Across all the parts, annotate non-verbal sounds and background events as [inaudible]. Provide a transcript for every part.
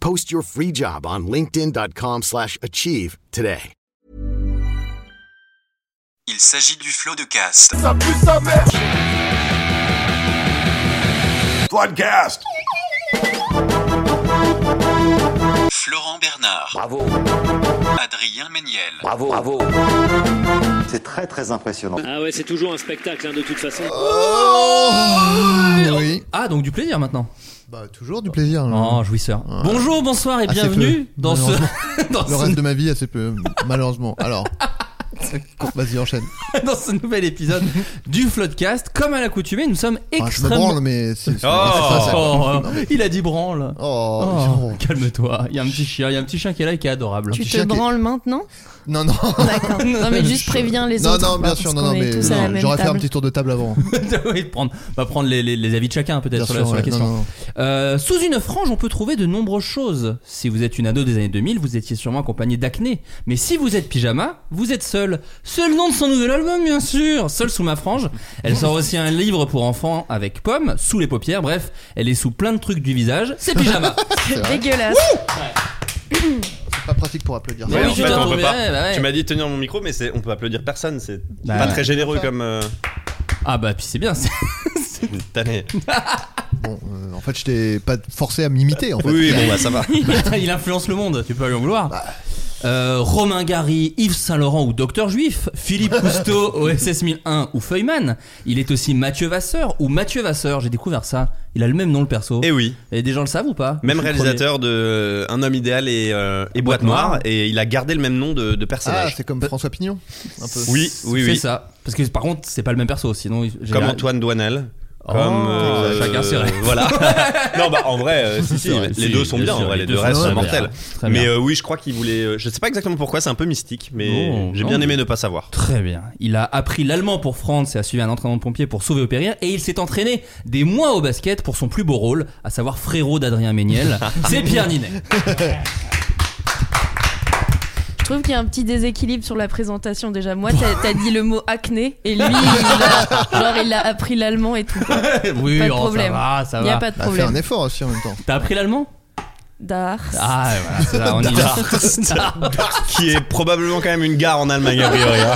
Post your free job on linkedin.com/achieve slash achieve today. Il s'agit du flot de cast. Floodcast. Florent Bernard, Bravo, Adrien Méniel, bravo, bravo. C'est très très impressionnant. Ah ouais, c'est toujours un spectacle hein, de toute façon. Oui. Ah, donc du plaisir maintenant. Bah, toujours du plaisir. Oh, là. jouisseur. Bonjour, bonsoir et Assez bienvenue peu, dans ce, [laughs] dans, Le ce- reste de ma vie, assez peu, malheureusement. [laughs] Alors, vas-y, enchaîne. dans ce nouvel épisode du Floodcast. Comme à l'accoutumée, nous sommes Enfin, Ah, je me extrêmement. branle, mais c'est c'est- Oh. c'est ça, ça. Oh, Non, mais- il a dit branle. Oh, Oh, oh. calme-toi. Il y a un petit chien, il y a un petit chien qui est là et qui est adorable. Tu Tu te te Chacun- branles branles [laughs] maintenant Non, non. D'accord. Non, mais juste préviens les Non, autres. hein, non, bien parce sûr, non, qu'on non, est mais tous à la non, même j'aurais fait un table. petit tour de table avant. [laughs] Oui, prendre, va prendre les, les- les avis de chacun peut-être Bien sur, la- sûr, sur la ouais, question. non, non. Euh, sous une frange, on peut trouver de nombreuses choses. Si vous êtes une ado des années 2000, vous étiez sûrement accompagné d'acné. Mais si vous êtes pyjama, vous êtes seul. C'est le nom de son nouvel album, bien sûr. Seul sous ma frange. Elle sort aussi un livre pour enfants avec pommes, sous les paupières. Bref, elle est sous plein de trucs du visage. C'est [laughs] pyjama. Dégueulasse. C'est pas pratique pour applaudir. Mais Ouais, oui, en tu fait, t'es on peut retrouvé, pas. ouais, bah ouais. Tu m'as dit de tenir mon micro, mais c'est- on peut applaudir personne. C'est Bah pas ouais. très généreux comme [laughs] euh, ah bah puis c'est bien. c'est- tannée. Bon, euh, en fait, je t'ai pas forcé à m'imiter, en fait. Oui, oui, bon, bah ça va. [laughs] Bah. Il influence le monde. Tu peux lui en vouloir. Euh, Romain Gary, Yves Saint-Laurent ou Docteur Juif, Philippe [laughs] Cousteau, OSS 1001 ou Feuilleman. Il est aussi Mathieu Vasseur ou Mathieu Vasseur. J'ai découvert ça. Il a le même nom le perso. Et Eh oui, Et des gens le savent ou pas même Je suis le réalisateur de euh, Un homme idéal et, euh, et Boîte Boîte Noire. Noire, et il a gardé le même nom de, de Ah, personnage. c'est comme François Pignon Un peu. oui, premier. oui, C'est oui. ça. Parce que par contre, c'est pas le même perso. Sinon, il- Comme général- Antoine Douanel. Oh, comme euh, chacun ses rêves. [laughs] voilà. non bah en vrai euh, [laughs] si, si, C'est vrai, les si, deux sont bien bien en sûr, vrai, les les deux deux sont restes très sont bien. mortels. Très Mais bien. euh, oui, je crois qu'il voulait euh, je sais pas exactement pourquoi, c'est un peu mystique mais Non, j'ai non, bien mais- aimé ne pas savoir. Très bien. Il a appris l'allemand pour France et a suivi un entraînement de pompier pour sauver au péril. Et il s'est entraîné des mois au basket pour son plus beau rôle, à savoir frérot d'Adrien Méniel. [laughs] c'est Pierre Ninet. Je trouve qu'il y a un petit déséquilibre sur la présentation déjà. Moi, t'as t'as dit le mot acné et lui, il a- genre, il a appris l'allemand et tout. oui, Pas de oh, problème. ça va, ça Il n'y va. a pas de Bah, fais un problème. effort aussi en même temps. T'as appris l'allemand Dars. Ah, voilà, c'est ça, on y va. [laughs] qui est probablement quand même une gare en Allemagne a priori. hein.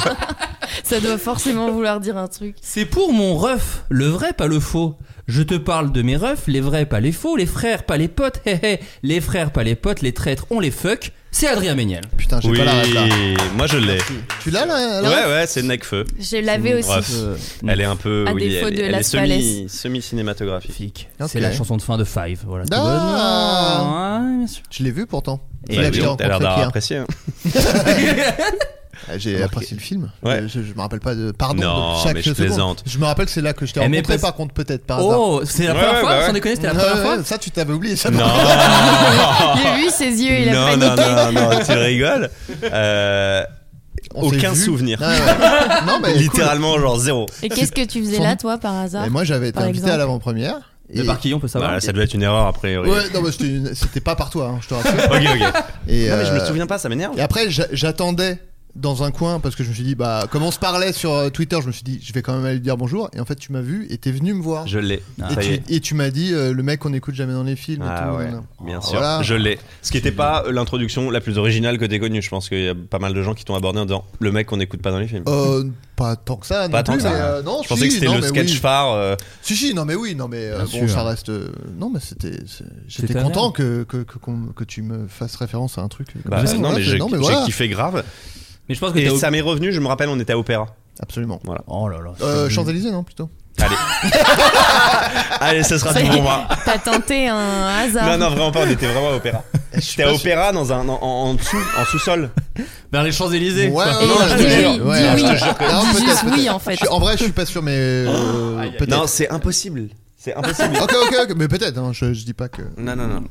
Ça doit forcément vouloir dire un truc. [laughs] C'est pour mon ref, le vrai pas le faux. Je te parle de mes refs, les vrais pas les faux, les frères pas les potes, [laughs] hé hé, les frères pas les potes, les traîtres on les fuck. C'est Adrien Méniel. Putain, j'ai Oui, pas la ref, là. moi je l'ai. Tu l'as là, la Ouais ref ouais, c'est Necfeu. Je l'avais aussi. Bref, elle est un peu Euh, À oui, défaut elle, de elle Las est Palais. semi semi cinématographique. Magnifique. Ok. C'est la chanson de fin de Five. Voilà. Ah. Ouais, bien sûr. Je l'ai vu pourtant. Et C'est là que Eh oui, je l'ai t'as l'air rencontré, d'avoir Pierre. apprécié. hein. [laughs] Ah, J'ai Remarqué. apprécié le film. Ouais. Euh, Je, je me rappelle pas de. Pardon. Non, de chaque mais je seconde. plaisante. Je me rappelle que c'est là que je t'ai Eh, mais rencontré. parce- Par contre, peut-être par hasard. Oh, c'est la Ouais, première ouais, fois, bah ouais. sans déconner, c'était la Ouais, première ouais, fois. ça, tu t'avais oublié. Ça. Non. J'ai vu ses yeux, [laughs] il a non, non, paniqué. non, non, tu rigoles. Euh, On s'est Aucun vu. souvenir. Ouais, [laughs] ouais. Non, mais cool. littéralement, genre zéro. Et qu'est-ce que tu faisais là, toi, par Mais hasard moi, j'avais été Par invité exemple. à l'avant-première. Le et- barquillon, on peut savoir. Voilà, Bah, ça devait être une erreur a priori. Ouais, non, mais c'était une- c'était pas par toi, hein, je te rassure. [laughs] Ok, ok. Et, Non, mais je me euh, souviens pas, ça m'énerve. Et après, j'a- j'attendais dans un coin parce que je me suis dit, bah, comme on se parlait sur euh, Twitter, je me suis dit, je vais quand même aller lui dire bonjour. Et en fait, tu m'as vu et t'es venu me voir. Je l'ai. Et Ah, Ça y tu, est. et tu m'as dit, euh, le mec qu'on écoute jamais dans les films. et Ah tout, ouais, nanana. bien sûr, Voilà. je l'ai. Ce qui n'était pas euh, l'introduction la plus originale que t'aies connue. Je pense qu'il y a pas mal de gens qui t'ont abordé en disant le mec qu'on n'écoute pas dans les films. Euh, pas tant que ça. non Pas tant plus, que ça. mais, euh, non, je pensais que c'était le sketch oui. phare. euh, Si, si, non, mais oui, non, mais Bien euh, bon, sûr. ça reste. euh, non, mais c'était. c'est- J'étais C'était un content que, que, que, qu'on- que tu me fasses référence à un truc. comme bah, ça. non, Voilà, mais c'est- j'ai non, j'ai voilà. kiffé grave. Mais je pense que Et t'as ça m'est revenu, je me rappelle, on était à Opéra. Absolument. Oh là là. Euh, Champs-Élysées, non, plutôt Allez. Allez, ce sera Ça tout y est. pour moi. T'as tenté un hasard. Non, non, vraiment pas, on était vraiment à Opéra. J'étais à pas sûr. Opéra dans un, en, en- en dessous, en sous-sol. Vers les Champs-Élysées. Ouais, quoi. ouais, Et ouais, il je te dit oui, jure, dit ouais, oui. je te jure que- Ils Non, disent peut-être, oui, peut-être. en fait. Je suis- En vrai, je suis pas sûr, mais euh, aïe, aïe. peut-être. Non, c'est impossible. C'est impossible. Ok, ok, ok, mais peut-être, hein, je, je dis pas que. non, non, non.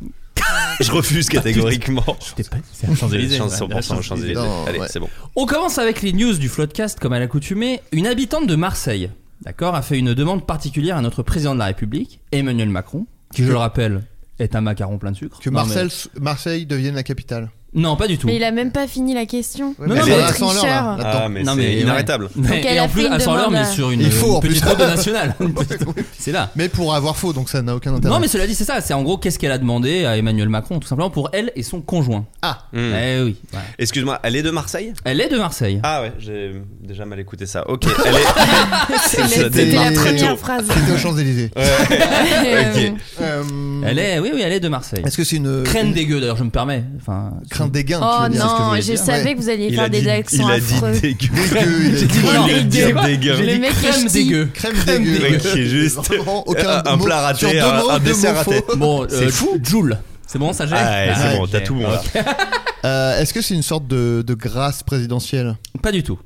je refuse catégoriquement. T'es pas- C'est à Champs-Élysées. Chance ouais, 100% aux Champs-Élysées. Non, Allez, ouais. c'est bon. On commence avec les news du Floodcast comme à l'accoutumée. Une habitante de Marseille, d'accord, a fait une demande particulière à notre président de la République, Emmanuel Macron, qui je le rappelle est un macaron plein de sucre. Que Non, mais- Marseille, Marseille devienne la capitale. Non, pas du tout. Mais il a même pas fini la question. Ouais, Non, mais non, c'est mais- à 100 à l'heure, là, Tricheur. là-dedans. Ah, mais Non, c'est mais- inarrêtable. Mais- Donc elle et en a plus, fait une à 100 l'heure, demande mais à- sur une, Il faut, une en plus. petite robe [laughs] nationale. Une petite- C'est là. Mais pour avoir faux, donc ça n'a aucun intérêt. Non, mais cela dit, c'est ça. C'est en gros, qu'est-ce qu'elle a demandé à Emmanuel Macron, tout simplement, pour elle et son conjoint. Ah, Hmm. Eh oui. Ouais. Excuse-moi, elle est de Marseille Elle est de Marseille. Ah ouais, j'ai déjà mal écouté ça. Ok, elle est. C'est- ça C'était la démarre très première tôt. [laughs] phrase. c'était aux Champs-Élysées. Euh, Ok. Euh, Elle est, oui, oui, elle est de Marseille. Est-ce que c'est une. Crène dégueu, d'ailleurs, je me permets. Enfin, Crainte des gains, Oh tu veux dire. non, voulais je dire. savais que vous alliez Il faire a des dit, il accents a dit affreux. dégueu. [laughs] Dégueu, il a dit- Non, Il a dit dégueu. dégueu. J'ai Le dit mec crème rechti. dégueu. Crème dégueu. Mec, qui est juste Vraiment, aucun un mot- plat raté, sur deux un- mots, un deux dessert mots raté. faux. Bon, euh, C'est fou. Joule. C'est bon, ça gère Ah ouais, c'est bon, t'as ok. tout bon là. Euh, Est-ce que c'est une sorte de, de grâce présidentielle Pas du tout.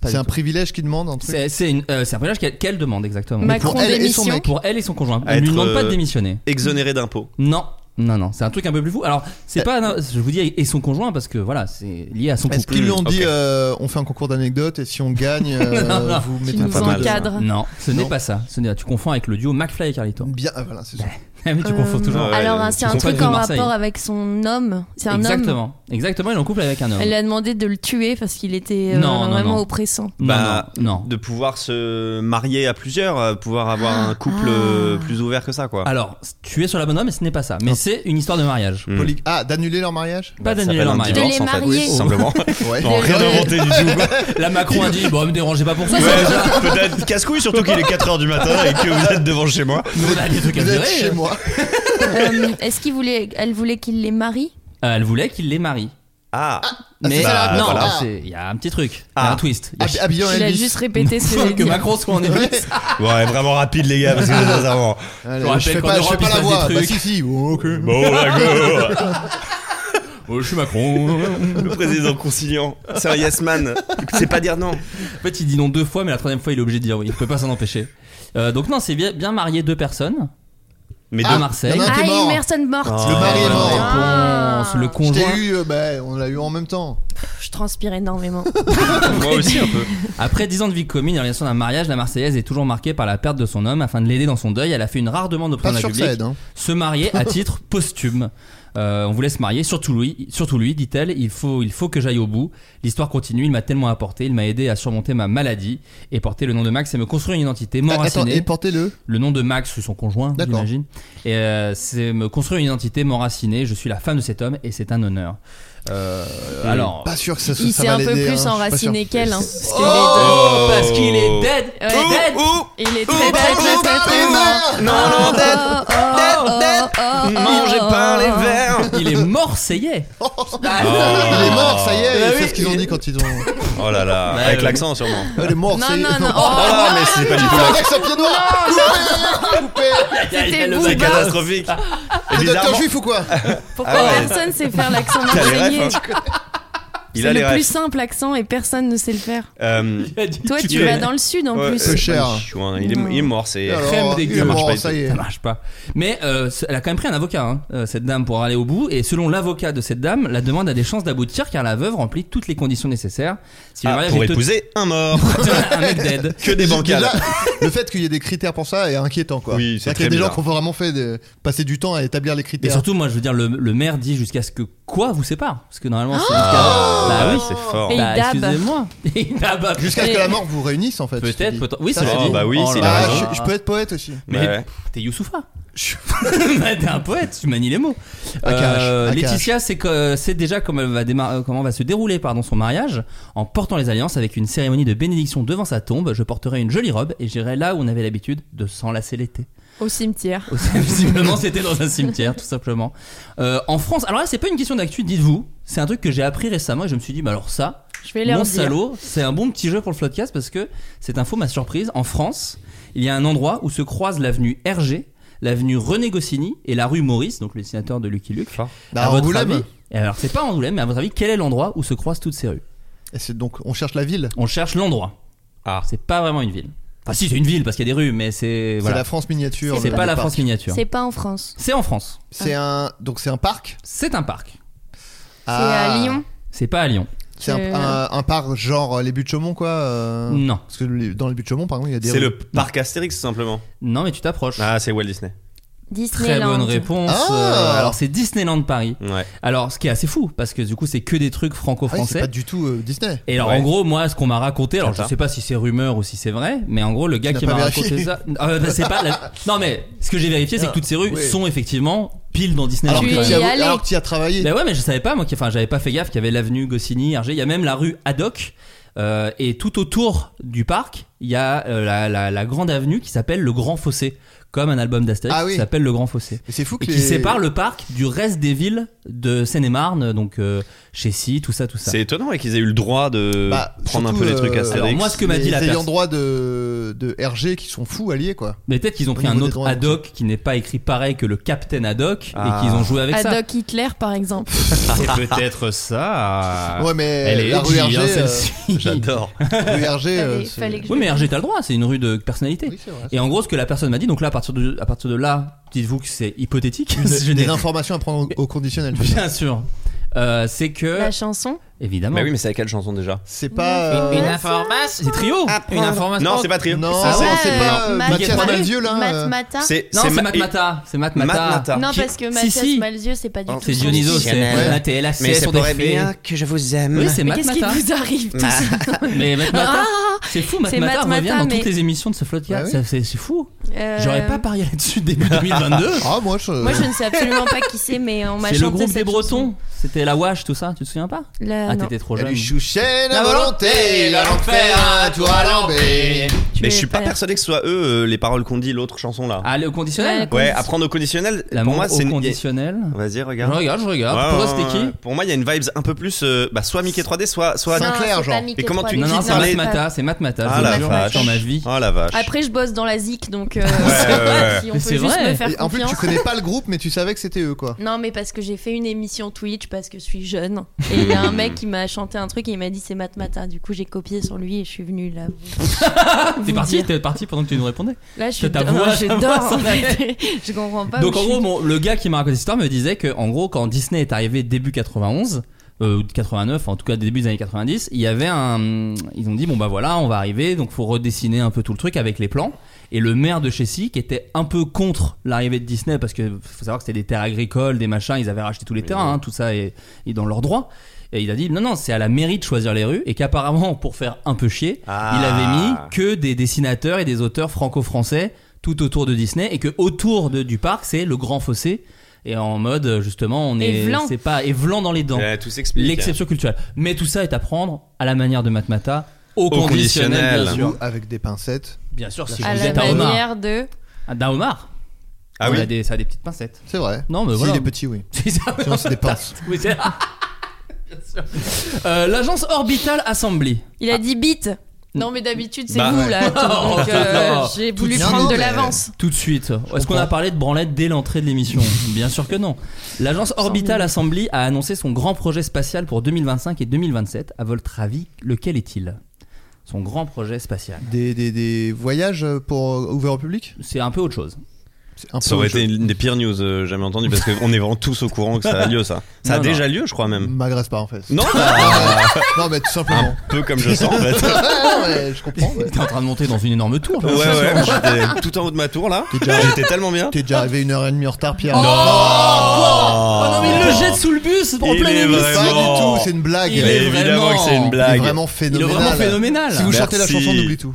Pas C'est du un tout. privilège qui demande un truc C'est c'est une- euh, c'est un privilège qu'elle qu'elle demande exactement. Mais Macron pour elle et son démission. mec. Pour elle et son conjoint. À Elle lui être, demande pas de euh, démissionner. Exonéré d'impôts. Euh, Non. Non, non, c'est un truc un peu plus fou. Alors, c'est pas. non, je vous dis, et son conjoint, parce que voilà, c'est lié à son Est-ce couple. qu'ils lui ont Ok. dit euh, on fait un concours d'anecdotes et si on gagne, euh, [laughs] Non, non. vous Qui mettez un nous pas mal de- encadre. Non, ce n'est Non. pas ça. Ce n'est- tu confonds avec le duo McFly et Carlito. [laughs] Bien, ah, voilà, c'est ça. Mais tu confonds Euh, toujours. Ah ouais, Alors, ils c'est un sont pas truc venus en de Marseille. rapport avec son homme. C'est un homme. Exactement. Exactement, il est en couple avec un homme. Elle lui a demandé de le tuer parce qu'il était euh, Non, non, vraiment non. oppressant. Non, Bah, non, non. De pouvoir se marier à plusieurs, euh, pouvoir avoir un couple Ah. euh, plus ouvert que ça, quoi. Alors, tu es sur la bonne homme, mais ce n'est pas ça. Mais c'est une histoire de mariage. Hmm. Bah, Poly- Ah, d'annuler leur mariage Pas Ça d'annuler s'appelle leur un mariage. divorce, De les en fait, marier. tout simplement. Ouais. Non, rien inventé du tout. quoi. La Macron a dit Bon, me dérangez pas pour ça. Ouais, ça- genre, Peut-être casse-couille, surtout qu'il est 4h du matin et que vous êtes devant chez moi. Nous, on a des trucs à Vous êtes gérer. [laughs] chez moi. Euh, Est-ce qu'il voulait, elle voulait qu'il les marie Euh, Elle voulait qu'il les marie. Ah, Mais ça, la non, réponse. là, Ah. c'est- il y a un petit truc, il y a Ah. un twist. Il y a- [laughs] Hab- Habillé en Il a Elvis. juste répété ce que j'ai que dit. Macron soit [laughs] en Elvis. bon, elle est vraiment rapide, les gars, parce que sincèrement. Allez, Je rappelle je fais qu'en pas, je Europe, fais pas ils la passent des voix. Bah, trucs. si, si. bon, ok. Bon, Oh, la go Oh, je suis Macron. Le président conciliant, c'est un yes man. C'est pas dire non. en fait, il dit non deux fois, mais la troisième fois, il est obligé de dire oui. Il peut pas s'en empêcher. Euh, donc non, c'est bien, bien marié deux personnes Mais de Ah. Marseille. il y en a un qui Ah, est mort. une personne morte. Oh. Le mari est Bonne mort. Ah. réponse. Le Je conjoint. t'ai eu, euh, bah, on l'a eu en même temps. Je transpire énormément. deux, moi aussi un peu. Après 10 ans de vie commune et relation d'un mariage, la Marseillaise est toujours marquée par la perte de son homme. Afin de l'aider dans son deuil, elle a fait une rare demande au Pas président sûr de que la ça République. aide. hein. se marier [laughs] à titre posthume. Euh, on voulait se marier, surtout lui, surtout lui, dit-elle. Il faut, il faut que j'aille au bout. L'histoire continue. Il m'a tellement apporté. Il m'a aidé à surmonter ma maladie et porter le nom de Max et me construire une identité, Ah, Attends, et m'enraciner. portez-le. le nom de Max, c'est son conjoint, D'accord. j'imagine. Et euh, c'est me construire une identité, m'enraciner. Je suis la femme de cet homme et c'est un honneur. Euh, alors. Pas sûr que ça ça- Il ça s'est va un peu l'aider, hein, je plus suis pas enraciné sûr. qu'elle. hein, parce qu'il est- Oh, parce qu'il est dead. Ouais, Ouh, dead. ouh. Il est très Oh, très très très très mort. Non, non, dead. oh, dead. Mangez pas les verres. Il est morseillais. Il est mort, ça y Bah est. oui, C'est ce qu'ils ont il- dit quand ils ont. Oh là là, Ouais, avec ouais. l'accent sûrement. Elle est morte. Non, non, non. Oh là, Ah, mais c'est pas du tout l'accent. Avec sa pied noir Coupé Coupé C'était le- C'est Booba. catastrophique. Ah. Et T'es docteur bizarrement, juif ou quoi Pourquoi Ah ouais. personne sait faire l'accent T'as les marseillais refs, il C'est a les le plus rêves. simple accent et personne ne sait le faire. Toi, tu, Tu vas connais. Euh, dans le sud en plus. Peu cher. Il est, il est mort, c'est. Et alors, crème il est dégueu. mort, Ça marche pas ça du y est. Ça marche pas. Mais euh, c- elle a quand même pris un avocat, hein, euh, cette dame, pour aller au bout. Et selon l'avocat de cette dame, la demande a des chances d'aboutir car la veuve remplit toutes les conditions nécessaires. Si le Ah, mariage pour est tot- épouser un mort. [laughs] Oh. [laughs] un mec dead. Que des bancales. Déjà, le fait qu'il y ait des critères pour ça est inquiétant quoi. Oui, c'est C'est-à-dire qu'il y a très des gens bizarre. qui ont vraiment fait de- passer du temps à établir les Et critères. surtout, moi, je veux dire, le, le maire dit jusqu'à ce que quoi vous sépare. Parce que normalement, c'est Ah, jusqu'à. Bah c'est fort. oui. Et Bah, il dab. excusez-moi. [laughs] Il dab. Jusqu'à ce que la mort vous réunisse en fait. je te Peut-être, dis. peut-être. Oui, Ça, c'est c'est Oh, dit. bah oui, Oh c'est là la là. Ah, raison. je, je peux être poète aussi. Mais Ouais, ouais. t'es Youssoufa. [laughs] Bah, t'es un poète, tu manies les mots. Euh, AKH, AKH. Laetitia, c'est que euh, c'est déjà comment elle va démar- euh, comment va se dérouler pardon son mariage en portant les alliances avec une cérémonie de bénédiction devant sa tombe. Je porterai une jolie robe et j'irai là où on avait l'habitude de s'enlacer l'été. [laughs] Au cimetière. Visiblement, c'était dans un cimetière, tout simplement. Euh, en France, alors là, c'est pas une question d'actu, dites-vous. C'est un truc que j'ai appris récemment et je me suis dit, bah alors ça, Je vais leur Mon dire. salaud, c'est un bon petit jeu pour le Floodcast parce que cette info m'a surprise. En France, il y a un endroit où se croisent l'avenue Hergé, l'avenue René Goscinny et la rue Maurice, donc le sénateur de Lucky Luke. Bah, à votre Angoulême. avis, et alors c'est pas Angoulême, mais à votre avis, quel est l'endroit où se croisent toutes ces rues Et c'est donc, on cherche la ville. On cherche l'endroit. Ah. C'est pas vraiment une ville. Enfin, si, c'est une ville parce qu'il y a des rues, mais c'est. C'est Voilà. la France miniature. C'est le- pas le la parc. France miniature. C'est pas en France. C'est en France. C'est un, donc c'est un parc. C'est un parc. Ah. C'est à Lyon. C'est pas à Lyon. C'est un, C'est- un- un parc genre euh, les buts de Chaumont quoi. euh, Non. Parce que les- dans les buts de Chaumont par exemple il y a des. C'est rues. le parc Astérix, simplement. Non, mais tu t'approches. Ah, c'est Walt Disney. Très Disneyland. bonne réponse. Ah. Euh, alors, c'est Disneyland Paris. Ouais. Alors, ce qui est assez fou, parce que du coup, c'est que des trucs Ah oui, c'est franco-français. pas du tout euh, Disney. Et alors, Ouais. en gros, moi, ce qu'on m'a raconté, alors je Tintin. sais pas si c'est rumeur ou si c'est vrai, mais en gros, le gars n'as qui pas m'a vérifié. raconté ça. Euh, bah, c'est pas [laughs] la- Non, mais ce que j'ai vérifié, c'est que toutes ces rues Ouais. sont effectivement pile dans Disneyland. Alors que Tu tu y y as, allais. alors que tu y as travaillé. Bah ouais, mais je savais pas, moi, qu'il- enfin, j'avais pas fait gaffe qu'il y avait l'avenue Goscinny, Hergé. Il y a même la rue Haddock. euh, et tout autour du parc, il y a euh, la, la- la grande avenue qui s'appelle le Grand Fossé, comme un album d'Astérix Ah oui. qui s'appelle le Grand Fossé. Mais c'est fou que Et qui les- sépare le parc du reste des villes de Seine-et-Marne, donc euh, Chessy, tout ça, tout ça. C'est étonnant ouais, qu'ils aient eu le droit de Bah, prendre un surtout, peu les trucs euh, Astérix. Alors, moi, ce que m'a les dit la ayants personne. droit de, de RG qui sont fous alliés quoi. Mais peut-être qu'ils ont Au pris un niveau des autre droits, ad hoc qui n'est pas écrit pareil que le Captain Haddock Ah. et qu'ils ont joué avec À Doc Hitler, par exemple. ça. C'est [laughs] peut-être ça. ouais mais Elle est la rue edgy, RG, hein, euh, celle-ci. J'adore. rue RG, euh, Fallait- c'est- fallait que je Oui, mais le- RG, t'as le droit, c'est une rue de personnalité. Oui, c'est vrai. Et en gros, ce que la personne m'a dit, donc là, à partir de, à partir de là, dites-vous que c'est hypothétique. [laughs] Des- je n'ai- des informations à prendre au, au conditionnel. Bien sûr. Euh, c'est que. La chanson. Évidemment. Bah oui, mais c'est à quelle chanson déjà C'est pas. euh, information. C'est trio. Une information. Non, c'est pas Trio. Non, Ça, Ah c'est- c'est pas euh, Matt- Mathias Matt- Malzieu là. euh, Matmata. C'est Non, c'est ma- Matmata. C'est Matmata. Matmata. Non, Qui- parce que Si, Mathias si. Malzieu, c'est pas du tout. C'est son Dionysos. style. C'est la TLAC. sur des faits. que je vous aime. Oui, c'est Mais qu'est-ce qui Matmata. vous arrive Bah. [laughs] tout ça Mais Matmata. Ah C'est fou, C'est Matmata Matmata, revient dans mais- toutes les émissions de ce Floodcast. Bah oui. Ça, C'est c'est fou. Euh, J'aurais pas parié là-dessus début 2022. Ah moi je. Moi, je ne sais absolument pas qui c'est, mais on m'a C'est chanté le groupe des cette Bretons. chanson. C'était la Wash, tout ça. Tu te souviens pas Là, Ah, non. t'étais trop Elle jeune. lui chouchait La la volonté, volonté, la langue faire un tour à l'envers. Tu Mais je l'avais suis pas pas. persuadé que ce soit eux euh, les paroles qu'on dit l'autre chanson là. Ah, le conditionnel ouais, apprendre au conditionnel. La pour moi, c'est au une. conditionnel. Vas-y, Je regarde. regarde, je regarde. Ouais, Pour toi, ouais, c'était ouais. qui Pour moi, il y a une vibes un peu plus. euh, bah, soit Mickey 3D, soit. soit... Cinq. Sinclair, Non, c'est pas genre. Mickey Et comment tu- 3D. Non, non, c'est Non, c'est Matmata, c'est Matmata. Ah je la vous jure, vache. dans ma Ah, vie. Oh la vache. Après, je bosse dans la ZIC, donc euh, ouais, [laughs] si Mais on c'est peut juste vrai. me faire Et En plus, confiance. tu connais pas le groupe, mais tu savais que c'était eux, quoi. Non, mais parce que j'ai fait une émission Twitch parce que je suis jeune. Et il y a un mec qui m'a chanté un truc et il m'a dit c'est Matmata. Du coup, j'ai copié sur lui et je suis [laughs] venue là. T'es parti, dire. t'es parti pendant que tu nous répondais. Là, je suis. Ta Ah, [laughs] voix, je ta dors, voix [laughs] en s'en fait. Je comprends pas. Donc où en je gros, suis. mon- le gars qui m'a raconté cette histoire me disait que en gros, quand Disney est arrivé début 91 euh, 89, en tout cas début des années 90, il y avait un, ils ont dit bon bah voilà, on va arriver, donc faut redessiner un peu tout le truc avec les plans. Et le maire de Chessy, qui était un peu contre l'arrivée de Disney, parce que faut savoir que c'était des terres agricoles, des machins, ils avaient racheté tous les terrains, hein, tout ça est, est dans leurs droits. Et il a dit non non, c'est à la mairie de choisir les rues, et qu'apparemment pour faire un peu chier, Ah. il avait mis que des dessinateurs et des auteurs franco-français tout autour de Disney et que autour de- du parc c'est le grand fossé et en mode euh, justement on Et est Vlan. c'est pas et Vlan dans les dents Ouais, tout s'explique. l'exception culturelle mais tout ça est à prendre à la manière de Matmata au, conditionnel. conditionnel, bien Ou sûr avec des pincettes. bien sûr si à vous la êtes un homard manière de. Ah, d'un homard Ah On a oui. des- ça a des petites pincettes [laughs] C'est vrai. Non, mais si voilà. il est petit, oui. c'est ça Sinon, c'est des pinces. [laughs] Oui, c'est- Bien sûr. Euh, l'agence Orbital Assembly Il a dit bite. Non, mais d'habitude, c'est Bah, vous ouais. [laughs] là. Donc euh, Oh, Non. j'ai Tout voulu de suite. Oh. prendre de Non, mais- l'avance. Tout de suite. Est-ce qu'on comprends. a parlé de branlette dès l'entrée de l'émission Bien sûr que non. L'agence Orbital Assembly a annoncé son grand projet spatial pour 2025 et 2027. À votre avis, lequel est-il Son grand projet spatial. Des, des, des voyages pour euh, ouvert au public C'est un peu autre chose. C'est un peu Ça aurait autre été une des pires news euh, jamais entendues parce qu'on est vraiment tous au courant que ça a lieu ça. Ça a Non, non. déjà lieu, je crois chose. même. M'agresse pas, en fait. Non, bah. [laughs] Ah, non, mais tout un simplement. peu comme je sens en fait. [laughs] Non, mais je comprends. mais T'es en train de monter dans une énorme tour. là. Ouais, ouais, [laughs] j'étais tout en haut de ma tour là. J'étais tellement bien. T'es déjà arrivé une heure et demie en retard, Pierre. Oh non, mais il le jette sous le bus en Il plein est hélice. vrai. Pas du Vraiment. tout, c'est une blague. Il Mais est évidemment vraiment- que c'est une Il est blague. vraiment Il est phénoménal. vraiment phénoménal. Si vous chantez la Ah, Merci. chanson, n'oublie tout.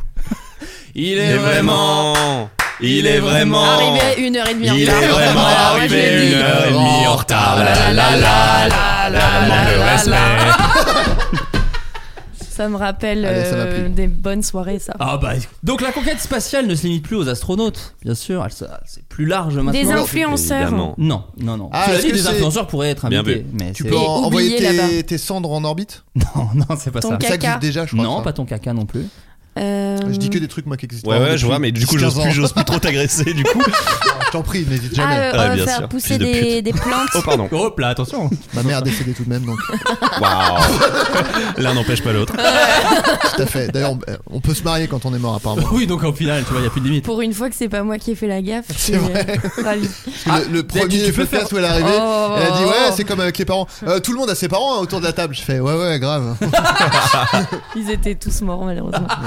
Il Il est est vraiment. vraiment. Il est Oh. vraiment. Arrivé à une heure et demie en Il est retard. vraiment Voilà, moi, je l'ai arrivé dit. une heure et demie en retard. La la la la la la. Manque de respect. Ça me rappelle Allez, ça va euh, plus. des bonnes soirées, ça. Ah bah donc la conquête spatiale ne se limite plus aux astronautes, bien sûr, elle se- c'est plus large maintenant. des influenceurs. Évidemment. Non, non, non. Ah, Cela est-ce dit, que des c'est- influenceurs pourraient être Bien invités, vu. mais Tu c'est- peux [laughs] en- Et envoyer oublier là-bas. tes, tes cendres en orbite Non, non, c'est pas Ton ça. Ça Caca. existe déjà, je crois. Non, ça. pas ton caca non plus. Euh, Je dis que des trucs, moi, qui existent. Mm. Ouais, vraiment ouais, je depuis vois, mais du coup, j'ose 15 ans. plus, j'ose plus trop t'agresser, du coup. Je t'en prie, n'hésite Ah, jamais. euh, Ouais, euh, bien faire sûr. pousser Fils de des, des plantes. Oh, pardon. Hop là, attention. Ma mère est décédée tout de même, donc Waouh. [laughs] L'un n'empêche pas l'autre. tout à fait. D'ailleurs, on- euh, on peut se marier quand on est mort, apparemment. oui, donc au final, tu vois, il y a plus de limite. Pour une fois que c'est pas moi qui ai fait la gaffe. C'est je suis, [laughs] vrai. euh, ravie. Parce que Ah, le, le tu- tu premier peux podcast faire- où elle est arrivée, Oh. elle a dit Ouais, c'est comme avec les parents. Euh, tout le monde a ses parents hein, autour de la table. Je fais Ouais, ouais, grave. Ah, Ils étaient tous morts, malheureusement. Ah.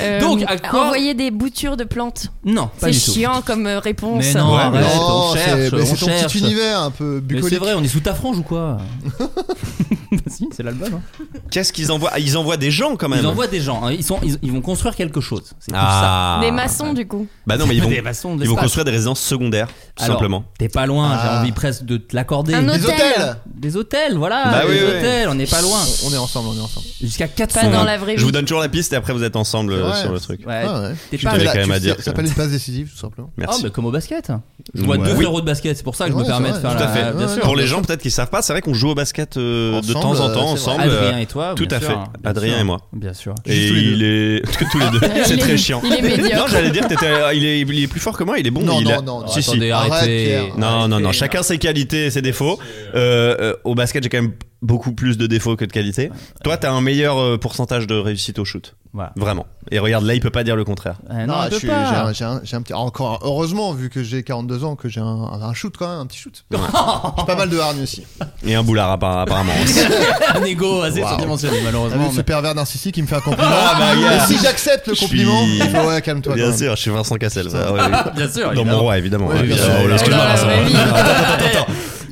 Euh, Donc, à quoi- Envoyer des boutures de plantes. Non, pas C'est du tout. chiant comme euh, réponse. Mais non, Ouais, mais arrête, on non, c'est cherche, mais on c'est ton cherche. petit univers un peu Mais bucolique. c'est vrai, on est sous ta frange ou quoi [laughs] Bah Si, c'est l'album. hein. [laughs] Qu'est-ce qu'ils envoient Ah, Ils envoient des gens quand même. Ils envoient des gens, hein, ils, sont, ils, ils vont construire quelque chose. C'est tout ah. Des maçons, du coup. Bah non, mais ils ça. vont, [laughs] Des maçons de ils vont l'espace. construire des résidences secondaires, tout Alors, simplement. T'es pas loin, j'ai Ah. envie presque de te l'accorder. Un Les hôtel. hôtels Des hôtels, voilà. Bah des oui, oui. hôtels, on n'est pas loin. On est ensemble, on est ensemble. Jusqu'à 400. Pas dans Ouais. la vraie Je vous vie. donne toujours la piste et après vous êtes ensemble euh, Ouais. sur le truc. Ouais. Ah ouais. T'es Tu pas- fais J'avais la- quand même tu à fais- dire Ça que- s'appelle une passe décisive, tout simplement. Oh, Merci. mais comme au basket. Je vois Ouais. 2 Oui. euros de basket, c'est pour ça que je Ouais, me permets c'est de vrai, faire Tout à la. fait. bah, Bien ouais, sûr. Pour les gens peut-être qui savent pas, c'est vrai qu'on joue au basket euh, de Ensemble, temps en temps euh, c'est vrai. ensemble. Adrien et toi. tout bien à sûr, fait. bien Adrien sûr. et moi. Bien sûr. Et tous les il est [laughs] que tous les deux. C'est Il est- très chiant. il [laughs] est médiocre. Non, j'allais dire t'étais- euh, il est il est plus fort que moi, il est bon. Non, il non, a- non, non, Si, si. Attendez, Arrête, arrêtez. Pierre. Non, non, non, chacun ses qualités et ses défauts. Euh, euh, au basket, j'ai quand même beaucoup plus de défauts que de qualités. Toi, t'as un meilleur euh, pourcentage de réussite au shoot. Voilà. Vraiment. Et regarde, là, il peut pas dire le contraire. Euh, Non, Non, elle je peut suis- j'ai pas. un, j'ai un- j'ai un petit. Encore heureusement, vu que j'ai 42 ans, que j'ai un, un shoot quand même, un petit shoot. [laughs] J'ai pas mal de [laughs] hargne aussi. Et un boulard, appara- apparemment. [laughs] un ego assez Wow. surdimensionné T'as vu malheureusement. Ah ce mais- pervers narcissique qui me fait un compliment [laughs] Ah, bah, yeah. Et si j'accepte le Je compliment, suis- il fait ouais, calme-toi. quand Bien même. sûr, je suis Vincent Cassel. Ça, ouais, oui. [laughs] Bien sûr. Dans évidemment. mon roi, évidemment. Oui, Ouais, bien bien sûr. sûr. Oh là, excuse-moi, Ah, Vincent. ouais, oui.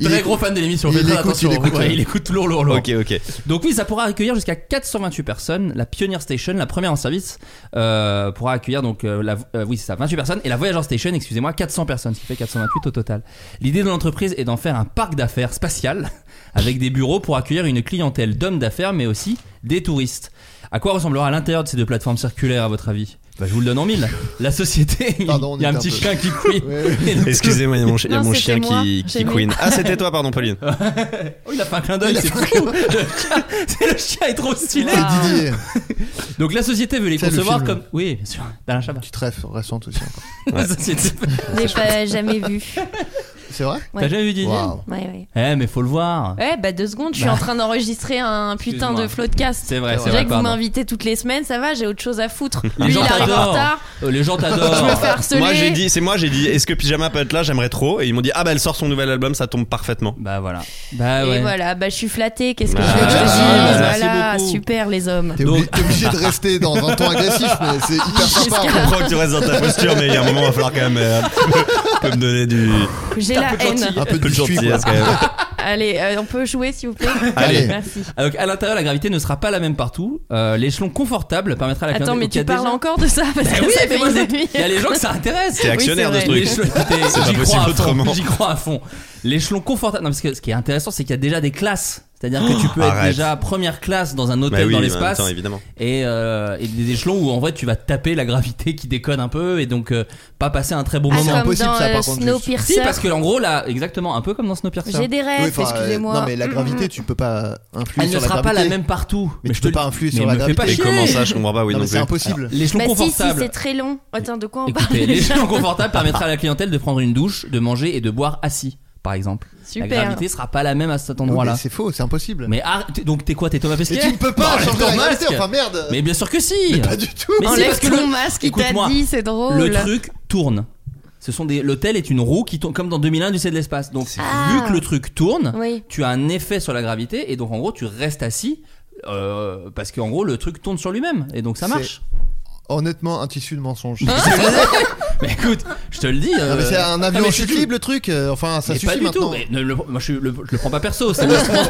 Très est- gros fan de l'émission. il faites très écoute, il attention. écoute. Ouais, il écoute lourd, lourd, lourd. Ok, ok. Donc oui, ça pourra accueillir jusqu'à 428 personnes. La Pioneer Station, la première en service, euh, pourra accueillir donc euh, la, euh, oui c'est ça, 28 personnes et la Voyager Station, excusez-moi, 400 personnes, ce qui fait 428 au total. L'idée de l'entreprise est d'en faire un parc d'affaires spatial [laughs] avec des bureaux pour accueillir une clientèle d'hommes d'affaires mais aussi des touristes. À quoi ressemblera l'intérieur de ces deux plateformes circulaires à votre avis bah, je vous le donne en mille. La société, [laughs] il Pardon, on y a un était un petit peu- chien qui [laughs] couille. Ouais, [laughs] Excusez-moi, il y a mon, chi- il y a Non, mon c'était chien moi. qui, J'ai qui mis- queen. Ah, c'était toi, pardon, [laughs] Pauline. Oh, il a fait un clin d'œil, c'est fou. Le chien, [laughs] c'est- le chien est trop stylé. Ah. C'est Didier, Donc la société veut les C'est le concevoir film. comme. Oui, bien sûr, d'Alain Chabat. petite ref récente aussi. [laughs] encore. La société- J'ai pas jamais vu. C'est vrai T'as jamais vu Didier Waouh. Ouais, ouais. Eh, mais faut le voir. Ouais, bah deux secondes, je suis en train d'enregistrer un putain Excuse-moi. de floodcast. C'est vrai, c'est vrai vrai. que vous pardon. m'invitez toutes les semaines, ça va, j'ai autre chose à foutre. Les Lui, il gens arrive en t'adorent. retard. Euh, Les gens Je me t'adorent. fais harceler. Moi, j'ai dit, c'est moi, j'ai dit, est-ce que Pyjama peut être là J'aimerais trop. Et ils m'ont dit, ah, bah, elle sort son nouvel album, ça tombe parfaitement. Bah voilà. Bah Et ouais. bah, voilà, bah je suis flattée, qu'est-ce que Ah, je veux que je merci, dise merci Voilà, beaucoup. super les hommes. T'es Donc- obligé, t'es obligé de rester dans un ton agressif, mais c'est hyper Je sympa. comprends que Oh, tu restes dans ta posture, mais il y a un moment, il va falloir quand même euh, un petit peu- un peu me donner du. J'ai la haine. Un peu de biscuit, quoi. gentillesse quand même. Allez, euh, on peut jouer s'il vous plaît Allez. Merci. Ah, Donc à l'intérieur, la gravité ne sera pas la même partout. Euh, L'échelon confortable permettra à la Attends, clientèle- mais Donc, il y a tu des parles gens- encore de ça Parce Bah que oui, ça mais fait moi, une c'est- demi. il y a les gens que ça intéresse. T'es actionnaire Oui, de c'est ce truc. L'échelon- écoutez, C'est pas J'y possible crois à fond. autrement. J'y crois à fond. L'échelon confortable. Non, parce que ce qui est intéressant, c'est qu'il y a déjà des classes. C'est-à-dire que tu peux être arrête. déjà première classe dans un Bah hôtel oui, dans mais en l'espace. même temps, évidemment. et, euh, et des échelons où en vrai tu vas taper la gravité qui déconne un peu et donc euh, pas passer un très bon Ah, moment. c'est comme impossible, dans ça, par euh, contre, Snowpiercer. Si parce que en gros là exactement un peu comme dans Snowpiercer. J'ai des Oui, rêves, enfin, euh, excusez-moi. Non, mais la gravité, tu peux pas Mm, influer Elle ne sur la sera pas gravité. la même partout. Mais tu peux le- pas influer mais sur la me fais pas Et gravité. chier. comment ça, je comprends pas, Ah oui, Non, non mais plus. c'est impossible. L'échelon Bah si, si, confortable. c'est très long. Attends, de quoi on parle Écoutez, déjà l'échelon confortable permettra à la clientèle de prendre une douche, de manger et de boire assis, par exemple. Super. La gravité sera pas la même à cet Oui, endroit-là. mais C'est faux, c'est impossible. Mais ah, t'es- donc t'es quoi, t'es Thomas Et Pesquet tu ne peux pas Bah, changer ton la gravité, masque. enfin merde Mais bien sûr que si. Pas du tout Mais si, Enlève parce que ton le- masque, il t'a Écoute-moi. dit, c'est drôle. Le truc tourne. Ce sont des l'hôtel est une roue qui tourne comme dans 2001 du ciel de l'espace. Donc vu que le truc tourne, Ah. Oui. tu as un effet sur la gravité et donc en gros tu restes assis euh, parce qu'en gros le truc tourne sur lui-même et donc ça C'est- marche. Ah, Honnêtement, un tissu de mensonge. Mais écoute, je te le dis. euh, Ah, Non, Ah, mais c'est un avion en en chute libre le truc. euh, Enfin, ça mais suffit pas du maintenant. tout. Mais ne le- moi, je, suis- le, je le prends pas perso. C'est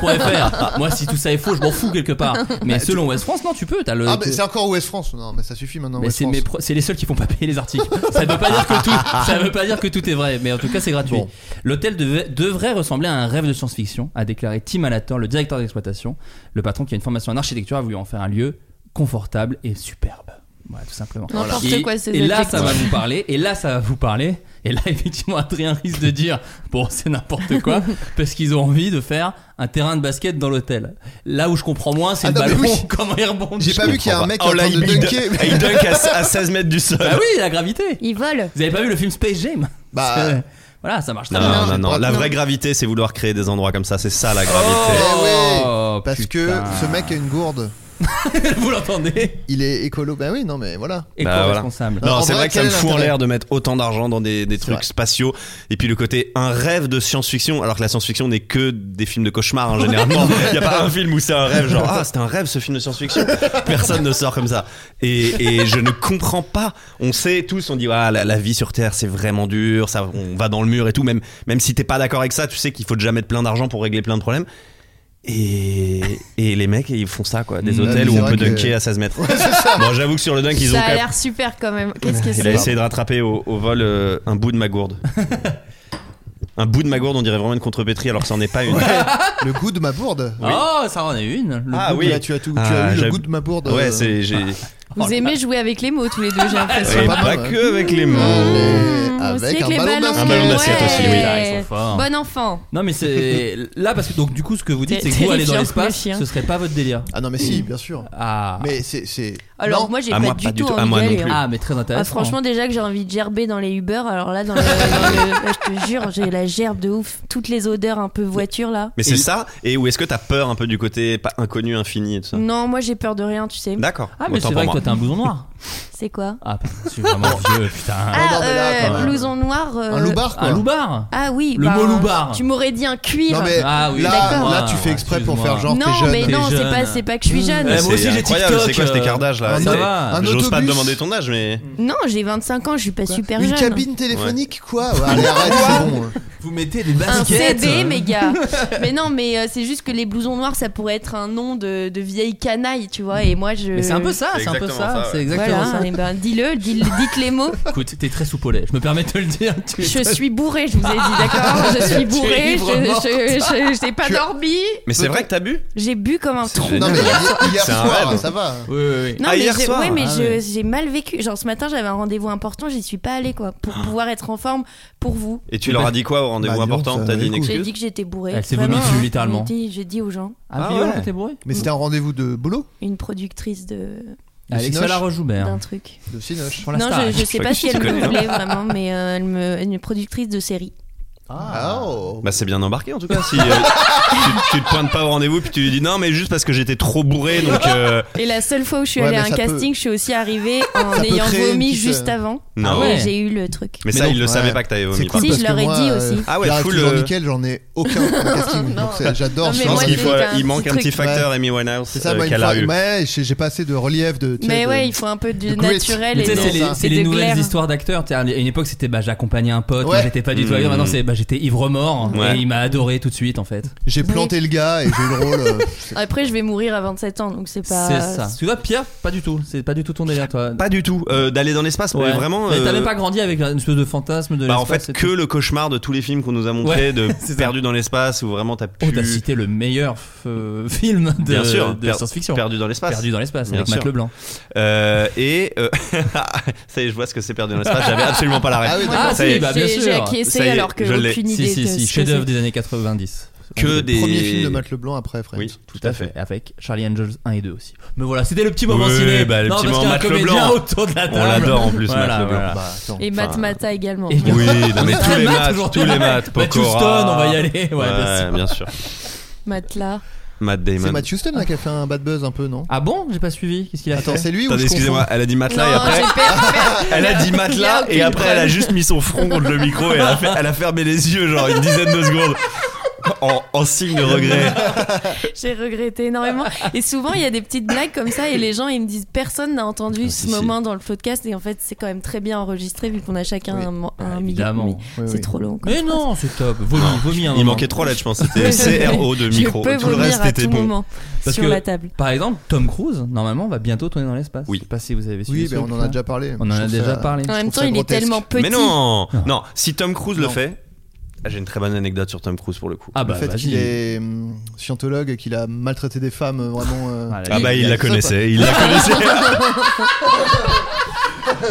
westfrance.fr. moi, si tout ça est faux, je m'en fous quelque [laughs] part. Mais Bah, selon tu- West France, non, tu peux. T'as le. Ah, mais c'est encore Ouest France. Non, mais ça suffit maintenant. Mais Ouest c'est France. mes pro- c'est les seuls qui font pas payer les articles. [laughs] Ça veut pas dire que tout, ça veut pas dire que tout est vrai, mais en tout cas c'est gratuit. L'hôtel devait- devrait ressembler à un rêve de science-fiction, a déclaré Tim Alator, le directeur d'exploitation. Le patron qui a une formation en architecture a voulu en faire un lieu confortable et superbe. Voilà, tout simplement. N'importe Et- quoi, ces Et là, ça adjectifs. va vous parler. Et là, ça va vous parler. Et là, [laughs] effectivement, Adrien risque de dire Bon, c'est n'importe [laughs] quoi, parce qu'ils ont envie de faire un terrain de basket dans l'hôtel. Là où je comprends moins, c'est Ah le non, mais balcon, [laughs] oui. comment il rebondit. J'ai pas vu qu'il y a un mec qui est en Oh là, train il, de il- dunker. il dunk à, à 16 mètres du sol. Bah oui, la gravité. Ils volent. Vous avez pas vu le film Space Jam Bah, Parce que, Voilà, ça marche très Non, bien. non, non, non. La Non. vraie gravité, c'est vouloir créer des endroits comme ça. C'est ça la gravité. [laughs] Eh oui, Oh, Parce que putain. ce mec a une gourde. [laughs] vous l'entendez Il est écolo. Bah oui, non, mais voilà. Et Bah, voilà. responsable. Non, Non, Oh, en c'est vrai, vrai que ça quel me est fout en l'intérêt l'air de mettre autant d'argent dans des, des trucs vrai. spatiaux. Et puis le côté un rêve de science-fiction, alors que la science-fiction n'est que des films de cauchemar hein, [laughs] généralement. Il n'y a pas un film où c'est un rêve, genre ah, c'était un rêve ce film de science-fiction. Personne ne sort comme ça. Et, et je ne comprends pas. On sait tous, on dit ah, la, la vie sur Terre c'est vraiment dur, ça, on va dans le mur et tout. Même, même si t'es pas d'accord avec ça, tu sais qu'il faut déjà mettre plein d'argent pour régler plein de problèmes. Et, et les mecs, ils font ça quoi. Des Non, hôtels mais où c'est on vrai peut que- dunker à 16 [laughs] mètres. Bon, j'avoue que sur le dunk, ils ont Ça a quand même l'air super quand même. Qu'est-ce que il a c'est essayé de rattraper au, au vol euh, un bout de ma [laughs] gourde. un bout de ma gourde, on dirait vraiment une contrepétrie alors que c'en est pas une. Le goût de ma bourde. Oh, ça en est une. Le Ah Goût de oui. la- tu as tout. tu Ah, as eu le j'aime- goût de ma bourde. Ouais, euh, c'est j'ai Vous aimez jouer avec les mots tous les deux, j'ai [laughs] l'impression. et pas pas, mal, que avec les mots. Allez, Mm, Mmh, aussi avec un les ballon ballons. Un ballon d'assiette Ouais. aussi, oui. Ah, ils sont forts. Bon enfant. Non mais [laughs] c'est là parce que donc du coup ce que vous dites T'es c'est que vous aller dans terrifiant, l'espace le chien. ce serait pas votre délire. Ah non, mais si, bien sûr. Ah Mais c'est. c'est- Alors Non. moi j'ai Ah, pas, moi, du pas du tout tout. Ah, envie moi non d'y aller, plus. hein. ah mais très Ah, intéressant. franchement déjà que j'ai envie de gerber dans les Uber alors là dans le, dans le- là, je te jure j'ai la gerbe de ouf toutes les odeurs un peu voiture là Mais c'est Et- ça Et où est-ce que t'as peur un peu du côté pas inconnu, infini et tout ça non moi j'ai peur de rien tu sais D'accord. Ah mais Autant c'est vrai que pour moi. toi t'es un blouson noir. c'est quoi Ah putain, je suis vraiment vieux putain. ah non, mais là, euh, quand même. blouson noir euh, Un loupard quoi. Un loupard. ah oui Le bah, mot loupard. tu m'aurais dit un cuir Non, mais Ah oui, Eh, là, d'accord. là, tu fais exprès pour Excuse-moi. faire genre t'es non jeune. mais T'es non c'est jeune. pas c'est pas que je suis Eh, jeune moi aussi, C'est j'ai incroyable, TikTok, C'est quoi cet euh, écart d'âge là ça Bah, C'est- va. Un J'ose pas te autobus. demander ton âge, mais. non j'ai 25 ans je suis pas super Une jeune cabine téléphonique quoi Ouais, Allez, arrête, c'est bon. hein. Vous mettez des un baskets. CD, mes gars. [laughs] mais non, mais euh, c'est juste que les blousons noirs, ça pourrait être un nom de, de vieille canaille, tu vois. Et moi, je. Mais c'est un peu ça, C'est c'est un peu exactement ça, ça, ouais. c'est exactement Voilà, ça. eh ben, dis-le, dis- dites les [laughs] mots. Écoute, t'es très soupolé, je me permets de te le dire. tu es Je très- suis bourré, je vous ai dit, [laughs] d'accord Je suis bourré, je librement. je- je- je n'ai pas Tu- dormi. Mais c'est vrai que t'as bu J'ai bu comme un trou. Non, mais hier hier C'est un soir, rêve. ça va. Oui, oui, oui. Non, Ah, mais hier j'ai- soir. ouais, mais Ah, je- ouais. j'ai mal vécu. Genre, ce matin, j'avais un rendez-vous important, j'y suis pas allée, quoi, Ah. pour pouvoir être en forme pour vous. Et tu leur as dit quoi au rendez-vous Bah, dis donc, important ça T'as valait dit une le coup. J'ai excuse dit que j'étais bourré. hein. Elle s'est vomi dessus, littéralement. J'ai dit, j'ai dit aux gens, Ah, Ah, Viola, ouais. t'es bourré Mais c'était un rendez-vous de boulot une productrice de Alexia Sinoche. Laroche-Joubert. d'un truc. De Sinoche. Pour la Non, star. je, je sais Je pas si elle connais, me hein. voulait vraiment, mais euh, elle me, elle est productrice de série. Ah, oh. Bah c'est bien embarqué en tout cas si euh, tu, tu te pointes pas au rendez-vous puis tu lui dis non mais juste parce que j'étais trop bourré donc euh, Et la seule fois où je suis Ouais, allée à mais un ça peut- casting, je suis aussi arrivée en Ça peut ayant créer une vomi petite, juste euh, avant. non. Ah Et ouais. J'ai eu le truc. mais, Mais ça non, ils le ouais. savaient pas que t'avais C'est vomi. cool Si, par je contre. parce leur que ai moi, dit euh, aussi. Ah ouais, j'arrête full, toujours euh, nickel, j'en ai aucun en casting, donc c'est- j'adore. Non, Je mais ce pense moi, genre qu'il j'ai de- faut fait un il manque petit un petit truc. facteur Amy Winehouse C'est ça, euh, moi, il qu'elle me a faut- eu. ouais, j'ai j'ai pas assez de relief de. tu sais, Mais de- ouais, il faut un peu de de grit. naturel Mais et tu sais, de- c'est les, et c'est de les nouvelles glaire. histoires d'acteurs. T'sais, À une époque, c'était bah, j'accompagnais un pote, Ouais. moi j'étais pas du tout Mmh. ailleurs. Maintenant, c'est bah, j'étais ivre mort Ouais. et il m'a adoré tout de suite en fait. J'ai planté le gars et j'ai eu le rôle. euh, c'est- Après, je vais mourir à 27 ans, donc c'est pas. C'est ça. Tu vois, Pierre, pas du tout. C'est pas du tout ton délire, toi. Pas du tout euh, d'aller dans l'espace mais Ouais. vraiment. Mais euh, t'avais pas grandi avec une espèce de fantasme de bah en l'espace fait et que le cauchemar de tous les films qu'on nous a montré Ouais, de [laughs] c'est ça. perdu dans l'espace où vraiment t'as tout. pu Oh, t'as cité le meilleur f- euh, [laughs] film de, bien sûr de per- science-fiction. perdu dans l'espace Perdu dans l'espace Bien avec Matt sûr. Leblanc. Euh, et euh, [laughs] ça y est je vois ce que c'est perdu dans l'espace j'avais absolument pas la Ah oui, règle d'accord. Ah, ça si, y est, bah, bien J'ai j'ai sûr. Ça y acquiescé est, alors que je l'ai. aucune Si, idée. si, de si, ce que chef-d'œuvre c'est. des années 90. que le des Premier film de Matt Leblanc après Friends. oui Tout à fait, avec Charlie Angels 1 et 2 aussi. Mais voilà, c'était le petit moment Ouais, ciné. bah, le non, petit parce moment qu'il y a un Matt comédien Leblanc. autour de la On table. l'adore en plus, Voilà, Matt Leblanc. voilà. Bah, attends. Et Matt Enfin, Mata également. Et- Oui, non, mais tous les Matt, maths, aujourd'hui. tous les maths, [laughs] Matt Pokora. Houston, on va y aller. Ouais, bien sûr. Ouais, bien sûr. Matelas. Matt C'est Damon. Matt Houston là qui a fait un bad buzz un peu, non Ah bon J'ai pas suivi. Qu'est-ce qu'il a Attends, fait c'est lui ou Attendez, je excusez-moi, elle a dit matelas et Non, après. j'ai perdu. Elle a dit matelas aucune et après preuve. elle a juste mis son front contre le micro et elle a, fait- elle a fermé les yeux, genre une dizaine de secondes. en, en signe de regret. J'ai regretté énormément. Et souvent, il y a des petites blagues comme ça et les gens, ils me disent personne n'a entendu ce si. moment dans le podcast. Et en fait, c'est quand même très bien enregistré vu qu'on a chacun un, mo- un micro. Évidemment. C'est trop long. quoi. Mais non, c'est top. Vomis, vomis un Ah, Il moment. manquait trois lettres, je pense. C'était CRO de [laughs] Je micro. peux Tout le vomir reste à était tout bon. moment Parce sur que, la table. Par exemple, Tom Cruise, normalement, va bientôt tourner dans l'espace. Oui. Je sais pas si vous avez suivi. Oui, ce ben, on en truc-là. a déjà parlé. On en Je a trouve déjà ça- parlé. En même trouve temps, ça il est grotesque. tellement petit. Mais non Non, si Tom Cruise le Non. fait, ah, j'ai une très bonne anecdote sur Tom Cruise pour le coup. Ah Le bah, fait vas-y. qu'il est hum, scientologue et qu'il a maltraité des femmes euh, vraiment. euh, Ah, la- Ah bah il la Ça, connaissait, il la connaissait.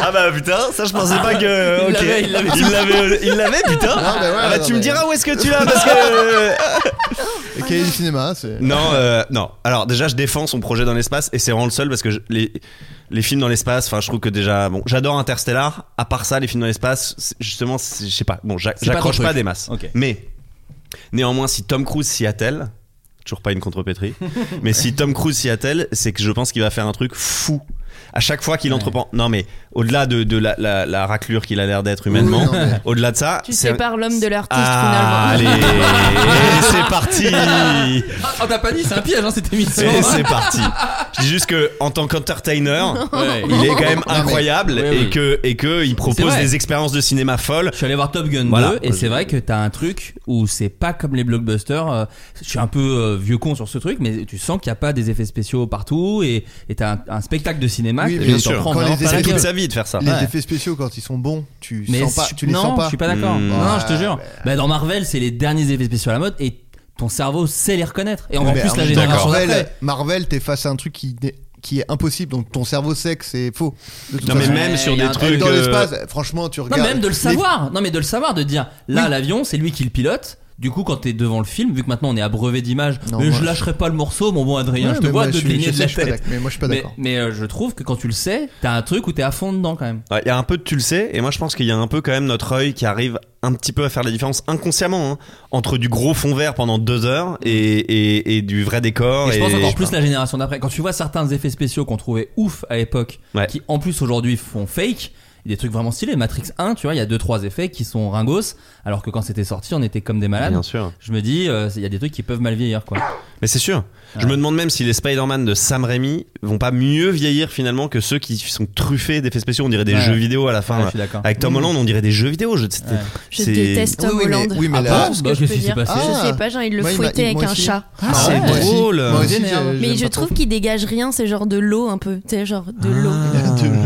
ah bah putain, ça je pensais pas que. Il ok. l'avait, il l'avait. il l'avait, il l'avait, putain. bah ouais, ah bah non, tu me mais- diras où est-ce que euh, tu l'as parce que. Et cahier du cinéma, c'est. non, euh, non. Alors déjà je défends son projet dans l'espace et c'est vraiment le seul parce que je- les les films dans l'espace, enfin je trouve que déjà bon, j'adore Interstellar. À part ça, les films dans l'espace, c'est- justement, c'est- je sais pas. Bon, j'a- C'est pas j'accroche ton pas, truc. des masses. Ok. Mais néanmoins, si Tom Cruise s'y attelle. Toujours pas une [laughs] contrepétrie. mais si Tom Cruise s'y attelle, c'est que je pense qu'il va faire un truc fou. À chaque fois qu'il Ouais. entreprend. Non, mais au-delà de, de la, la- la raclure qu'il a l'air d'être humainement, Oui, non, mais- au-delà de ça. Tu c'est un- sépares l'homme de l'artiste Ah, finalement. allez, [laughs] c'est parti Ah, oh, t'as pas dit, c'est un piège, hein, cette émission. Et [laughs] c'est parti Je dis juste que, en tant qu'entertainer, Ouais. il est quand même incroyable Oui, et oui. que et que il propose vrai. des expériences de cinéma folles. Je suis allé voir Top Gun Voilà. 2 et c'est vrai que t'as un truc où c'est pas comme les blockbusters. euh, Je suis un peu euh, vieux con sur ce truc, mais tu sens qu'il n'y a pas des effets spéciaux partout et et t'as un, un spectacle de cinéma. Oui, qui mais t'en bien sûr. prend Quand vraiment plein les la C'est effets- gueule. toute sa vie de faire ça. Les Ouais. effets spéciaux, quand ils sont bons, tu, Mais sens pas, je- tu les non, sens pas. Hmm. je suis pas d'accord. Mmh. Non, je te jure. Ouais. Bah, dans Marvel, c'est les derniers effets spéciaux à la mode et ton cerveau sait les reconnaître. Et en Mais plus, la même temps, génération Marvel, d'après. Marvel, t'es face à un truc qui, n'est- qui est impossible, donc ton cerveau sait que c'est faux. De toute Non mais façon. même Ouais, sur il y a des un trucs. dans euh, l'espace, franchement, tu Non, regardes. mais même de le les- savoir. Non, mais de le savoir, de dire là, Oui. l'avion, c'est lui qui le pilote. Du coup, quand t'es devant le film, vu que maintenant on est abreuvé d'images, Non, mais moi- je lâcherai pas le morceau, mon bon Adrien, Ouais, je te mais vois moi, je suis- décliner je de la suis pas tête. d'accord. Mais moi, je suis pas Mais- d'accord. Mais, euh, je trouve que quand tu le sais, t'as un truc où t'es à fond dedans quand même. Ouais, Il y a un peu de tu le sais, et moi je pense qu'il y a un peu quand même notre œil qui arrive un petit peu à faire la différence inconsciemment hein, entre du gros fond vert pendant deux heures et, et, Oh, et du vrai décor. Et je pense encore plus Enfin, la génération d'après. Quand tu vois certains effets spéciaux qu'on trouvait ouf à l'époque, Ouais. qui en plus aujourd'hui font fake, il y a des trucs vraiment stylés. Matrix 1, tu vois, il y a 2-3 effets qui sont ringos, alors que quand c'était sorti, on était comme des malades. Bien sûr. Je me dis, euh, il y a des trucs qui peuvent mal vieillir quoi. Mais c'est sûr. Je me demande même si les Spider-Man de Sam Raimi vont pas mieux vieillir finalement que ceux qui sont truffés d'effets spéciaux. On dirait des Ouais. jeux vidéo à la fin. Ouais, là. je suis d'accord. Avec Tom Holland, on dirait des jeux vidéo. Je, c'était- Ouais. Je c'est- déteste Oui, Tom oui, mais- Holland. oui, mais Ah là- bon ce que Bah, je qu'est-ce peux qui s'est dire. passé Je Ah. sais pas, genre il le Moi, il m'a- fouettait moi avec un aussi. chat. Ah, c'est moi aussi. drôle. Moi aussi, j'ai- Génial. j'aime Mais je pas trouve [laughs] trop. qu'il dégage rien, c'est genre de l'eau un peu, tu sais, genre de l'eau. [laughs]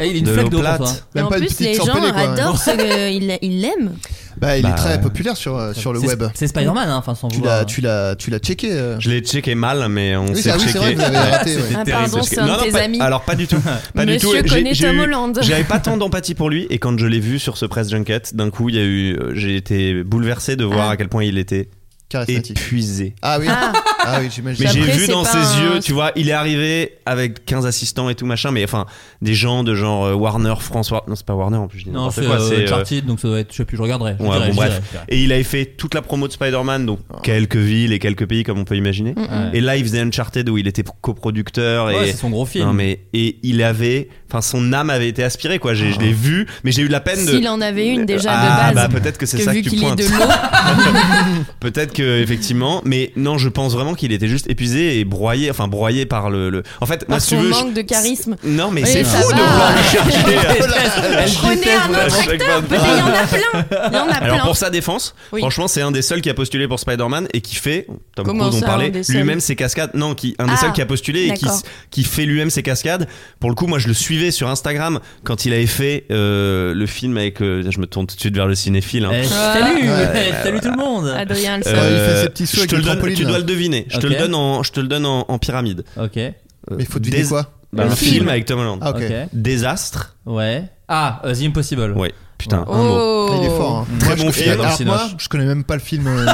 Eh, il est une De flaque l'eau d'eau pour plate. toi. Et Même en pas une plus, petite les gens sorpellée, quoi, ouais. adorent ce [laughs] qu'il il l'aime. Bah, il Bah, est très euh, populaire sur, euh, sur le C'est- web. C'est Spider-Man, hein, enfin sans Tu vouloir. l'as, tu l'as, tu l'as checké. euh. Je l'ai checké mal, mais on Oui, s'est c'est- ah oui, c'est checké. vrai, vous l'avez [laughs] raté. ouais. Ah, Terrible, pardon, parce que- c'est un Non, de non, tes pas- amis. Alors pas du tout. Pas du tout. Monsieur J'ai- connaît j'ai Tom eu- Holland. J'avais pas [laughs] tant d'empathie pour lui et quand je l'ai vu sur ce press junket, d'un coup, il y a eu, euh, j'ai été bouleversé de voir Ah. à quel point il était Charismatique. épuisé. Ah oui. Ah. Ah oui, j'imagine. Mais j'ai Après, vu c'est dans pas ses un- yeux, tu vois, il est arrivé avec 15 assistants et tout machin, mais enfin, des gens de genre euh, Warner, François. Non, c'est pas Warner en plus, je dis Non, n'importe c'est quoi. euh, c'est, euh, Uncharted, donc ça doit être. Je sais plus, je regarderai. Je Ouais, dirai, bon, je bref. dirai, je dirai. Et il avait fait toute la promo de Spider-Man, donc Oh. quelques villes et quelques pays comme on peut imaginer. Mm. Ouais. Et là, il faisait Uncharted où il était coproducteur Ouais, et c'est son gros film. Non mais et il avait, enfin son âme avait été aspirée quoi. J'ai- Je l'ai vu, mais j'ai eu la peine de. Oh. S'il en avait une déjà ah de base. bah peut-être que c'est parce ça que que tu vu qu'il est pointes. de [laughs] l'eau, Peut-être que effectivement, mais non, je pense vraiment qu'il était juste épuisé et broyé, enfin broyé par le. le- En fait, moi par si tu son veux, je- manque de charisme. non mais Oui, c'est ça fou de va. vouloir le [laughs] chercher. Elle Prenez déteste- un à autre chaque acteur, fois. peut-être il y en a plein. Il y en a Alors plein. pour sa défense, Oui. franchement c'est un des seuls qui a postulé pour Spider-Man et qui fait, Tom Comment Cruise on ça, un parlait, des seuls lui-même ses cascades, non, qui, un des Ah, seuls qui a postulé et qui, d'accord. qui fait lui-même ses cascades. Pour le coup moi je le suivais sur Instagram quand il avait fait euh, le film avec, euh, je me tourne tout de suite vers le cinéphile, hein. Eh, Salut, [laughs] eh, salut tout le monde. Adrien le Euh, seul. il fait ses petits sauts je avec te le le donne, trampoline, tu là. dois le deviner. Je te Ok. le donne en, je te le donne en, en pyramide. Ok, Mais faut deviner Des- quoi Bah, Le un film. film. avec Tom Holland. Ah ok. ok, Désastre. ouais. Ah, euh, The Impossible. Ouais. Putain, un mot. Oh. Il est fort. hein. Très Moi, bon je- film. alors, Cinoche. moi, je connais même pas le film. euh, non.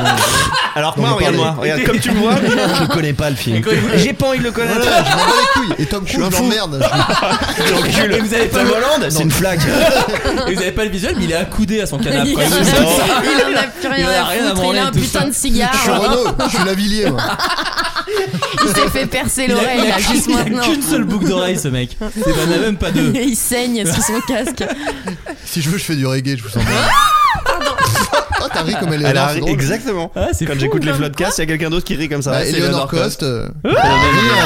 Alors que On moi, en parlait. regarde-moi, regarde, comme tu me [laughs] vois, je connais pas le film. [laughs] J'ai pas envie de le connaître. Voilà, je m'en bats les couilles. Et Tom Cruise, un fou. l'emmerde. J'encule. Et vous avez pas Tom le- Hollande C'est une flaque. [laughs] Et vous avez pas le visuel, mais il est accoudé à son [laughs] Il, canapé. il en a plus rien, Il en a à rien à foutre. branler il a un de tout ça. putain de Je suis cigare. Renaud, je suis Lavillier. Moi. Il s'est fait percer Il a- l'oreille il a là, juste qu'une- il a maintenant. qu'une seule boucle d'oreille, ce mec. Il en a même pas deux. [laughs] Et il saigne sous son casque. Ah, Si je veux, je fais du reggae, je vous en prie. Coste a Oh, ri comme elle est Elle a là, ri- c'est drôle. exactement. Ah, Quand j'écoute les podcasts, il y a quelqu'un d'autre qui rit comme ça. Bah, C'est Eleanor Eleanor Coste, Coste. euh, elle a ri,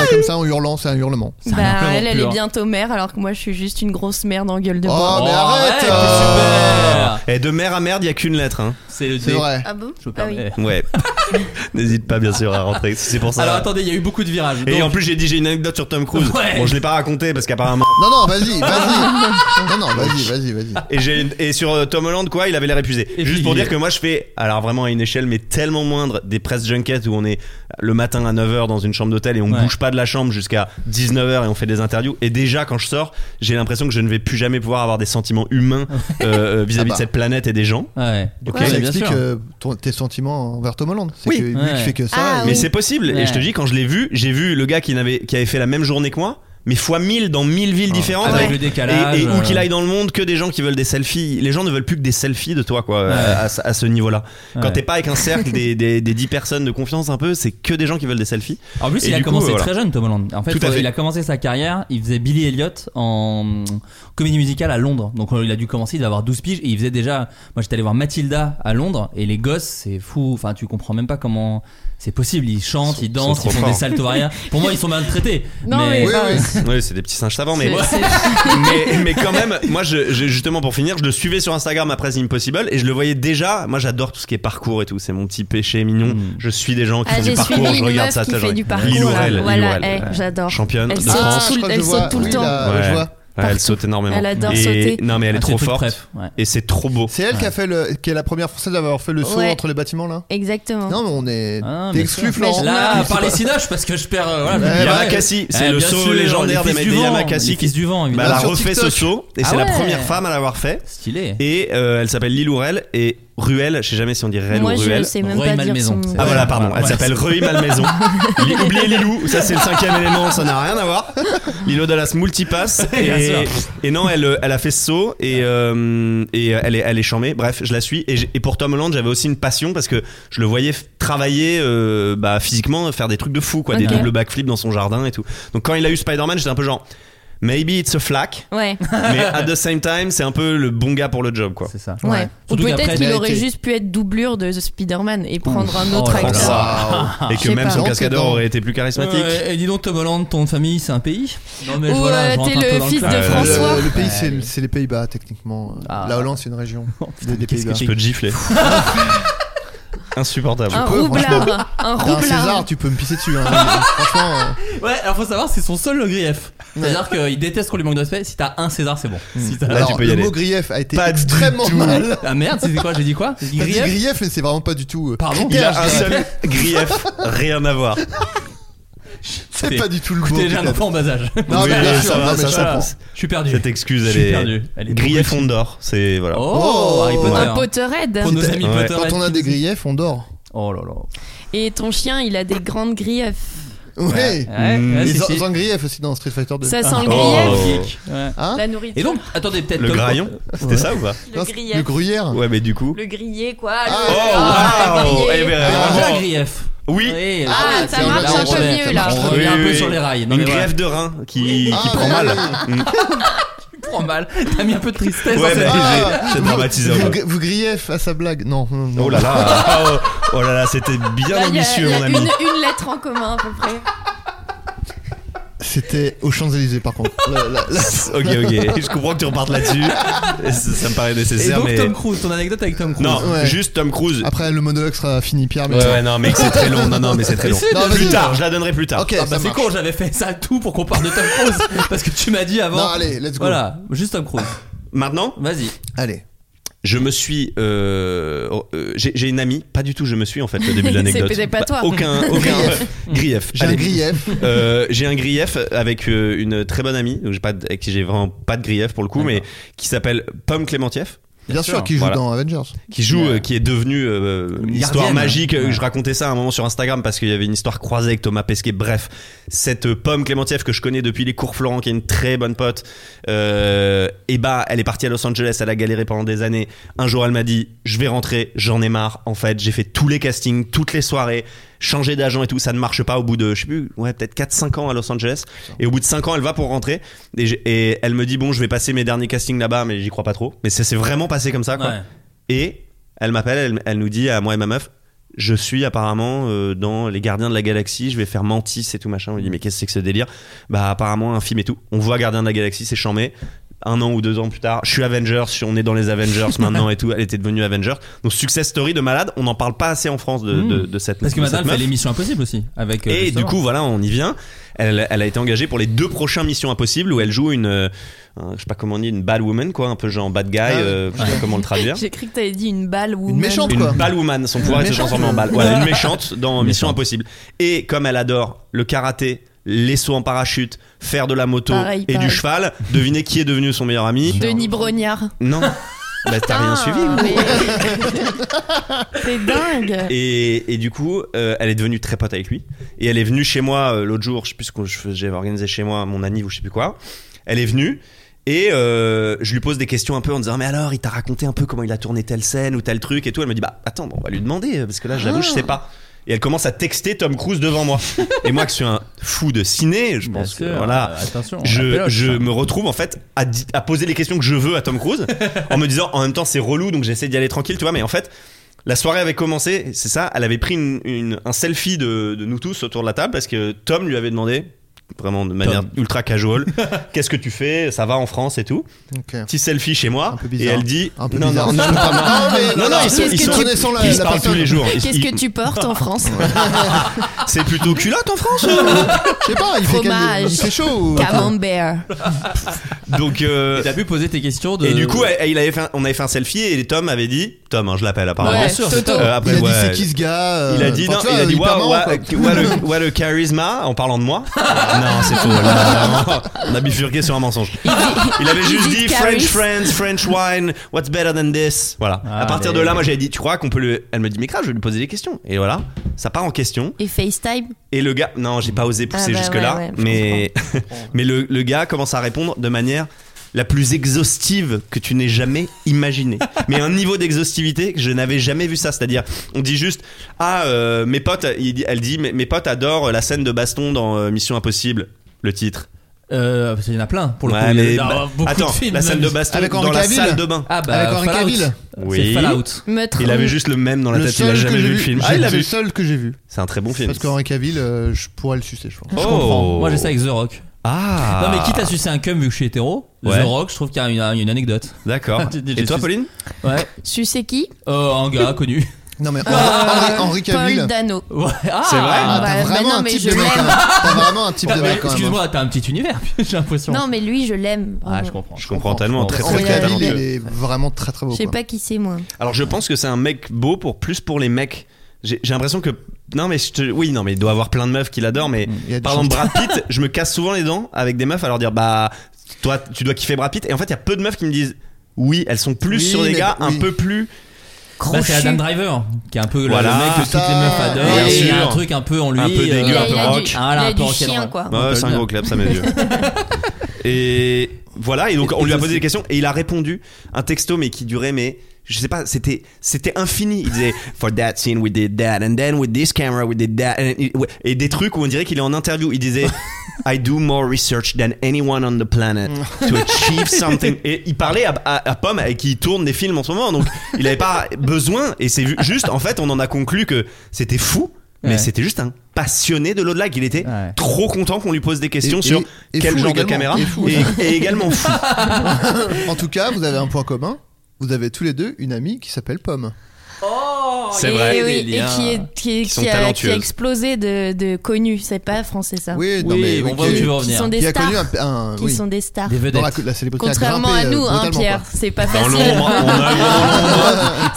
euh, comme ça en hurlant, c'est un hurlement. Bah, hurlement elle, elle pur. est bientôt mère, alors que moi, je suis juste une grosse merde en gueule de Oh, bois. mais arrête euh. Et Eh, de mère à merde, il n'y a qu'une lettre. hein. C'est le C'est vrai. Ah bon Je me Ah oui. permets. [laughs] Ouais. N'hésite pas, bien sûr, à rentrer. C'est pour ça. Alors attendez, il y a eu beaucoup de virages. Et Donc- en plus, j'ai dit j'ai une anecdote sur Tom Cruise. Ouais. Bon, je l'ai pas raconté parce qu'apparemment. Non, non, vas-y, [laughs] vas-y. non, non, vas-y, vas-y, vas-y. Et, j'ai une- et sur euh, Tom Holland, quoi, il avait l'air épuisé. Et Juste puis, pour il dire est- que moi, je fais, alors vraiment à une échelle, mais tellement moindre, des press junkets où on est le matin à 9h dans une chambre d'hôtel et on Ouais. bouge pas de la chambre jusqu'à 19h et on fait des interviews. Et déjà, quand je sors, j'ai l'impression que je ne vais plus jamais pouvoir avoir des sentiments [laughs] humains euh, euh, vis-à-vis Ah bah. de cette planète et des gens. Ouais. Ok, ça bien explique sûr. euh, ton- tes sentiments envers Tom Holland. C'est que lui Ouais. qui fait que ça. Ah, il- Mais c'est possible. Ouais. Et je te dis, quand je l'ai vu, j'ai vu le gars qui, n'avait- qui avait fait la même journée que moi. Mais fois 1000 dans 1000 Ah. villes différentes. Avec Et- le décalage, Et, et où euh. qu'il aille dans le monde, que des gens qui veulent des selfies. Les gens ne veulent plus que des selfies de toi, quoi, euh, à, à ce- à ce niveau-là. Ouais. Quand t'es pas avec un cercle des, des, des 10 personnes de confiance, un peu, c'est que des gens qui veulent des [laughs] selfies. En plus, Et il a du coup, commencé voilà. très jeune, Tom Holland. En fait, Tout à euh, fait. il a commencé sa carrière, il faisait Billy Elliot en euh, comédie musicale à Londres. Donc, euh, il a dû commencer, il devait avoir 12 piges. Et il faisait déjà. Moi, j'étais allé voir Mathilda à Londres. Et les gosses, c'est fou. Enfin, tu comprends même pas comment. C'est possible, ils chantent, ils dansent, trop ils font forts. des saltos arrière. Pour moi, ils sont mal traités. Non, mais- Oui, oui. Ouais, c'est des petits singes savants, mais. C'est- c'est- [laughs] mais, mais quand même, moi, je, je- justement, pour finir, je le suivais sur Instagram après The Impossible et je le voyais déjà. Moi, j'adore tout ce qui est parcours et tout. C'est mon petit péché mignon. Je suis des gens qui Ah, font j'ai du parcours. suivi Je une regarde meuf ça qui toute la fait journée. du parcours, Lille Aurel, là. Lille Voilà, Aurel. eh, j'adore. Championne Elle de saute, France. Je crois que elle je vois. saute tout le Oui, temps. là, Ouais. Ah, je vois. Ouais, elle saute énormément. Elle adore Et- sauter. Non, mais elle est Ah, trop c'est tout le forte. pref, ouais. Et c'est trop beau. C'est elle qui a fait le, qui est la première française à avoir fait le saut Ouais. entre les bâtiments là. Exactement. Non mais on est Ah, t'es mais exclu sûr. Florent. Là, Tu par sais les pas. sinages, parce que je perds. euh, voilà, Ouais, je- Yamakasi, bah, c'est Eh, le bien saut sûr, légendaire les des fils mecs du des vent, Yamakasi les fils du vent, Bah, évidemment. elle a Sur refait ce TikTok. saut et Ah c'est la ouais. première femme à l'avoir fait. Stylé. Et euh, elle s'appelle Lille Aurel et Ruel. Je sais jamais si on dit Ruel Moi, ou je Ruel. sais même Roy pas dire Malmaison, son c'est Ah voilà, pardon, elle Ouais. s'appelle Reuilly [laughs] Malmaison. Li- Oubliez Lilou, ça c'est le cinquième élément, ça n'a rien à voir. Lilo Dallas multipasse. [laughs] Bien sûr. Et, et non, elle, euh, elle a fait ce saut et, euh, et euh, elle, est, elle est chambée. Bref, je la suis. Et, j'ai- et pour Tom Holland, j'avais aussi une passion parce que je le voyais f- travailler euh, bah, physiquement, faire des trucs de fou, quoi, Ok. des doubles backflips dans son jardin et tout. Donc quand il a eu Spider-Man, j'étais un peu genre, maybe it's a flack, Ouais. mais at the same time, c'est un peu le bon gars pour le job, quoi. C'est ça. Ouais. Ou Surtout qu'après, peut-être qu'il il a aurait été- juste pu être doublure de The Spider-Man et prendre un autre Oh là Prends acteur. ça. Et Je que sais même pas. son cascadeur Dans- aurait été plus charismatique. Ouais, Euh, et dis donc, Tom Holland, ton famille, c'est un pays Non, mais Ou, euh, rentre t'es un peu le dans fils de clan. Euh, François. Le, le pays Ouais, c'est allez. c'est les Pays-Bas techniquement. Ah. La Hollande c'est une région des, des Qu'est-ce que Pays-Bas. tu peux te gifler [laughs] Insupportable. Un peux, franchement. roublard. Un T'as un César, roublard. tu peux me pisser dessus. hein. Franchement, euh, Ouais, alors faut savoir, c'est son seul grief. C'est-à-dire qu'il déteste qu'on lui manque de respect. Si t'as un César, c'est bon. Si t'as- [laughs] Là, tu alors, peux y le aller. mot grief a été Pas du extrêmement tout. mal. Ah merde, c'est quoi J'ai dit quoi J'ai dit T'as dit grief grief, mais c'est vraiment pas du tout. euh, Pardon Il critère, a un je dirais. seul grief, rien à voir. C'est pas du tout le mot. Écoutez, j'ai un putain. enfant en bas âge. [laughs] Non, Oui, mais bien ça sûr, va, non, mais ça, je ça comprends. passe. Je suis perdu. Cette excuse, Je elle suis est. perdu. Elle est grief beaucoup- Ondor, c'est voilà. Oh, Harry Potter. Un Potterhead. Pour nos amis Ouais. Potter. Quand on a des griefs, on dort. Oh là là. Et ton chien, il a des grandes griefs. Ouais. Ouais, ouais, si, Les si. sans grief aussi dans Street Fighter Ah. 2. Ça sent le Oh. grief. Ouais. Hein La Et nourriture. donc, attendez, peut-être. Le Tom- graillon C'était ça ou pas le Non, grief. Le gruyère. Ouais, mais du coup. Le grillé, quoi. le- Oh Ah, le waouh grillé. Eh ben, Ah, vraiment. un grief. Oui Ah, ça marche un peu mieux, là. On Oui, revient un peu oui. sur les rails. Non, Une mais voilà. greffe de rein qui, qui Ah, prend ouais. mal. [laughs] prends mal. T'as mis un peu de tristesse. Ouais, dans cette- mais Ah. j'ai- j'ai dramatisé un Vous, peu. vous grief à sa blague. Non. non, non. Oh là [laughs] là Oh, oh là là, c'était bien Là, il y a- ambitieux, il y a mon ami. Une, une lettre en commun, à peu près. C'était aux Champs-Élysées par contre. Là, là, là. [laughs] Ok, ok. Je comprends que tu repartes là-dessus. Ça, ça me paraît Et nécessaire, donc, mais. Tom Cruise, ton anecdote avec Tom Cruise. Non, Ouais. Ah, juste Tom Cruise. Après le monologue sera fini Pierre. Mais Ouais, ouais, non, mais c'est très long. Non, non, mais c'est très Mais long. c'est bien plus sûr. tard, je la donnerai plus tard. Ok, Ah bah ça c'est marche. con, j'avais fait ça tout pour qu'on parle de Tom [laughs] Cruise parce que tu m'as dit avant. Non, allez, let's go. Voilà, juste Tom Cruise. Maintenant, Vas-y. Allez. je me suis. euh, euh, J'ai j'ai une amie, pas du tout, je me suis en fait, le [laughs] début de l'anecdote. C'est pas toi. Bah, Aucun. aucun Grief. [laughs] grief. J'ai un Allez. grief. Euh, j'ai un grief avec euh, une très bonne amie, donc j'ai pas de- avec qui j'ai vraiment pas de grief pour le coup, mais qui s'appelle Pomme Clémentieff. Bien sûr qui joue Voilà. dans Avengers. qui joue, euh, qui est devenu euh, une histoire Gardienne. magique. Euh, Ouais. Je racontais ça à un moment sur Instagram parce qu'il y avait une histoire croisée avec Thomas Pesquet. Bref, cette euh, pomme Clémentieff que je connais depuis les cours Florent, qui est une très bonne pote, euh, et bah, elle est partie à Los Angeles, elle a galéré pendant des années. Un jour, elle m'a dit, je vais rentrer, j'en ai marre. En fait, j'ai fait tous les castings, toutes les soirées, changer d'agent et tout, ça ne marche pas au bout de, je sais plus, ouais, peut-être 4-5 ans à Los Angeles. Et au bout de 5 ans, elle va pour rentrer. Et, j'ai- et elle me dit, bon, je vais passer mes derniers castings là-bas, mais j'y crois pas trop. Mais ça s'est vraiment passé comme ça, quoi. Ouais. Et Elle m'appelle, elle, elle nous dit à moi et ma meuf Je suis apparemment euh, dans Les Gardiens de la Galaxie, je vais faire Mantis et tout machin. On lui dit Mais qu'est-ce que c'est que ce délire Bah, apparemment, un film et tout. On voit Gardiens de la Galaxie, c'est chambé. Un an ou deux ans plus tard, je suis Avengers, je suis- on est dans les [laughs] Avengers maintenant et tout. Elle était devenue Avengers. Donc, success story de malade. On n'en parle pas assez en France de, de- de cette Hmm. Parce que de maintenant, cette elle fait meuf. l'émission impossible aussi. Avec, euh, Et justement. du coup, voilà, on y vient. Elle, elle a été engagée pour les deux prochains Missions Impossibles où elle joue une, euh, un- je sais pas comment on dit, une bad woman, quoi, un peu genre bad Ah guy, euh, je sais pas comment le traduire. J'ai cru que t'avais dit une balle ou une balle woman, son pouvoir est de se méchante. transformer en balle. Voilà, une méchante dans Mission Impossible. Et comme elle adore le karaté, les sauts en parachute, faire de la moto Pareil, et pareil. du cheval, devinez qui est devenu son meilleur ami Denis Brognard. Non. Bah, t'as rien suivi. Ah, mais- [laughs] C'est dingue. Et, et du coup, euh, elle est devenue très pote avec lui. Et elle est venue chez moi euh, l'autre jour, je sais plus ce que je fais- j'avais organisé chez moi, mon anniv ou je sais plus quoi. Elle est venue. Et euh, je lui pose des questions un peu en disant mais alors il t'a raconté un peu comment il a tourné telle scène ou tel truc et tout elle me dit bah attends bon, on va lui demander euh, parce que là j'avoue je sais pas et elle commence à texter Tom Cruise devant moi et moi qui suis un fou de ciné je pense que sûr, voilà euh, attention, on je, appelle, je me retrouve en fait à, di- à poser les questions que je veux à Tom [laughs] Cruise en me disant en même temps c'est relou donc j'essaie d'y aller tranquille tu vois mais en fait la soirée avait commencé c'est ça elle avait pris une- une- un selfie de, de nous tous autour de la table parce que Tom lui avait demandé vraiment de manière ultra [laughs] casual qu'est-ce que tu fais ça va en France et tout Ok. petit selfie chez moi et bizarre. elle dit Un peu non, bizarre. non non non Non, mais- non, non, ils sont- Qu'est-ce ils que sont- tu- connaissant la- ils se la parlent tous personne. les jours Ils- Qu'est-ce ils- que tu portes en France c'est plutôt culotte en France [laughs] Je sais pas, il fait quel- Fromage. il fait chaud. ou- Camembert. donc euh, Et T'as pu poser tes questions de. Et du coup, elle- elle- il avait fait un- on avait fait un selfie et Tom avait dit Tom, hein, je l'appelle apparemment. Ouais, bien sûr, Toto. Euh, Il a après, dit ouais, c'est qui ce gars il a euh, dit enfin, non, tu vois, il a dit hyper waouh, marrant, waouh, euh, quoi. waouh, le, waouh, le charisma en parlant de moi. Ah, non, c'est faux. là, [laughs] vraiment. on a bifurqué sur un mensonge. Il avait juste il dit dit charis. French friends, French wine, what's better than this. Voilà. à partir de Allez. là, moi j'avais dit tu crois qu'on peut le. Elle me dit mais grave, je vais lui poser des questions. Et voilà, ça part en question. Et FaceTime Et le gars, non, j'ai pas osé pousser Ah bah jusque là, ouais, ouais, je mais [laughs] mais le, le gars commence à répondre de manière la plus exhaustive que tu n'aies jamais [laughs] imaginée. mais un niveau d'exhaustivité que je n'avais jamais vu ça. C'est-à-dire, on dit juste ah euh, mes potes, il dit- elle dit mes, mes potes adorent la scène de baston dans euh, Mission Impossible, le titre. [laughs] Euh, parce qu'il y en a plein pour le Ouais, coup. il y a- mais- il y a bah, beaucoup attends, de films, la scène de même. baston Avec Henri dans la Cavill salle de bain. Ah bah, Avec Henri Fallout. Cavill. C'est Oui. Fallout. Me tra- Il avait juste le même dans la tête, il seul a que jamais j'ai vu le film. J'ai- Ah, il l'a c'est vu. le seul que j'ai vu. C'est un très bon film. Parce qu'Henri Cavill, euh, je pourrais le sucer, je crois. Je Oh. comprends. Moi, j'ai ça avec The Rock. Ah. Non, mais quitte à sucer un cum vu que je suis hétéro, Ouais. The Rock, je trouve qu'il y a une, une anecdote. [laughs] D'accord. Tu- tu- Et toi, tu- Pauline Ouais. Sucer qui [laughs] Euh, un gars connu. Non, mais Henri- Euh, Ah, Henri Henri Cavill. Paul Dano. Ouais. Ah, C'est vrai Ah, Bah, t'as bah vraiment non, un mais type je de mec. l'aime. hein. T'as vraiment un type Ah, de mais mec quand même. hein. Excuse-moi, t'as un petit univers, [laughs] j'ai l'impression. Non, mais lui, je l'aime. Ah, je comprends. Je comprends tellement, très hein. Henri très très Cavill, euh, talentueux. il est vraiment très très beau. Je sais quoi. pas qui c'est, moi. Alors je pense que c'est un mec beau pour plus pour les mecs. J'ai j'ai l'impression que non mais je te- oui non mais il doit avoir plein de meufs qui l'adorent mais il y a des par exemple chances. Brad Pitt, je me casse souvent les dents avec des meufs à leur dire bah toi tu dois kiffer Brad Pitt et en fait il y a peu de meufs qui me disent oui elles sont plus Oui, sur des mais- gars un oui. peu plus Bah, Crochu. c'est Adam Driver qui est un peu le- Voilà. le mec que toutes les meufs adorent. Bien Il y a sûr. un truc un peu en lui. Un peu dégueu, Il un a, peu il a rock. du, Ah, là, il a un peu du rock'n'roll. chien, quoi. Ouais, bah, c'est un gros club ça mes vieux et voilà et donc on lui a posé des questions et il a répondu un texto mais qui durait mais je sais pas c'était c'était infini il disait for that scene we did that and then with this camera we did that and it- ouais. et des trucs où on dirait qu'il est en interview il disait I do more research than anyone on the planet to achieve something et il parlait à, à, à Pomme et qui tourne des films en ce moment donc il avait pas besoin et c'est vu- juste en fait on en a conclu que c'était fou mais Ouais. c'était juste un passionné de l'eau de lac il était Ouais. trop content qu'on lui pose des questions Et- sur et- et quel fou genre de également, caméra et fou. et, et également [laughs] fou. En tout cas, vous avez un point commun. Vous avez tous les deux une amie qui s'appelle Pomme. C'est et, vrai. oui, Des et liens qui, est, qui, est- qui sont qui a, qui a talentueuses. explosé de, de connu. C'est pas français, ça. Oui, non Oui, mais on oui, voit qui- où tu veux en qui venir. sont Ah. des qui a stars. connu un, un- qui oui, sont des stars. Des dans vedettes. la, la célébrité a Contrairement grimpé, à nous, euh, hein, brutalement, Pierre. quoi. C'est pas Dans facile. l'ombre,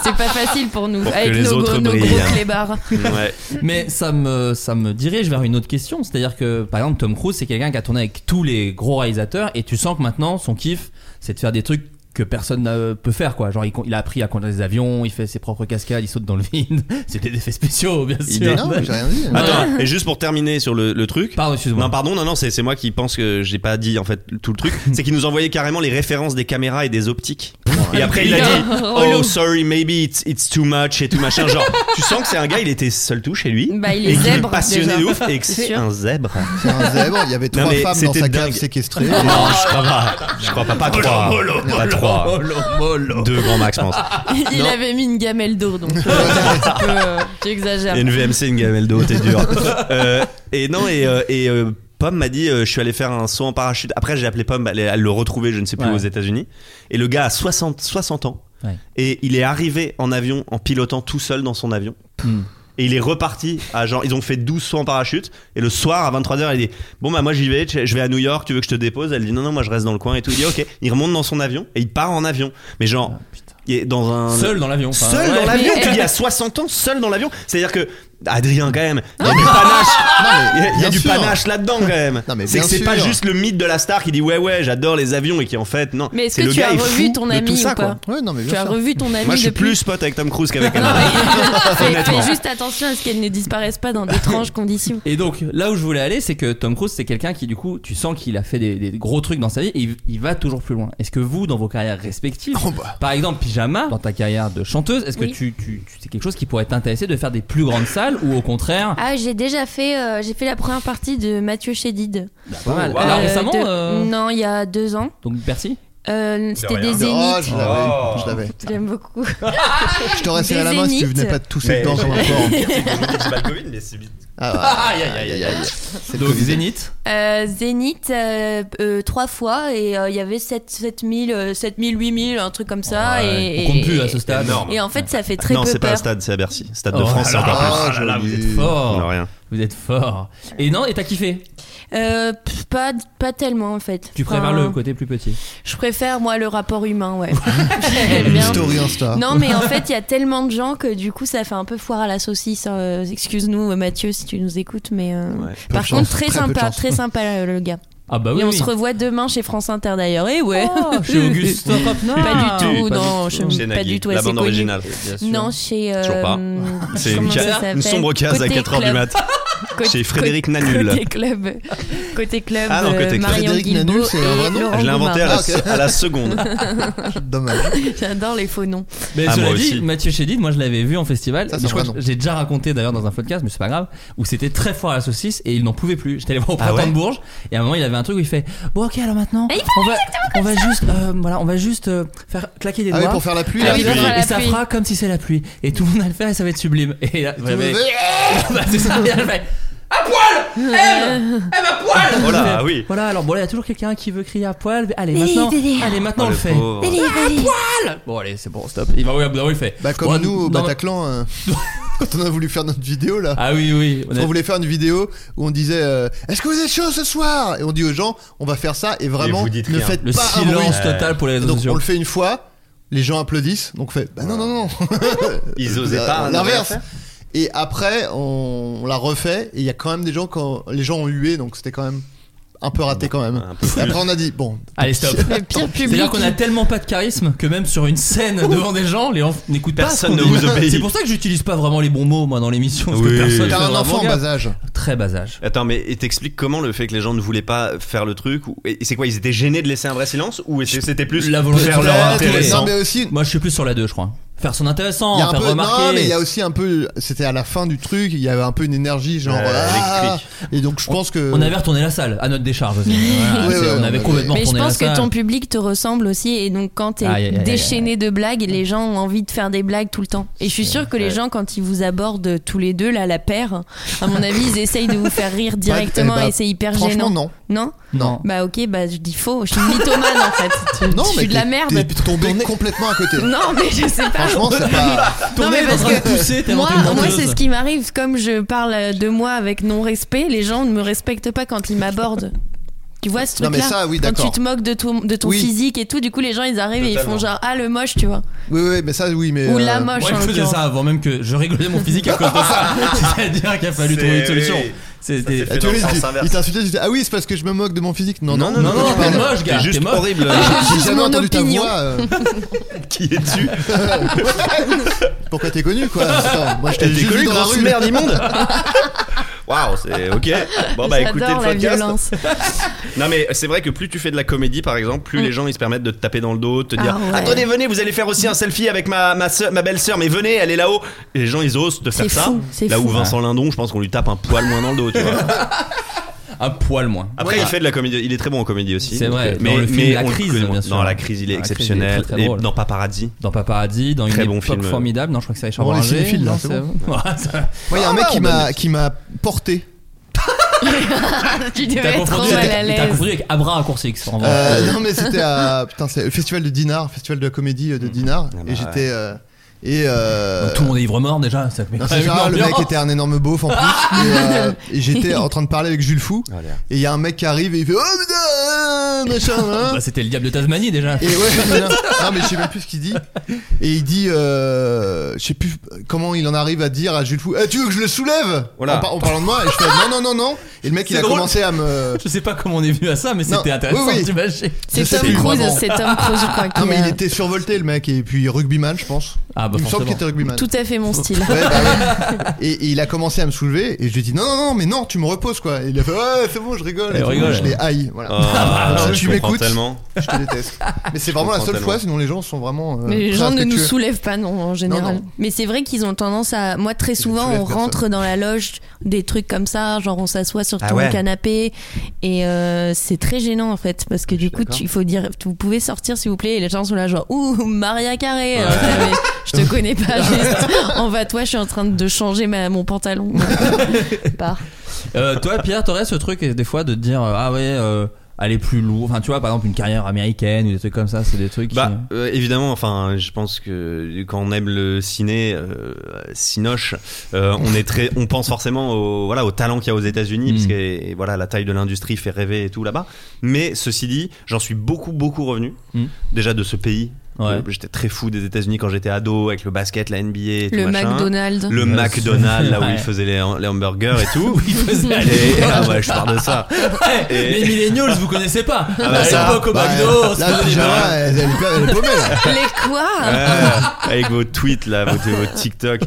[laughs] [laughs] C'est pas facile pour nous. Pour que avec les nos, autres gros, nos brillent, gros hein. clébards. on a- ouais. Mais ça me, ça me dirige vers une autre question. C'est-à-dire que, par exemple, Tom Cruise, c'est quelqu'un qui a tourné avec tous les gros réalisateurs et tu sens que maintenant, son kiff, c'est de faire des trucs que personne ne peut faire, quoi. Genre, il, con- il a appris à conduire des avions, il fait ses propres cascades, il saute dans le vide. [laughs] c'est des effets spéciaux, bien Il sûr. est- Non, mais j'ai rien [laughs] dit. Attends, et juste pour terminer sur le, le truc. Pardon, excuse-moi. Non, pardon, non, non, c'est c'est moi qui pense que j'ai pas dit en fait tout le [laughs] truc. C'est qu'il nous envoyait carrément les références des caméras et des optiques. Et après, [laughs] il a dit Oh, sorry, maybe it's, it's too much et tout machin. Genre, tu sens que c'est un gars, il était seul tout chez lui. Bah, il est et qu'il zèbre, passionné déjà. de ouf et que C'est c'est sûr. un zèbre. C'est un zèbre, il y avait Non, trois mais femmes dans c'était sa cave dingue. séquestrées. Non, je crois pas. Je crois pas, pas trois. Pas 3. Deux grands max, je pense. [laughs] Il Non. avait mis une gamelle d'eau, [laughs] donc euh, un petit peu, euh, j'exagère. Et une VMC, une gamelle d'eau, t'es dur. Euh, et non, et, euh, et euh, Pomme m'a dit euh, je suis allé faire un saut en parachute. Après, j'ai appelé Pomme, elle, elle le retrouver, je ne sais plus, Ouais. aux États-Unis. Et le gars a 60, 60 ans. Ouais. Et il est arrivé en avion, en pilotant tout seul dans son avion. Et il est reparti à genre, ils ont fait 12 sauts en parachute. Et le soir, à 23h, il dit Bon, bah, moi j'y vais, tu- je vais à New York, tu veux que je te dépose Elle dit Non, non, moi je reste dans le coin et tout. Il dit Ok, il remonte dans son avion et il part en avion. Mais genre, il est dans un. Seul dans l'avion, enfin. Seul Ouais. dans l'avion, Mais- tu dis à 60 ans, seul dans l'avion. C'est-à-dire que. Adrien, quand même, il y a du panache, il y a- il y a bien du sûr. panache là-dedans, quand même. mais C'est que bien c'est pas sûr. juste le mythe de la star qui dit ouais, ouais, j'adore les avions et qui en fait, non. Mais est-ce c'est que le tu gars as est fou revu ton de ami tout ou ça, pas quoi. Tu as revu ton ami Moi, je suis depuis plus pote avec Tom Cruise qu'avec Anna. [laughs] Fais, Honnêtement. fais juste attention à ce qu'elle ne disparaisse pas dans [laughs] d'étranges conditions. Et donc là où je voulais aller, c'est que Tom Cruise, c'est quelqu'un qui du coup, tu sens qu'il a fait des, des gros trucs dans sa vie et il, il va toujours plus loin. Est-ce que vous, dans vos carrières respectives, Oh, bah. par exemple Pyjama, dans ta carrière de chanteuse, est-ce que Oui. tu, tu- tu- c'est quelque chose qui pourrait t'intéresser de faire des plus grandes salles ou au contraire Ah, j'ai déjà fait, euh, j'ai fait la première partie de Mathieu Chédid. pas mal. Euh, Bah, Alors, récemment, de- euh, Non, il y a deux ans. donc Bercy Euh, C'était des zéniths. Oh, je l'avais. Oh. Je l'avais. J'aime beaucoup. Je t'aurais serré Des la main si tu zéniths. venais pas de tousser dedans comme un porc. [laughs] Aïe, aïe, aïe, aïe. Ah C'est le Donc Covid. Zénith. Euh, Zénith, euh, euh, trois fois, et euh, il y avait 7, 7000, euh, 7000, 8000, un truc comme ça. et, On compte et- plus à ce stade. et en fait, ça fait très non, peu c'est pas peur. un stade, c'est à Bercy. Stade de Oh France, c'est là Ah, encore là, plus. oh là là, vous êtes Fort. Non, rien. Vous êtes fort. Et non, et t'as kiffé Euh, pff, pas, pas tellement en fait. Tu préfères Enfin, le côté plus petit. Je préfère moi le rapport humain, [laughs] ouais. J'aime Eh bien. Story Insta. Non, mais en fait, il y a tellement de gens que du coup, ça fait un peu foire à la saucisse. euh, Excuse-nous, Mathieu, si tu nous écoutes, mais euh, peu par de contre, chance, très très, peu de sympa, chance. très sympa euh, le gars. Ah bah oui. Et on oui. se revoit demain chez France Inter d'ailleurs. Et ouais. Oh, chez Auguste Rapnard. Pas du tout, Pas non, du je- tout. pas du tout. la assez bande connu. originale. [laughs] Non, chez. euh, Toujours [laughs] pas. C'est une, comment case- ça une s'appelle sombre case à Côté 4h du Club. mat. Côté- Chez [laughs] Frédéric côté- Nanul. Côté club. Côté club. Ah non, côté euh, club. Marion Frédéric Guilbeault Nanul, c'est un vrai et nom Laurent Je l'ai inventé à la, Goumard. à la seconde. Dommage. [laughs] J'adore les faux noms. Mais Ah, cela moi dit, aussi. Mathieu Chédid, moi je l'avais vu en festival. Ça, Mais c'est je crois vrai, que non. j'ai déjà raconté d'ailleurs dans un podcast, mais c'est pas grave, où c'était très fort à la saucisse et ils n'en pouvaient plus. J'étais allé voir au Ah printemps ouais de Bourges et à un moment il avait un truc où il fait Bon, ok, alors maintenant, on va, on va juste, euh, voilà, on va juste euh, faire claquer des Ah oui, doigts. pour faire la pluie. Et là. puis, pour faire la et ça pluie. fera comme si c'est la pluie. Et tout le monde a le faire et ça va être sublime. Et là, Tu me j'avais- [laughs] fais- Bah, c'est ça, et elle fait, [laughs] Oh là, ah oui. Voilà, alors bon, là, il y a toujours quelqu'un qui veut crier à poil. mais Allez, maintenant, allez, maintenant Oh, on le le fait. pauvre. Allez, Bon, allez, c'est bon, stop. Il va, oui, au bout d'un moment, il fait. Bah, comme Bon, nous au non, Bataclan, euh, [laughs] quand on a voulu faire notre vidéo là. Ah oui, oui. on On a- voulait faire une vidéo où on disait euh, Est-ce que vous êtes chaud ce soir Et on dit aux gens On va faire ça et Et vraiment vous dites ne rien. faites Le pas un bruit. silence total pour les réseaux Donc on sociaux. le fait une fois, les gens applaudissent, donc on fait Bah non, non, non Ils osaient Euh, pas. hein, L'inverse Et après, on, on l'a refait et il y a quand même des gens, quand les gens ont hué, donc c'était quand même un peu raté quand même. Un peu plus. Et après, on a dit Bon, Allez, [laughs] [laughs] stop. Le pire public. C'est-à-dire qu'on a tellement pas de charisme que même sur une [laughs] scène devant des gens, les gens n'écoutent pas. ce Personne qu'on ne dit. vous obéit. C'est pour ça que j'utilise pas vraiment les bons mots, moi, dans l'émission. Parce Oui. que personne t'as fait un vraiment enfant en gaffe. bas âge. Très bas âge. Attends, mais et t'expliques comment le fait que les gens ne voulaient pas faire le truc ou- et C'est quoi Ils étaient gênés de laisser un vrai silence Ou est-ce que c'était plus La volonté faire de leur faire un intéressant Non, mais aussi, Moi, je suis plus sur la 2, je crois. Faire son intéressant, Il y a un faire peu, remarquer. non, mais il y a aussi un peu. C'était à la fin du truc, il y avait un peu une énergie, genre. Euh, ah, électrique. et donc je pense que. On avait retourné la salle, à notre décharge [laughs] aussi. Voilà, Ouais, c'est- ouais, on ouais, avait ouais. complètement Mais je retourné la pense que salle. ton public te ressemble aussi et donc quand t'es Aïe, aïe, aïe, aïe, déchaîné de blagues, les gens ont envie de faire des blagues tout le temps. Et je suis sûre que les gens quand ils vous abordent tous les deux là la paire, à mon avis ils essayent de vous faire rire directement eh ben, et c'est hyper Franchement, gênant. non. Non Non. Bah ok, bah je dis faux, je suis une mythomane en fait. Je- Non, je suis de la t'es- merde. T'es tombé complètement à côté. Non mais je sais pas. Franchement, c'est pas. Ton Non, mais nez est en parce train de que pousser, t'es Moi, rentré une moi vendeuse. c'est ce qui m'arrive. Comme je parle de moi avec non-respect, les gens ne me respectent pas quand ils m'abordent. Tu vois ce Non, mais truc-là ça, oui, Quand d'accord. tu te moques de ton, de ton Oui. physique et tout, du coup, les gens, ils arrivent et ils Totalement. font genre, ah, le moche, tu vois. Oui, oui, mais ça, oui, mais. Ou euh, la moche, Moi, en je faisais l'occurrence. ça avant même que je réglais mon physique [laughs] à cause de ça. C'est-à-dire qu'il a fallu C'est- trouver une solution. oui. C'était. Ça, c'est tu Dans vois, le sens il- inverse. il t'insultait, tu disais Ah oui, c'est parce que je me moque de mon physique. Non, non, Non, non, t'es parles. moche, gars. C'est T'es juste moche. [laughs] horrible. [laughs] J'ai jamais mon entendu ta opinion. voix. euh, Qui es-tu Pourquoi t'es connu, quoi Attends, Moi, je t'ai T'es juste connu, vu dans la grosse rue. merde immonde Waouh, c'est ok. Bon bah écoutez le J'adore la podcast. violence. [laughs] Non mais c'est vrai que plus tu fais de la comédie par exemple, plus les gens ils se permettent de te taper dans le dos, de te dire Mm. Ah ouais. attendez venez vous allez faire aussi un selfie avec ma ma, soeur- ma belle sœur mais venez elle est là-haut. Et les gens ils osent te faire C'est ça. fou, c'est là où fou. Vincent Lindon je pense qu'on lui tape un poil moins dans le dos. Tu vois. un poil moins. Après, il fait de la comédie. Il est très bon en comédie aussi. C'est Donc, vrai. euh, Dans le film La on le Crise, connaît bien moins. sûr. Dans la crise, il est Dans La Crise, il est exceptionnel. très, très Et drôle. dans Paparazzi. Dans Paparazzi, dans très une bon époque film. formidable. Non, je crois que c'est Richard Bon, Oh, les Boranger. cinéphiles, là, Non, c'est c'est- bon. [laughs] Voilà, ça- Moi, il y a un mec Ah, qui on m'a donne- qui m'a porté. tu Il t'a devais être trop confondu- mal à il t'a l'aise. confondu avec Abra à course X. en vrai. Euh, non mais c'était à putain c'est le festival de Dinard, festival de la comédie euh, de Dinard Ah bah et ouais. j'étais euh, et euh, Donc, Tout le monde est ivre mort déjà. Ça met [laughs] Non, quand même c'est ça, une le mec ambiance. était un énorme beauf en plus. et euh, et j'étais en train de parler avec Jules Fou. Allez. Et il y a un mec qui arrive et il fait Oh putain, euh, machin, hein. Bah, C'était le diable de Tasmanie déjà. Et ouais, voilà. non, mais je sais même plus ce qu'il dit. Et il dit, euh, je sais plus comment il en arrive à dire à Jules Fou, Eh, tu veux que je le soulève Voilà. en, par- en parlant de moi. Et je fais, non, non, non, non. Et le mec, il C'est a drôle. commencé à me. [laughs] Je sais pas comment on est venu à ça, mais Non, c'était intéressant. oui, oui. t'imagines. Je sais plus, vraiment. c'est Tom Cruise, je [laughs] crois, Non, qui Ah, mais il a- était survolté, le mec, et puis rugbyman, je pense. Ah, bah, il me semble forcément. qu'il était rugbyman. Tout à [laughs] fait mon style. Ouais, bah ouais. Et, et il a commencé à me soulever et je lui ai dit non, non, non, mais non, tu me reposes quoi. Et il a fait ouais, c'est bon, je rigole. Et Et tout. rigole. Je l'ai haï. Voilà. Ah, Donc, je si tu comprends m'écoutes, tellement. je te déteste. Mais c'est vraiment la comprends seule fois, tellement. sinon les gens sont vraiment. euh, Mais les très gens ne nous respectueux. soulèvent pas, non, en général. Mais c'est vrai qu'ils ont tendance à. Moi, très souvent, soulèvent on personne. rentre dans la loge des trucs comme ça, genre on s'assoit sur Ah ton ouais. canapé et euh, c'est très gênant en fait parce que du coup, tu- il faut dire, vous pouvez sortir s'il vous plaît. Et les gens sont là genre ouh Maria Carré. Alors, ça, mais je [laughs] te connais pas. Ah Juste, en va toi, je suis en train de changer ma, mon [laughs] pantalon. Pars. Euh, toi, Pierre, t'aurais ce truc euh, des fois de te dire euh, ah ouais, euh, aller plus lourd. Enfin, tu vois, par exemple, une carrière américaine ou des trucs comme ça, c'est des trucs. qui- [laughs] Bah, euh, évidemment, enfin, je pense que quand on aime le ciné, euh, cinoche, euh, on est très, on pense forcément au, voilà, au talent qu'il y a aux États-Unis, Mm. parce que et voilà, la taille de l'industrie fait rêver et tout là-bas. Mais ceci dit, j'en suis beaucoup, beaucoup revenu, Mm. déjà de ce pays. Ouais. Euh, J'étais très fou des États-Unis quand j'étais ado, avec le basket, la NBA, et tout Le machin. McDonald's. le Ouais, Bah, McDonald's, là où ouais. ils faisaient les, les hamburgers et [laughs] tout. Oui, parce que- Et- ah ouais, je parle de ça. Hey, Et- Les millennials, vous connaissez pas. Ah bah à ça, l'époque au Bah, McDo, là, c'était- pyjama, elle, elle, est- elle est paumée là. Les quoi Ouais, avec vos tweets là, vos, vos TikTok.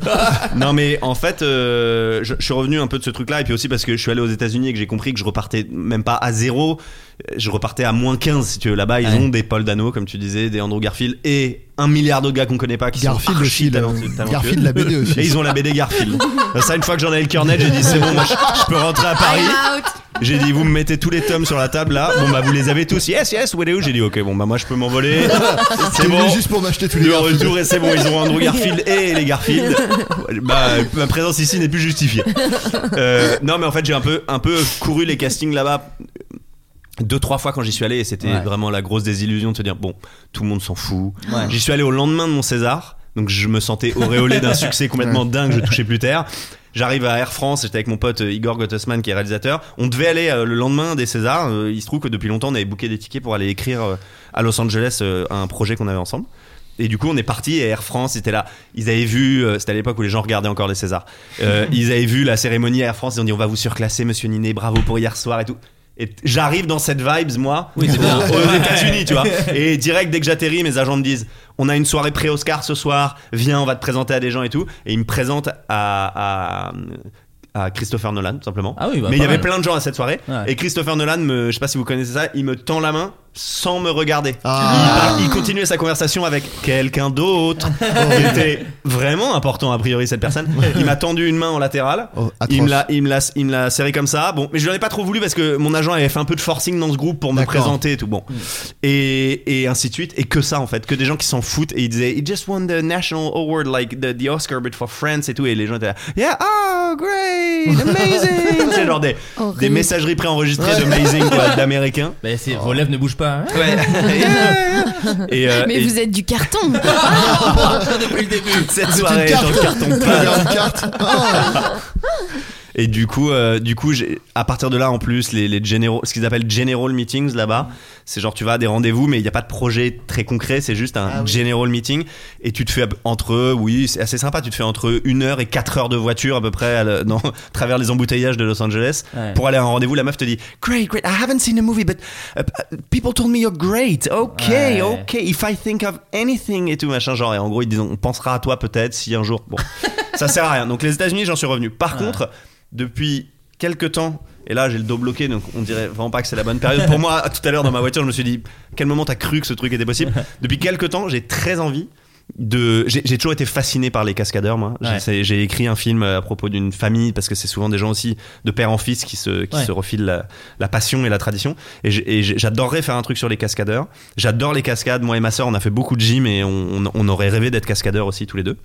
Non mais en fait, euh, je, je suis revenu un peu de ce truc-là et puis aussi parce que je suis allé aux États-Unis et que j'ai compris que je repartais même pas à zéro, je repartais à moins 15 si tu veux. Là-bas, ils Ouais. ont des Paul Dano comme tu disais, des Andrew Garfield et un milliard de gars qu'on connaît pas qui Garfield sont aussi, archi le- talentueux- talentueux. Garfield, la BD aussi. Et ils ont la BD [laughs] Garfield. Ça, une fois que j'en ai le cornet, j'ai dit c'est bon, moi, je, je peux rentrer à Paris. I'm out. J'ai dit, vous me mettez tous les tomes sur la table là. Bon bah vous les avez tous. Yes, yes, où elle est où J'ai dit, ok, bon bah moi je peux m'envoler. [laughs] T'es C'est venu bon. juste pour m'acheter tous les Le gars. retour et c'est bon, ils ont Andrew Garfield et les [laughs] Garfield. Bah, ma présence ici n'est plus justifiée. Euh, non, mais en fait, j'ai un peu, un peu couru les castings là-bas deux trois fois quand j'y suis allé et c'était Ouais. vraiment la grosse désillusion de se dire bon, tout le monde s'en fout. Ouais. J'y suis allé au lendemain de mon César, donc je me sentais auréolé [laughs] d'un succès complètement dingue, je touchais plus terre. J'arrive à Air France, j'étais avec mon pote euh, Igor Gottesman qui est réalisateur. On devait aller euh, le lendemain des Césars. Euh, il se trouve que depuis longtemps on avait booké des tickets pour aller écrire euh, à Los Angeles euh, un projet qu'on avait ensemble. Et du coup, on est parti et Air France était là. Ils avaient vu, euh, c'était à l'époque où les gens regardaient encore les Césars. [laughs] Euh, ils avaient vu la cérémonie à Air France. Ils ont dit on va vous surclasser, Monsieur Ninet, bravo pour hier soir et tout. Et t- j'arrive dans cette vibes moi Oui, c'est bien. aux États-Unis, tu vois. [laughs] Et direct dès que j'atterris, mes agents me disent on a une soirée pré-Oscar ce soir. Viens, on va te présenter à des gens et tout. Et ils me présentent à, à à Christopher Nolan tout simplement. Ah oui, bah, Mais pas il y avait mal. plein de gens à cette soirée. Ouais. Et Christopher Nolan, me, je sais pas si vous connaissez ça, il me tend la main sans me regarder. Ah. Il parle- Il, continuait sa conversation avec quelqu'un [laughs] d'autre. qui était vraiment important a priori cette personne. Il m'a tendu une main en latéral. Oh, atroce. il me l'a, il me l'a, il me l'a serré comme ça. Bon, mais je l'en ai pas trop voulu parce que mon agent avait fait un peu de forcing dans ce groupe pour me D'accord. présenter et tout. Bon, Mm. et, et ainsi de suite. Et que ça en fait, que des gens qui s'en foutent et ils disaient, "He just won the national award like the, the Oscar but for France" et tout. Et les gens étaient là, "Yeah, oh great, amazing." C'est genre des, Horrible. des messageries préenregistrées de amazing quoi, d'américains. Bah, c'est- Vos lèvres ne bougent pas. hein. Ouais. [laughs] et, euh, [laughs] Mais et vous êtes du carton [laughs] cette soirée dans le carton Il y a une carte. [laughs] Et du coup, euh, du coup, j'ai- à partir de là, en plus, les, les généraux, ce qu'ils appellent general meetings là-bas, c'est genre tu vas à des rendez-vous, mais il n'y a pas de projet très concret, c'est juste Ah un general meeting, et tu te fais entre, oui, c'est assez sympa, tu te fais entre une heure et quatre heures de voiture à peu près, à le- dans, [laughs] à travers les embouteillages de Los Angeles, Ouais. pour aller à un rendez-vous. La meuf te dit, great, great, I haven't seen a movie, but uh, people told me you're great, Oh, okay, Ouais. okay, if I think of anything et tout machin, genre, et en gros ils disent, on pensera à toi peut-être si un jour, bon, ça sert à rien. Donc les États-Unis, j'en suis revenu. Par contre depuis quelques temps. Et là, j'ai le dos bloqué, donc on dirait vraiment pas que c'est la bonne période. Pour moi, tout à l'heure dans ma voiture, je me suis dit, quel moment t'as cru que ce truc était possible Depuis quelques temps, j'ai très envie de j'ai j'ai toujours été fasciné par les cascadeurs moi J'ai- Ouais. c'est- j'ai écrit un film euh, à propos d'une famille parce que c'est souvent des gens aussi de père en fils qui se qui Ouais. se refilent la, la passion et la tradition et j'ai- et j'ai- j'adorerais faire un truc sur les cascadeurs j'adore les cascades moi et ma sœur on a fait beaucoup de gym et on, on- on aurait rêvé d'être cascadeurs aussi tous les deux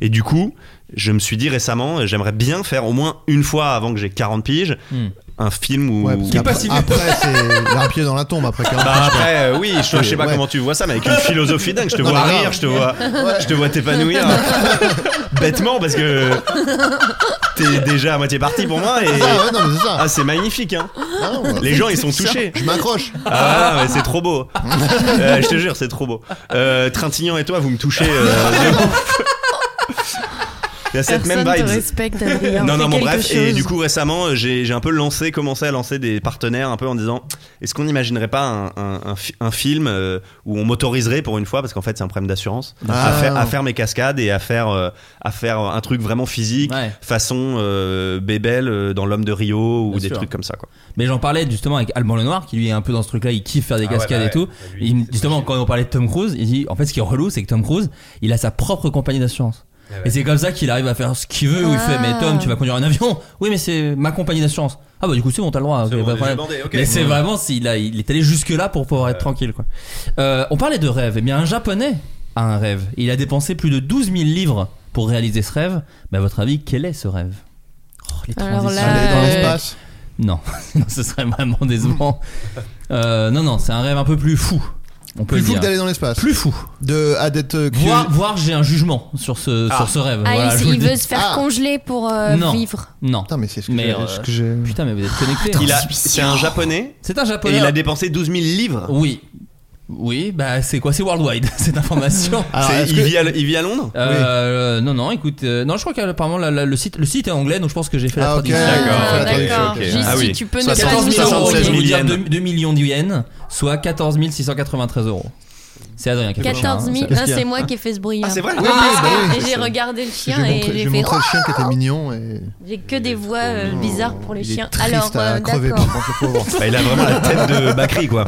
et du coup je me suis dit récemment euh, j'aimerais bien faire au moins une fois avant que j'ai 40 piges Hmm. un film où Ouais, parce qu'après, après, c'est il y a un pied dans la tombe [laughs] après 40 bah après, euh, oui, je, je sais pas Ouais. comment tu vois ça, mais avec une philosophie dingue, je te Non, vois mais rire, grave. je te vois, Ouais. je te vois [laughs] t'épanouir. Bêtement, parce que t'es déjà à moitié parti pour moi. Et... Ah ouais, non, mais c'est ça. Ah, c'est magnifique, hein. ouais. Les gens, ils sont C'est touchés. ça. Je m'accroche. Ah, mais c'est trop beau. Euh, je te jure, c'est trop beau. Euh, Trintignant et toi, vous me touchez. euh, de ouf. Il y a [laughs] cette Personne même vibe. te respecte, Adrien. Non, non, Fais bon, quelque bref. Et chose. du coup, récemment, euh, j'ai j'ai un peu lancé, commencé à lancer des partenaires un peu en disant est-ce qu'on n'imaginerait pas un, un- un fi- un film euh, où on m'autoriserait pour une fois, parce qu'en fait, c'est un problème d'assurance, Ah. à, faire, à faire mes cascades et à faire, euh, à faire un truc vraiment physique, façon euh, Bébel euh, dans L'homme de Rio ou Bien des sûr. trucs comme ça, quoi. Mais j'en parlais justement avec Alban Lenoir, qui lui est un peu dans ce truc-là, il kiffe faire des Ah ouais, cascades bah et tout. ouais. Il- justement, quand on parlait de Tom Cruise, il dit en fait, ce qui est relou, c'est que Tom Cruise, il a sa propre compagnie d'assurance. Ah Et c'est comme ça qu'il arrive à faire ce qu'il veut, où il fait Mais Tom, tu vas conduire un avion [laughs] Oui, mais c'est ma compagnie d'assurance. Ah bah du coup, c'est bon, t'as le droit. ok, bon, pas de on est problème. débordé, ok. Mais c'est Ouais. vraiment, s'il a- il est allé jusque-là pour pouvoir être tranquille. Quoi. Euh, on parlait de rêve. Eh bien, un japonais a un rêve. Il a dépensé plus de 12 000 livres pour réaliser ce rêve. Mais à votre avis, quel est ce rêve Oh, Alors transition. là, Aller dans euh, l'espace Non, [laughs] Non, ce serait vraiment décevant. Euh, non, non, c'est un rêve un peu plus fou. On peut Plus le fou que dire. d'aller dans l'espace. Plus fou. De, à d'être. euh, curieux. Voir, voir, j'ai un jugement sur ce, Ah. sur ce rêve. Ah, voilà, il, je vous il le veut dis. se faire congeler pour euh, non. vivre. Non. Putain, mais c'est ce que j'ai- euh, ce que j'ai- Putain, mais vous êtes connecté. Il a- C'est un japonais. C'est un japonais. Et il a dépensé 12 000 livres. Oui. Oui, bah c'est quoi C'est worldwide [laughs] cette information. Alors, C'est- est-ce il que- vit à L- il vit à Londres Euh, Non, non, écoute, euh, non, je crois qu'apparemment la- la- le site, le site est anglais, donc je pense que j'ai fait la Ah, ok. traduction. D'accord, Euh, Ah, la traduction, d'accord. ok. Juste Ah oui. si tu peux ne pas 14 000 nous euros, dire. je vais vous dire 2, 76 000 millions d'yens, soit 14 693 euros. C'est Adrien qui a fait le 14 000. chien, hein. Non, c'est moi qui ai fait ce bruit. Ah, hein. c'est vrai Oui, oui, bah oui. Et j'ai regardé le chien J'ai et Oh. montré- j'ai j'ai fait. montré le chien qui était mignon et. J'ai que des voix euh, bizarres pour les Il est chiens. triste hein, Alors, à euh, crever, d'accord. par contre, le pauvre. [laughs] Bah, il a vraiment la tête de Bakri, quoi.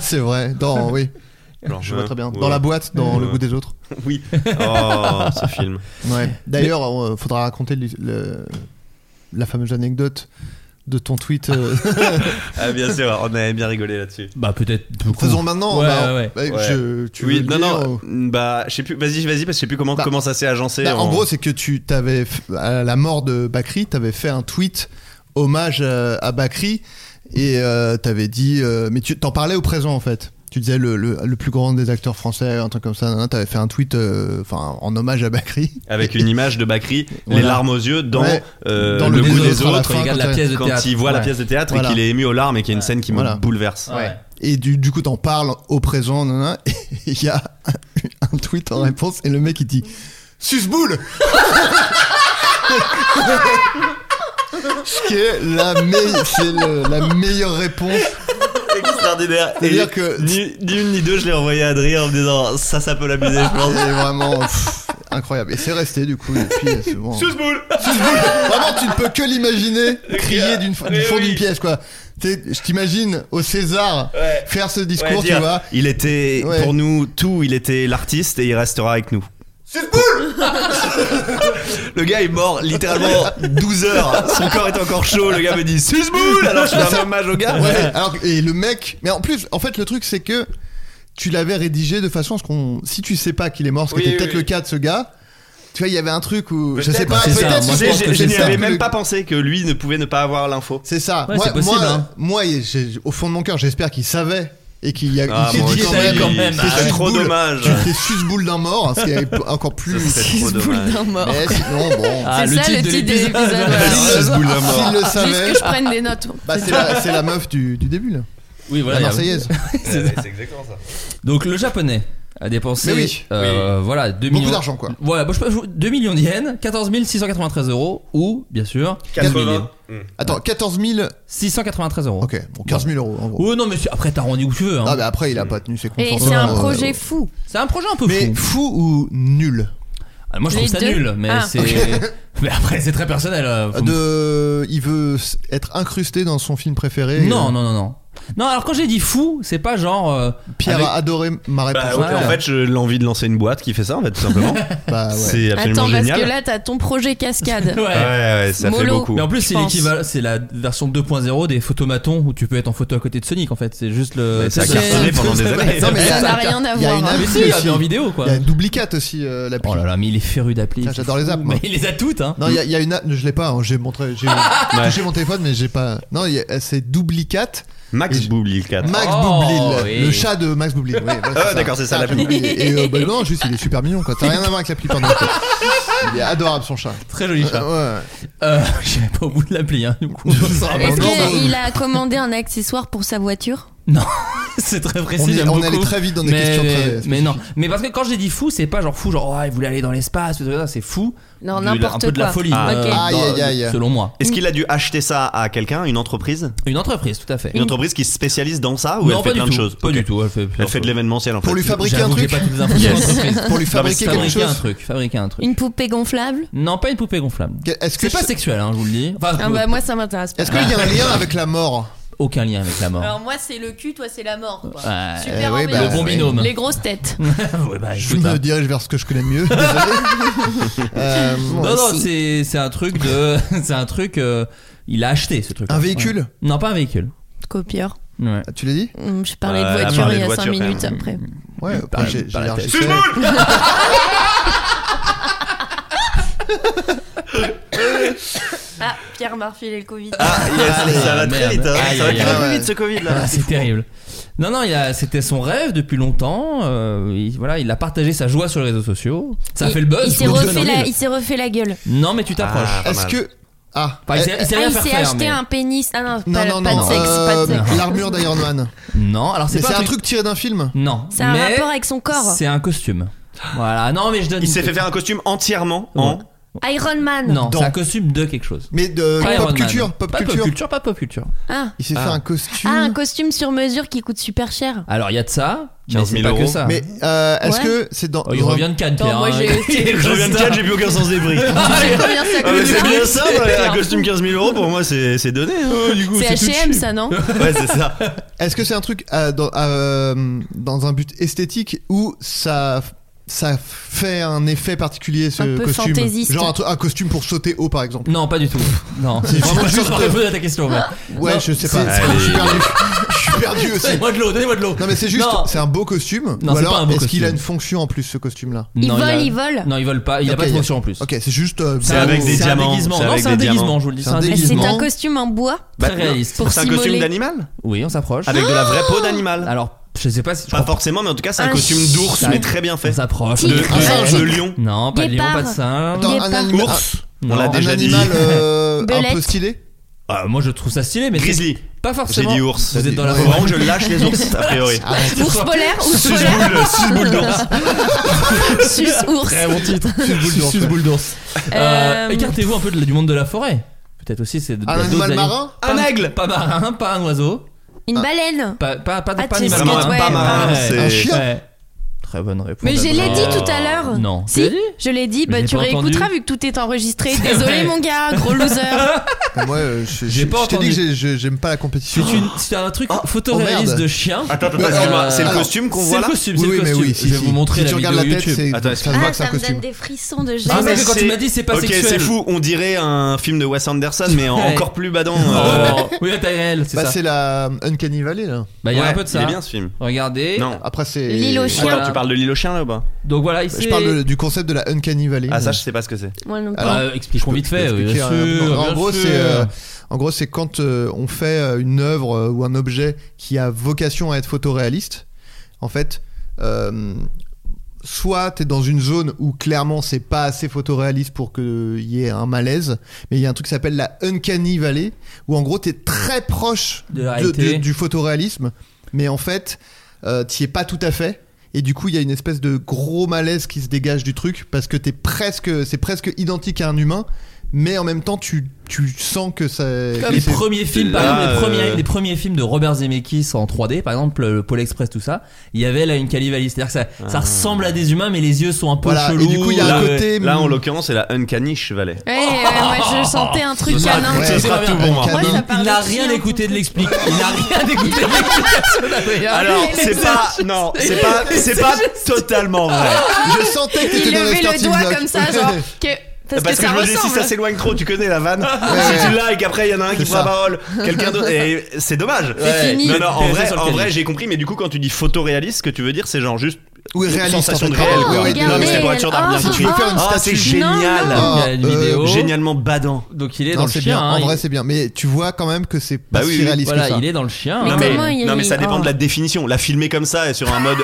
C'est vrai. Dans, oui. Genre, Je vois hein, très bien. Dans ouais. la boîte, dans Ouais. le goût des autres. [laughs] Oui. Oh, ce film. Ouais. D'ailleurs, on, euh, faudra raconter le- le- la fameuse anecdote de ton tweet. euh, Ah, bien sûr, on avait bien rigolé là-dessus. Bah peut-être. Faisons maintenant. Ouais, bah, ouais, bah, ouais. je- tu oui, veux le non, dire, euh. non. ou- Bah, je sais plus. Vas-y, vas-y, parce que je sais plus comment, Bah, comment ça s'est agencé. Bah, en... gros, c'est que tu t'avais f- à la mort de Bakri, t'avais fait un tweet hommage euh, à Bakri et euh, t'avais dit, euh, mais tu t'en parlais au présent en fait. Tu disais le, le- le plus grand des acteurs français, un truc comme ça. nanana, T'avais fait un tweet, euh, enfin, en hommage à Bakri. Avec une image de Bakri, les Voilà. larmes aux yeux, dans, Ouais. euh, Dans le, le goût goût des des autres, autres, à la fin, quand, quand elle- de théâtre. il voit la Ouais. pièce de théâtre Voilà. et qu'il est ému aux larmes et qu'il y a une scène qui Voilà. me bouleverse. Et du, du coup, t'en parles au présent, nanana, [laughs] et il y a un, un tweet en réponse, et le mec il dit Susboule [laughs] Ce qui est la, me- c'est le- la meilleure réponse. [laughs] Extraordinaire. Et C'est-à-dire que- euh, ni, ni une ni deux, je l'ai envoyé à Adrien en me disant ça, ça peut [laughs] l'abuser, je pense. C'est vraiment pff, incroyable. Et c'est resté du coup, depuis c'est bon. Sous [laughs] boule Vraiment, tu ne peux que l'imaginer crier d'une fo- du fond d'une pièce, quoi. T'es- Je t'imagine au César faire ce discours, Ouais, tu dire, vois. Il était, Ouais. pour nous, tout, il était l'artiste et il restera avec nous. [laughs] Le gars est mort littéralement 12 heures. Son corps est encore chaud. Le gars me dit Susboule Alors je fais un hommage au gars. Ouais, alors, et le mec. Mais en plus, en fait, le truc, c'est que tu l'avais rédigé de façon à ce qu'on. Si tu sais pas qu'il est mort, ce qui Oui, était oui, peut-être oui. le cas de ce gars, tu vois, il y avait un truc où. Je Peut-être, sais pas, c'est ça. peut-être. Moi, je je pense j'ai- que je c'est n'y ça. avais même pas pensé que lui ne pouvait ne pas avoir l'info. C'est ça. Ouais, moi, c'est possible, moi, hein. moi, il- j'ai- au fond de mon cœur, j'espère qu'il savait. Et qu'il y a Ah, il moi s'est dit aussi, quand quand même, Ah, même. t'es C'est trop susboule. dommage. Tu t'es susboule d'un mort, ce qui est encore plus. Ça, c'est trop dommage. Mais sinon, bon. Ah, C'est le ça, titre le de titre de l'épisode. l'épisode, Ouais. ouais. Susboule d'un mort. S'il le savait. Juste que je prenne des notes. Bah, c'est la, c'est la meuf du, du début, là. [laughs] Oui, voilà. il y la a- Marseillaise. C'est ça. exactement ça. Donc le japonais a dépensé Mais oui. euh, voilà 2 Beaucoup millions d'argent, quoi. Voilà, bon, je peux- je- 2 millions d'yens, 14 693 euros ou bien sûr 80. 12 000. Hmm. Attends, 14 000. 693 euros. Ok, bon, 15 000 euros, en gros. Ouais non mais c'est- après t'as rendu où tu veux hein. Ah, bah après, il a pas tenu ses Et conférences. c'est un euh, projet fou. C'est un projet un peu fou. Mais fou ou nul Ah, moi je Les trouve ça deux. nul mais Ah. c'est [laughs] mais après c'est très Ah, personnel. euh, faut- de... Il veut s- être incrusté dans son film préféré. euh, Non non non non. Non, alors quand j'ai dit fou, c'est pas genre. euh, Pierre avec- a adoré ma réponse. Bah, ouais, en fait, j'ai l'envie de lancer une boîte qui fait ça, en fait, tout simplement. Ah Bah, C'est absolument Attends, génial. parce que là, t'as ton projet cascade. [laughs] [laughs] Ouais, Ouais. ouais, ça fait Mollo. beaucoup. Mais en plus, Je c'est pense. l'équivalent, c'est la version 2.0 des photomatons où tu peux être en photo à côté de Sonic en fait. C'est juste le. Mais ça a c'est- [laughs] cartonné pendant des c'est- années. Non, mais il y ça- a- Ah, n'a rien à il y a voir, une hein. appli Mais si, il y a aussi. en vidéo, quoi. Il y a une duplicate aussi, euh, l'appli. Oh là là, mais il est féru d'appli. Tiens, J'adore les apps. moi. Mais il les a toutes, hein. Non, il y, a- il y a une app, je l'ai pas, hein, j'ai montré, [laughs] j'ai touché mon téléphone, mais j'ai pas. Non, il y a- c'est Duplicate, Max Boublil 4. Max Oh, Boublil, oui. le chat de Max Boublil. oui, [laughs] voilà, Ah, ça. d'accord, c'est ça, l'appli. Boublil. Et euh, bah, non, juste, il est super mignon, quoi. Ça n'a rien à voir avec l'appli, pardon. Il est adorable, son chat. Très joli [laughs] chat. Euh, Euh, [laughs] J'irai pas au bout de l'appli, hein, du coup. Ça sera ouais. pas- Est-ce Oh, Non, non, qu'il a commandé un accessoire pour sa voiture [laughs] C'est très On précis, est- j'aime on beaucoup. allait très vite dans des mais, questions très Mais, mais spécifiques. non, mais parce que quand j'ai dit fou, c'est pas genre fou, genre oh, il voulait aller dans l'espace, tout ça, c'est fou. Non, Du- Un n'importe peu de la quoi. folie. Ah, euh, ok. Aïe, dans- aïe, aïe. Selon moi. Est-ce qu'il a dû acheter ça à quelqu'un, une entreprise Une entreprise, tout à fait. Une entreprise qui se spécialise dans ça ou non, elle fait pas plein du de tout, choses Pas Ok. du tout. Elle fait, Elle fait de l'événementiel en fait. Pour [laughs] lui fabriquer un J'avoue, j'ai truc pas toutes les infos [laughs] sur Yes. l'entreprise. Pour lui Non, mais c'est fabriquer quelque Fabriquer un chose. truc, fabriquer un truc. Une poupée gonflable Non, pas une poupée gonflable. Que- Est-ce que C'est pas je- sexuel, hein, je vous le dis. Enfin, Ah bah moi ça m'intéresse pas. est-ce qu'il y a un lien avec la mort aucun lien avec la mort. moi, c'est le cul, toi, c'est la mort. quoi. Ah. Ouais. Eh oui, embêtant. bah, le bon oui. [laughs] binôme. Les grosses têtes. Ouais, bah, Je écoute, hein. me dirige vers ce que je [laughs] connais mieux. désolé. Euh, bon, Non, non, c'est c'est un truc de. [laughs] C'est un truc. euh, il a acheté ce truc. Un véhicule ah, Non, pas un véhicule. Copieur. Ouais. Tu l'as dit Hum, Je parlais Ouais, de elle voiture parlait il y de a 5 voiture, quand minutes même. après. Ouais, Par- j'ai par Bah, la l'air tête. Ah, Pierre m'a refilé le Covid. Ah, yes, ça va très merde. vite. hein. Aïe, Ça va aïe, très aïe. vite ce Covid là. Ah, c'est terrible. Non, non, il a- c'était son rêve depuis longtemps. euh, il, voilà, il a partagé sa joie sur les réseaux sociaux. Ça Il- fait le buzz. Il s'est donc- refait, la- il s'est refait la gueule. Non, mais tu t'approches. Ah, Est-ce mal. que. Ah, Enfin, il s'est- il s'est Ah, rien il faire s'est faire, acheté mais- un pénis. Ah non, Non, pas, non, pas non. de sexe, pas de euh, sexe. L'armure d'Iron Man. Non, alors Mais c'est c'est pas un truc tiré d'un film. Non, C'est un mais rapport avec son corps. C'est un costume. Voilà, non, mais je donne. Il s'est fait faire un costume entièrement Ouais. en. Iron Man. Non, Dans- c'est un costume de quelque chose. Mais de Pas Iron pop Man. culture, pop pas culture. pop culture, pas pop culture. Ah. Il s'est Ah. fait un costume. Ah, un costume sur mesure qui coûte super cher. Alors il y a de ça, mais 15 c'est 000 pas que euros. ça. Mais euh, est-ce Ouais. que c'est dans. Oh, il revient de Cannes, Attends, Pierre, moi, hein. j'ai- [laughs] Il Je reviens de Cannes, j'ai plus aucun sens des [laughs] prix. Combien ça Ah, mais c'est bien coûte simple, un costume 15 000 euros pour moi c'est c'est donné. hein. C'est H&M ça, non Ouais, c'est ça. Est-ce que c'est un truc euh, dans, euh, dans un but esthétique où ça. Ça fait un effet particulier ce Un peu costume. fantaisiste. Genre un, tru- un costume pour sauter haut par exemple. Non, pas du tout. Non, c'est vraiment juste juste pour de- répondre à ta question. mais- Ouais, Mm. Non, je sais pas. c'est- Je [laughs] suis perdu. Je suis perdu aussi. Donnez-moi de l'eau, donnez-moi de l'eau. Non mais c'est juste, Non. c'est un beau costume. Non, ou c'est pas un alors beau est-ce qu'il a costume. une fonction en plus ce costume là Il Non, vole, a- il vole. Non, il vole pas. Il a Ok, pas de il y a- fonction en plus. Ok, c'est juste. euh, C'est beau. avec des C'est un diamants, déguisement. c'est Non, avec c'est un des déguisement, diamants. je vous le dis. C'est C'est un un C'est déguisement. un costume en bois. Très réaliste. Pour C'est un costume s'immoler. d'animal Oui, on s'approche. Avec de la vraie peau d'animal. Alors, je sais pas si. Ah, je Pas crois- Ah, forcément, mais en tout cas, c'est un Un costume chien. d'ours, mais très bien On fait. s'approche. De, de, Un de, chien. lion. Non, pas de lion, Guépard. pas de singe. Attends, Il est un, pas- anima- Ours. Non. On l'a un déjà dit. animal [laughs] euh, un peu Belette. stylé. Ah, moi, je trouve ça stylé, mais. Grizzly. c'est Pas J'ai forcément. dit ours. Vous êtes dans la Faut vraiment forêt. Ah, que je lâche les ours, a priori. Ours polaire, ours Six polaire, boules, six boules [laughs] d'ours. sus ours. Très bon titre. Suce boule d'ours. Euh, Euh, Écartez-vous un peu de la- du monde de la forêt. Peut-être aussi, c'est. Ah, Un animal marin Un aigle Pas marin, pas un oiseau. Une baleine. Pas, pas, pas, Ah, pas tu animal sais, Vraiment, ouais, pas marin. ouais. c'est- Un chien Ouais. Très bonne réponse. Mais je l'ai Ah. dit tout à l'heure. Non. Tu l'as Si, dit je l'ai dit. Mais Bah j'ai tu pas réécouteras entendu. vu que tout est enregistré. C'est Désolé vrai. mon gars, gros loser. Mais Moi, euh, je, J'ai je- pas je t'ai entendu. dit que j'ai- je- j'aime pas la C'est compétition. une- c'est un truc photoréaliste merde. de chien. Oh, Attends, attends, Euh, excuse-moi, c'est le alors, costume qu'on C'est voit le là costume, Oui, c'est oui, le mais costume. oui. si, je vais si. vous montrer si la tu vidéo regardes la tête, YouTube. c'est- Attends, ça se Ah, voit que c'est un ça me donne costume. des frissons de Ah, mais gêne. quand tu m'as dit c'est pas Ok, c'est sexuel. fou, on dirait un film de Wes Anderson, mais en- Ouais. encore plus badant. Oh, euh, oui, la taille réelle, c'est Bah, ça. c'est la Uncanny Valley là. Bah, il y a ouais, un peu de Il ça. est bien ce film. Regardez. Non. Après, c'est. L'île aux chiens. Attends, Voilà. tu parles de l'île aux chiens là ou pas Donc voilà, ici. euh, Je parle de- du concept de la Uncanny Valley. Ah, ça, je sais pas ce que c'est. Moi non plus. Alors, Alors, expliquons vite fait. oui, Expliquer, Bien euh, sûr. en, bien gros, sûr. c'est euh, en gros, c'est quand euh, on fait euh, une œuvre euh, ou un objet qui a vocation à être photoréaliste. En fait, euh, soit t'es dans une zone où clairement c'est pas assez photoréaliste pour qu'il y ait un malaise, mais il y a un truc qui s'appelle la uncanny valley où en gros t'es très proche De la de- réalité. du- du photoréalisme, mais en fait euh, t'y es pas tout à fait. Et du coup, il y a une espèce de gros malaise qui se dégage du truc parce que t'es presque, c'est presque identique à un humain, mais en même temps, tu, tu sens que ça. que les c'est- premiers films, par exemple, les, premiers, les premiers films de Robert Zemeckis en 3D, par exemple, le Pôle Express, tout ça, il y avait là une calivalie. C'est-à-dire que ça, ça ressemble à des humains, mais les yeux sont un peu chelous. là, ouais. Là, en l'occurrence, c'est la Uncanny Valley. Ouais, ouais, ouais, je sentais un truc Ce sera- canin. ce sera tout pour moi. ça Il- parle hein. il n'a de rien chien. écouté de l'explique. Il n'a rien écouté de l'explication d'Adrien. Ah Alors, c'est pas. Non, [laughs] c'est pas, c'est pas totalement vrai. [laughs] Ah, Je sentais que t'étais Il dans levait le starting doigt block. comme ça, genre. Que... Parce, Parce que, que, ça je me dis, si ressemble. ça s'éloigne trop, tu connais la vanne. si tu l'as et qu'après il y en a un qui C'est prend la ça. parole, quelqu'un d'autre. Et c'est dommage. C'est Ouais. fini. Non, non, en T'es vrai, sur le en canif. vrai j'ai compris, mais du coup, quand tu dis photoréaliste, ce que tu veux dire, c'est genre juste. [laughs] Oui, une réaliste, Sensation en de fait. réel, Oh, quoi. regardez, non, mais c'est pour être sûr d'avoir elle- bien ah, compris. je veux faire une Ah, c'est statue. génial. Non, non. Il y a une Euh, vidéo. génialement Génialement badant. Donc il est Non, dans le c'est chien. bien. hein, en il- vrai, c'est bien. Mais tu vois quand même que c'est pas Bah oui, si oui. réaliste Voilà, que ça. il est dans le chien. hein. non, mais, non, mais ça dépend de la définition. La filmer comme ça et sur un mode.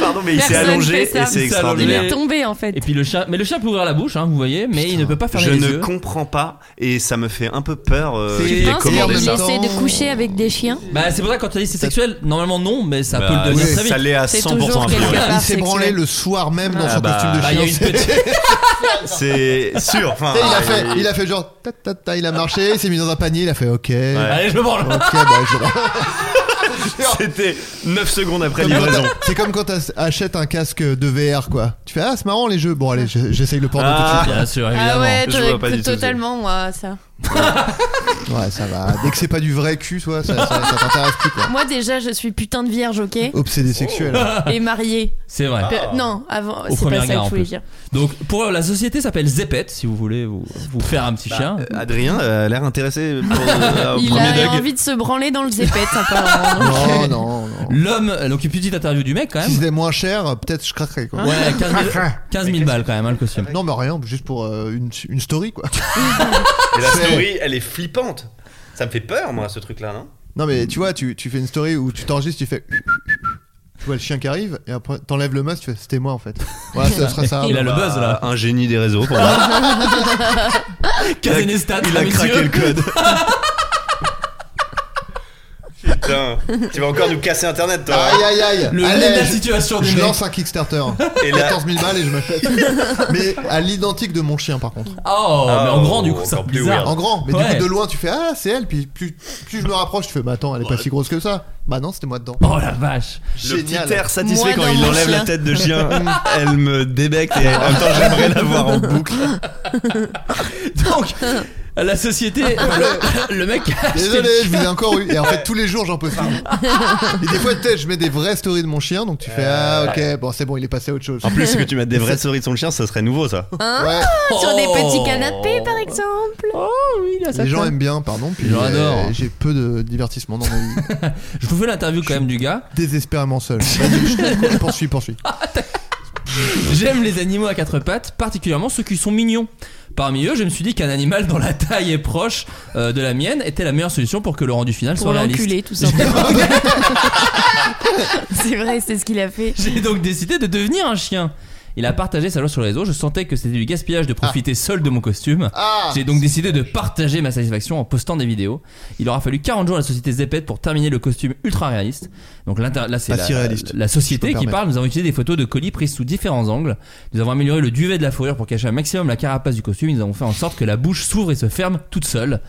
Pardon, mais il s'est Personne allongé fait ça. et c'est Il s'est allongé. extraordinaire. Il est tombé en fait. Et puis le chat, mais le chat peut ouvrir la bouche, hein, vous voyez, mais il ne peut pas faire Je les ne yeux. comprends pas et ça me fait un peu peur. euh, C'est- qu'il ait Tu penses qu'il commandé est ça. blessé Essayer de coucher avec des chiens. Bah c'est pour ça que quand t'as dit c'est sexuel, normalement non, mais ça Bah, peut le devenir oui, très vite. ça l'est à C'est 100% toujours après. quelque Ah, part Il s'est branlé le soir même dans Ah son bah, costume de bah, il chien. y a une [laughs] C'est sûr. Enfin, Et [laughs] il, a euh, fait, il a fait genre, ta, ta, ta, il a marché, il s'est mis dans un panier, il a fait [laughs] ok. Allez, je le branle. [laughs] Ok, bah, je le branle. C'était 9 secondes après Comme quand livraison. t'as- C'est comme quand t'achètes un casque de VR, quoi. Tu fais, ah, c'est marrant les jeux. Bon, allez, je- j'essaye le porno Ah, tout de suite. bien sûr, Ah ouais, Je vois pas t'aurais- du tout, totalement moi ça. Ouais, ça va. Dès que c'est pas du vrai cul, toi, ça, ça, ça t'intéresse plus, quoi. Moi déjà je suis putain de vierge, ok Obsédé sexuel. Oh. Et mariée. C'est vrai. Bah. Euh, non, avant, Ah. Au c'est pas premier ça que regard je en voulais plus. dire. Donc pour la société s'appelle Zepet, si vous voulez vous, vous faire un petit chien. Adrien Bah, euh, a l'air intéressé pour, euh, au Il premier a dog. envie de se branler dans [laughs] le zépette apparemment. Non, non, non. L'homme, euh, donc une petite interview du mec [laughs] quand même. Si c'était moins cher, peut-être je craquerais, quoi. Ouais, 15 000, 15 000 balles quand même, hein, le costume. Non, mais rien, juste pour euh, une, une story, quoi. Et la C'est- story, elle est flippante. Ça me fait peur, moi, ce truc-là, hein. non Non, mais tu vois, tu, tu fais une story où tu t'enregistres, tu fais. Tu vois le chien qui arrive, et après t'enlèves le masque, tu fais c'était moi en fait. Voilà, ça serait ça. Il a le buzz là. Un génie des réseaux pour moi. Casenestat, Il a mesdames, craqué messieurs. le code. [laughs] Putain, tu vas encore nous casser internet, toi. hein. Aïe aïe aïe! Le Allez, nez de la je- situation du Je mec. lance un Kickstarter. Et là- 14 000 balles et je m'achète. mais à l'identique de mon chien par contre. Oh, mais en grand du coup, encore c'est plus bizarre. weird. En grand, mais Ouais. du coup de loin tu fais ah c'est elle, puis plus, plus je me rapproche, tu fais bah attends elle est pas si grosse que ça. Bah non c'était moi dedans. Oh la vache. Le Génial. petit air satisfait Moi quand dans il mon enlève la chien. tête de [laughs] chien, elle me débecte et en même temps j'aimerais la voir en boucle. Donc [laughs] la société, le, [laughs] le mec. a acheté Désolé, le je vous chien. ai encore eu. Et en fait, tous les jours, j'en poste une. Et des fois, tu sais, je mets des vraies stories de mon chien, donc tu fais Ah, Euh, ok, bon, c'est bon, il est passé à autre chose. En plus que tu mettes des vraies souris de son chien, ça serait nouveau ça. Ouais, Hein Sur des Oh. petits canapés par exemple. les gens aiment bien, pardon. Puis Les gens j'ai- adorent. J'ai peu de divertissement dans ma vie. [laughs] Je vous fais l'interview quand même du gars. Désespérément seul. Vas-y, je- Poursuis, poursuis. J'aime les animaux à quatre pattes, particulièrement ceux qui sont mignons. Parmi eux, je me suis dit qu'un animal dont la taille est proche euh, de la mienne était la meilleure solution pour que le rendu final Pour soit réaliste. l'enculer tout simplement. [laughs] c'est vrai, c'est ce qu'il a fait. [laughs] J'ai donc décidé de devenir un chien. Il a partagé sa joie sur les réseaux. Je sentais que c'était du gaspillage de profiter seul de mon costume. Ah J'ai donc décidé de partager ma satisfaction en postant des vidéos. Il aura fallu 40 jours à la société Zepet pour terminer le costume ultra réaliste. Donc l'inter- là, c'est Pas la, si réaliste. la société Je peux me qui parle. Nous avons utilisé des photos de colis prises sous différents angles. Nous avons amélioré le duvet de la fourrure pour cacher un maximum la carapace du costume. Nous avons fait en sorte que la bouche s'ouvre et se ferme toute seule.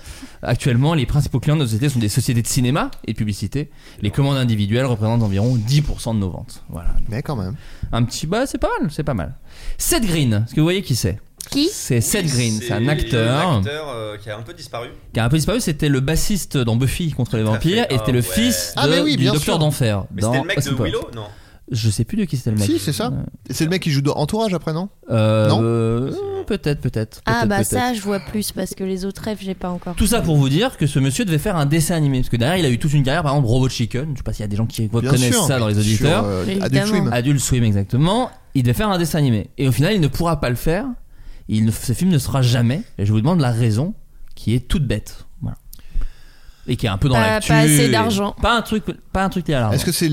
Actuellement, les principaux clients de nos sociétés sont des sociétés de cinéma et de publicité. Les commandes individuelles représentent environ 10% de nos ventes. Voilà. Mais quand même. Un petit bah c'est pas mal, c'est pas mal. Seth Green, est-ce que vous voyez qui c'est Qui C'est Seth Green, c'est un acteur euh, qui a un peu disparu. qui a un peu disparu, c'était le bassiste dans Buffy contre les à vampires fait. et c'était le Ah ouais. fils Ah, de- mais oui, du bien docteur sûr. d'enfer Mais dans c'était le mec de Austin Powers. Willow, non Je sais plus de qui c'était le mec. Si, c'est ça. Et C'est le mec qui joue dans Entourage après, non Euh, Non. euh, peut-être, peut-être. Ah peut-être, bah peut-être. ça, je vois plus parce que les autres rêves, j'ai pas encore. Tout ça pour vous dire que ce monsieur devait faire un dessin animé parce que derrière il a eu toute une carrière par exemple Robot Chicken, je sais pas s'il y a des gens qui Bien connaissent sûr. ça dans les auditeurs. Sur, euh, Évidemment. Adult Swim. Adult Swim exactement, il devait faire un dessin animé. Et au final, il ne pourra pas le faire. Il ne- ce film ne sera jamais. Et je vous demande la raison qui est toute bête. Voilà. Et qui est un peu dans Pas- l'actu. pas assez et- d'argent. Pas un truc, pas un truc lié à l'argent. Est-ce que c'est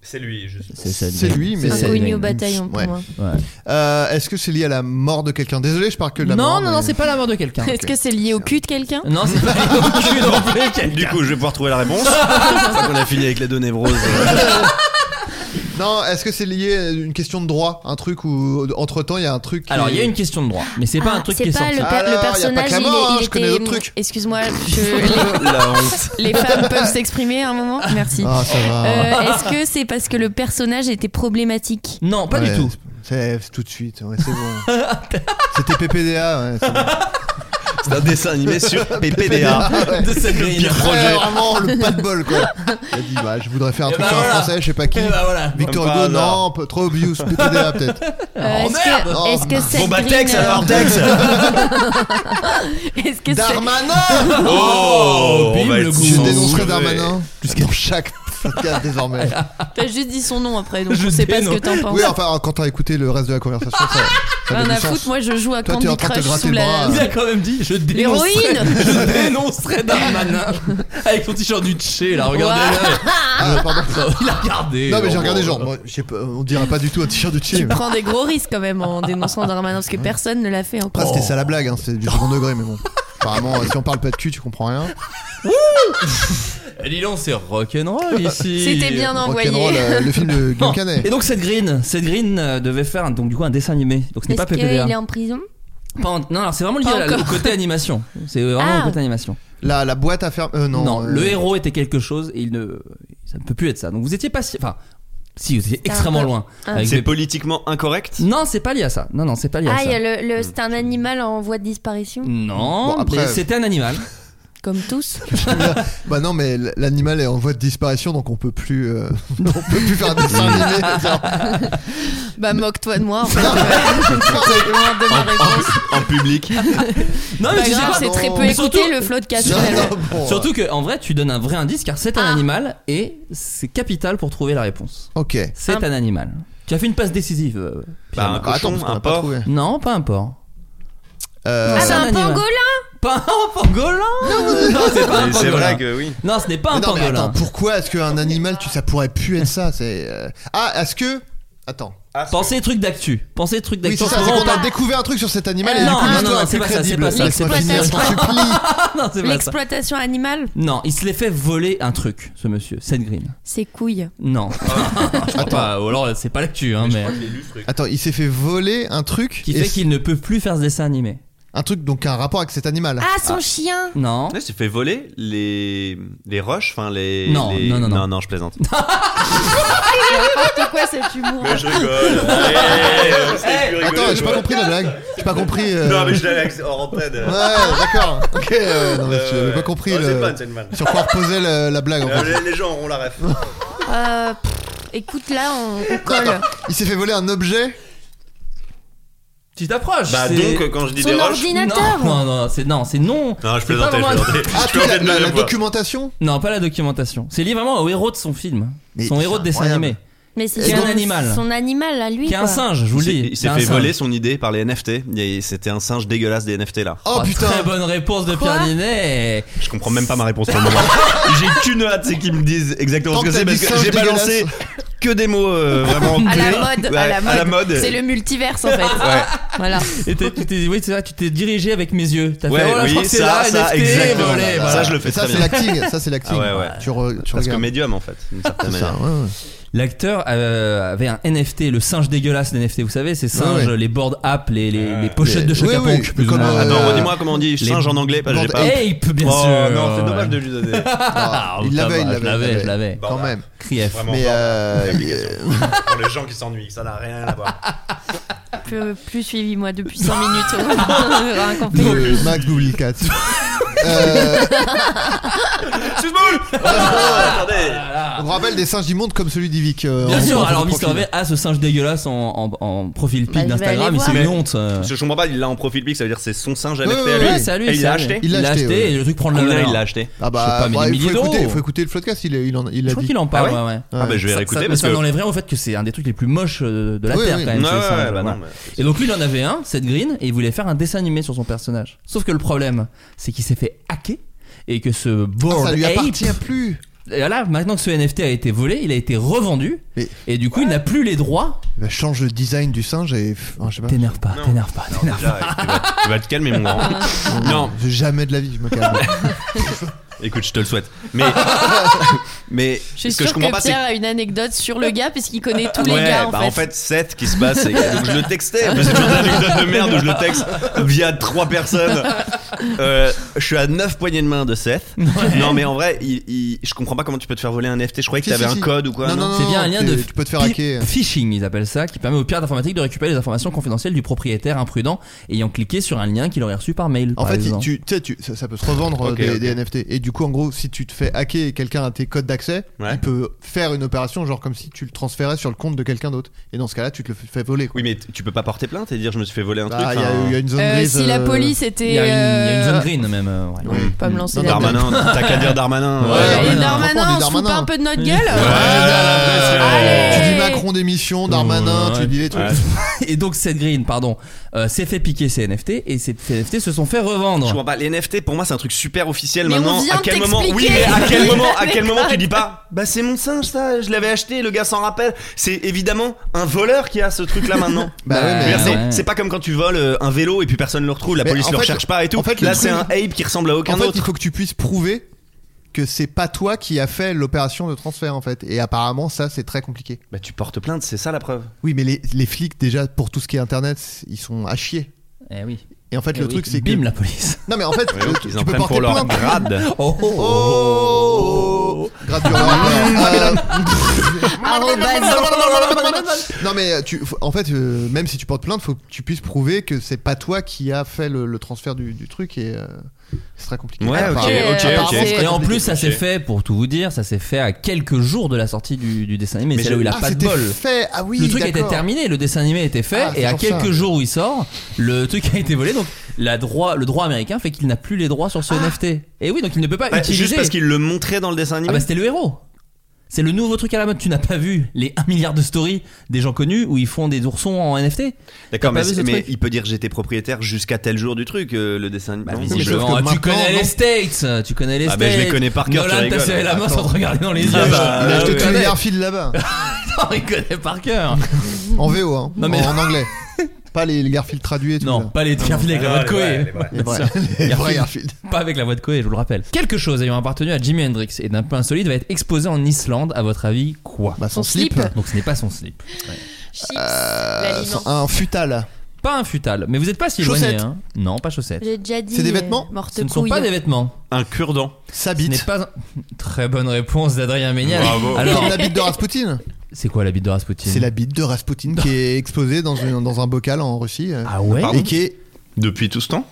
C'est lui, je suis. c'est Seth c'est Green. lui, mais C'est Seth Inconnu Green. au bataillon pour Ouais. moi. Ouais. Euh, Est-ce que c'est lié à la mort de quelqu'un Désolé, je parle que de la Non, mort. non, non, c'est pas la mort de quelqu'un. Est-ce que [laughs] c'est lié au cul de quelqu'un non, c'est pas lié au cul non plus. [laughs] Du coup, je vais pouvoir trouver la réponse. Une fois qu'on a fini avec les deux névroses. euh, Non, est-ce que c'est lié à une question de droit Un truc où, entre-temps, il y a un truc. qui- Alors, il y a une question de droit, mais c'est pas Ah, un truc c'est qui est pas sorti. le per- le Alors, y a pas personnage, personnage, que la il, mort, hein, il je connais était. d'autres trucs. Excuse-moi, [laughs] je- La honte. les, les femmes peuvent s'exprimer à un moment Merci. Ah, ça va. Euh, Est-ce que c'est parce que le personnage était problématique Non, pas Ouais, [laughs] du tout. C'est c'est tout de suite, ouais, c'est bon. [laughs] C'était PPDA, ouais, [laughs] c'est bon. C'est un dessin animé sur PPDA. ouais. Ah, De cette le pire grille. projet. Ouais, vraiment, [laughs] le pas de bol, quoi. Il a dit, bah, je voudrais faire un Et truc bah sur un voilà. français, je sais pas qui. Et bah voilà. Victor Comme par Hugo, hasard. non, un peu trop obvious, PPDA peut-être. euh, Oh, est-ce merde. que, Non. est-ce que cette Bon bah green, Tex, euh, alors Tex Est-ce que [laughs] c'est- Darmanin Oh, bim, on va le être goût. Je Vous dénoncerai soulevé. Darmanin dans chaque podcast désormais. T'as juste dit son nom après, donc Je je sais pas ce dénonce. que t'en penses. Oui, enfin, quand t'as écouté le reste de la conversation, ça. ça Rien avait à du sens. foutre, moi je joue à Toi, Candy t'es en train de te Crush gratter sous le la. bras. Il a quand même dit je dénoncerai, L'héroïne je dénoncerai Darmanin avec son t-shirt du Tché là, regardez Ah, pardon. là. Il a regardé. Non, mais j'ai Oh, regardé, bon. genre, moi, je sais pas, on dirait pas du tout un t-shirt de Tu Chim. prends des gros risques quand même en dénonçant Darmanin parce que personne ne l'a fait Après, encore. Oh. c'était ça la blague, hein, c'est du second [laughs] degré, mais bon. Apparemment, euh, si on parle pas de cul, tu comprends rien. Eh, Dis donc, c'est rock'n'roll ici. C'était bien envoyé. Rock'n'roll, euh, le film [laughs] de Bon. Guillaume Canet. Et donc cette green, cette green euh, devait faire donc du coup un dessin animé. Donc ce n'est pas Est-ce qu'il PPDA. est en prison Pas en- Non, alors, c'est vraiment lié Pas à la- au encore. côté animation. C'est vraiment Ah. au côté animation. La, la boîte à fermer. euh, non, Non, euh, le héros était quelque chose et il ne, ça ne peut plus être ça. Donc vous étiez pas si, enfin, si vous étiez un extrêmement peu- loin. Ah. Avec C'est des- politiquement incorrect Non, c'est pas lié à ça. Non, non, c'est pas lié à Ah, ça. il y a le, le- c'est un animal en voie de disparition Non, Bon, après- mais c'était un animal. Comme tous Bah non, mais l- l'animal est en voie de disparition, donc on peut plus, euh, [laughs] on peut plus faire un dessin animé. [laughs] Genre, Bah moque-toi de moi en fait. Ouais. C'est loin de ma réponse. en public. Ah, Ah, Non, Pas mais tu sais grave, quoi c'est très peu Mais écouté surtout- le flot de casse non, finalement. non, bon, Surtout que en vrai, tu donnes un vrai indice car c'est un Ah. animal et c'est capital pour trouver la réponse. euh, Ok. C'est un animal. Tu as fait une passe décisive. euh, Bah, Pierre. un cochon, parce qu'on un l'a pas porc. trouvé. Non, pas un porc. Euh, Ah, bah, C'est c'est un un animal. pangolin Pas un pangolin Non, c'est pas un Mais Ah, C'est pangolin. vrai que oui. Non, ce n'est pas mais un non, mais attends, pangolin. pourquoi est-ce qu'un animal, tu, ça pourrait plus être ça C'est euh, ah, est-ce que attends. Pensez truc d'actu. Pensez truc Oui, d'actu. c'est En ça, ce c'est moment, qu'on a on- découvert un truc sur cet animal Euh, et du non, coup, non, l'histoire non, est c'est plus pas ça, c'est crédible. pas ça, c'est Laisse-moi pas finir, je ça. t'en supplie. Non, c'est pas ça. L'exploitation animale Non, il se l'est fait voler un truc, ce monsieur, Seth Green. Ses couilles Non. Je crois pas, ou alors c'est pas l'actu, hein, mais. Attends, il s'est fait voler un truc Qui et fait qu'il ne peut plus faire ce dessin animé. un truc donc un rapport avec cet animal. Ah, son chien Non. Là, tu fait voler les les roches, enfin les Non, les- non, non, non. non je [laughs] plaisante. N'importe quoi cet humour. je [laughs] rigole. C'est plus rigolo, Attends, j'ai je pas vois. compris la blague. J'ai pas compris. euh, Non mais je l'avais en antenne. Ouais, d'accord. Ok, ouais, non, mais tu avais pas compris Ouais, le- Euh, C'est pas [laughs] Gentleman. sur quoi reposait le- la blague en Euh, fait. les- Les gens auront la [laughs] ref. Euh, pff, Écoute, là, on, on colle. Il s'est fait voler un objet. Tu t'approches. Bah c'est- donc quand je dis des Son roches. ordinateur Non, non, non, c'est non, c'est non. Non, je C'est plaisantais, pas je vraiment- plaisantais. Ah, Je toute la, plaisantais une la- la deuxième fois. documentation. Non, pas la documentation. C'est lié vraiment au héros de son film. Mais son c'est héros de dessin incroyable. animé. Mais c'est Qui est son- un animal. Son animal, là, lui Qui est un quoi. singe, je vous Il le s'est- dis. il C'est s'est un fait singe. voler son idée par les NFT. Il y a- C'était un singe dégueulasse des NFT là. Oh, putain. Ah, Très bonne réponse de Pierre Quoi Ninet. Je comprends même pas ma réponse pour le moment. [laughs] J'ai qu'une hâte, c'est qu'ils me disent exactement Tant ce que que c'est t'as parce dit que singe j'ai balancé que des mots euh, vraiment À clés. la mode, Ouais, à la mode. mode. C'est le multiverse en fait. Voilà. Et t'es- tu t'es, oui, c'est ça, tu t'es dirigé avec mes yeux. T'as fait, Ouais, oh, là, je oui, crois que c'est ça, là, ça, NFT, exactement. volé, Ça, voilà. je le fais Et ça très c'est bien. l'acting, ça c'est l'acting. Ah ouais, ouais. Tu, re- tu Parce que regardes. médium en fait, d'une certaine C'est ça, manière. ouais, ouais. L'acteur euh, avait un NFT, le singe dégueulasse des NFT, vous savez, ces singes, Ouais, ouais. les board apps, les, les, les pochettes Les- de Chaka oui, oui, Ponk, plus ou comme, moins. euh, Attends, redis-moi comment Ah on dit singe en anglais parce que j'ai pas. Ape, bien oh sûr. non, c'est dommage de lui donner. Ah, Il ça l'avait, va, il je l'avait, l'avais, il je l'avais. bah. Quand même. Crief. Vraiment Mais euh, [laughs] pour les gens qui s'ennuient, ça n'a rien à [laughs] voir. Plus, plus suivi moi depuis 5 [laughs] minutes. Rien compris. le Max Google 4. [laughs] euh, Excuse-moi. Oh, Attendez. on rappelle des singes immondes comme celui d'Ivic. euh, Bien en- en- sûr, en alors profil. Mister V a ce singe dégueulasse en, en, en profil Bah, pic je vais d'Instagram, aller mais c'est voir. une honte. euh. Parce que je comprends pas, il l'a en profil pic, ça veut dire que c'est son singe NFT Ouais, ouais, à lui. ouais, Ouais, c'est à lui. Et il c'est l'a à lui. acheté Il l'a acheté, et le truc prend de la Combien valeur. il l'a acheté Ah je sais bah, pas, mais bah, des il faut milliers écouter, d'euros. faut écouter le podcast, il, est- il, en, il Je l'a crois dit. qu'il en parle, ouais, ouais. Ah bah je vais Ça- réécouter ça, parce ça que. n'enlèverait au fait que c'est un des trucs les plus moches euh, de la Oui, Terre oui. quand même. Ouais, ce ouais, singe, ouais, bah voilà. non, mais- Et donc lui il en avait un, cette green, et il voulait faire un dessin animé sur son personnage. Sauf que le problème, c'est qu'il s'est fait hacker et que ce Ah, board ça lui ape, appartient plus. et voilà, maintenant que ce NFT a été volé, il a été revendu Mais- et du coup il n'a plus les droits. Il va changer le design du singe et. ah, je sais pas. T'énerve pas, t'énerve pas, [laughs] t'énerve Déjà, tu vas- tu vas te calmer mon grand. Non, [laughs] Jamais de la vie, je me calme. Écoute, je te le souhaite. [laughs] Mais, mais Je suis ce que sûre je comprends que pas, c'est Pierre a une anecdote sur le gars puisqu'il connaît tous les Ouais, gars en bah fait. en fait, c'est ce qui se passe. c'est que- donc je le textais. [laughs] mais C'est toujours une anecdote de merde où je le texte via trois personnes. Euh, je suis à 9 poignées de main de Seth. Non, mais en vrai, il- il- je comprends pas comment tu peux te faire voler un NFT. Je croyais que Si, t'avais si, un si. code ou quoi. Non, non, non, C'est bien un lien de tu peux te faire pi- hacker. phishing, ils appellent ça, qui permet aux pirates informatiques de récupérer les informations confidentielles du propriétaire imprudent ayant cliqué sur un lien qu'il aurait reçu par mail. En par fait, il- exemple. tu, tu sais, tu- ça, ça peut se revendre euh, Ok, des, ok. des NFT. Et du coup, en gros, si tu te fais hacker et quelqu'un a tes codes d'accès, il peut faire une opération genre comme si tu le transférais sur le compte de quelqu'un d'autt. Et dans ce cas-là, tu te le fais voler. Oui, mais t- tu peux pas porter plainte et dire je me suis fait voler un Bah, truc. hein. il y a- enfin. il y a une zone Euh, si la police était. Il y a une- il y a une zone euh, grise. Green, même. euh, ouais. Pas me lancer là-dedans. [laughs] Darmanin, t'as qu'à dire Darmanin. Ouais, Et Darmanin, Darmanin, on se fout Darmanin. pas un peu de notre gueule Euh, Tu dis Macron démission, Darmanin, tu dis les trucs. Et donc cette green, pardon, euh, s'est fait piquer ses NFT et ces ces NFT se sont fait revendre. Je comprends pas, les NFT pour moi c'est un truc super officiel Mais on maintenant. vient à de quel moment Oui, t'expliquer. mais à quel moment [laughs] à quel Les moment tu codes. dis pas Bah c'est mon singe ça, je l'avais acheté, le gars s'en rappelle. C'est évidemment un voleur qui a ce truc là maintenant. [laughs] Bah ouais, mais- Je veux dire, c'est- Ouais. C'est pas comme quand tu voles euh, un vélo et puis personne le retrouve, la Mais police en le fait- recherche pas et tout. en fait, le là c'est un truc- ape qui ressemble à aucun en fait, autre. il faut que tu puisses prouver que c'est pas toi qui a fait l'opération de transfert en fait. Et apparemment, ça, c'est très compliqué. Bah tu portes plainte, c'est ça la preuve. Oui, mais les, les flics déjà pour tout ce qui est internet, ils sont à chier. Eh oui. Et en fait, Eh le oui. truc, c'est que Bim, la [laughs] police. Non, mais en fait, Ouais, tu- donc, tu, ils en peux prennent porter pour leur plainte. grade. Oh, oh, [laughs] oh, grade du roi. Euh, non mais tu, faut- en fait, euh, même si tu portes plainte, faut que tu puisses prouver que c'est pas toi qui a fait le, le transfert du, du truc et euh, c'est très compliqué. Apparemment, apparemment, Ah, c'est très Et en plus, compliqué. ça s'est fait, pour tout vous dire, ça s'est fait à quelques jours de la sortie du, du dessin animé. Mais C'est là où il a ah, pas de c'était bol. fait. Ah oui, le truc était d'accord. terminé, le dessin animé était fait, Ah, c'est et à pour ça. quelques jours où il sort, le truc a été volé. Donc, la droit, le droit américain fait qu'il n'a plus les droits Ah. sur ce NFT. Et oui, donc il ne peut pas Bah, utiliser. juste parce qu'il le montrait dans le dessin animé. Ah bah c'était le héros. C'est le nouveau truc à la mode. Tu n'as pas vu les 1 milliard de stories des gens connus où ils font des oursons en NFT D'accord, T'as mais, pas vu c'est- ce mais truc il peut dire j'étais propriétaire jusqu'à tel jour du truc, euh, le dessin Bah, animé. Non, Mais c'est- je- Sauf que ah, tu maintenant, connais non. les States, tu connais les Ah States. bah, je les connais par cœur, tu Nolan t'a rigoles. serré la main sans te Attends. regarder dans les yeux. Ah bah, Il a acheté Tu tous les connais. [laughs] [laughs] Garfield là-bas Non, il connaît par cœur. en VO, hein, Non, mais- [laughs] en, en anglais. Pas les, les Garfield traduits et tout. Non, là. Ah, pas les Garfield avec la voix de Coé. [laughs] Les vrais. Les vrais Garfield. Pas avec la voix de Coé, je vous le rappelle. Quelque chose ayant appartenu à Jimi Hendrix et d'un peu insolite va être exposé en Islande, à votre avis, quoi Bah, son Son slip. slip. Donc ce n'est pas son slip. Ouais. Euh, un futal. Pas un futal, mais vous n'êtes pas si éloigné. Chaussettes. hein. Non, pas chaussettes. J'ai déjà dit. C'est des euh, vêtements morte Ce ne sont couille. pas [laughs] des vêtements. Un cure-dent. Sa Ce bite. n'est pas un- Très bonne réponse d'Adrien Méniel. Bravo. Alors, Comme la bite de Rasputin. c'est quoi la bite de Rasputin C'est la bite de Rasputin qui est exposée dans, une- dans un bocal en Russie. euh, Ah ouais Pardon et qui est Depuis tout ce temps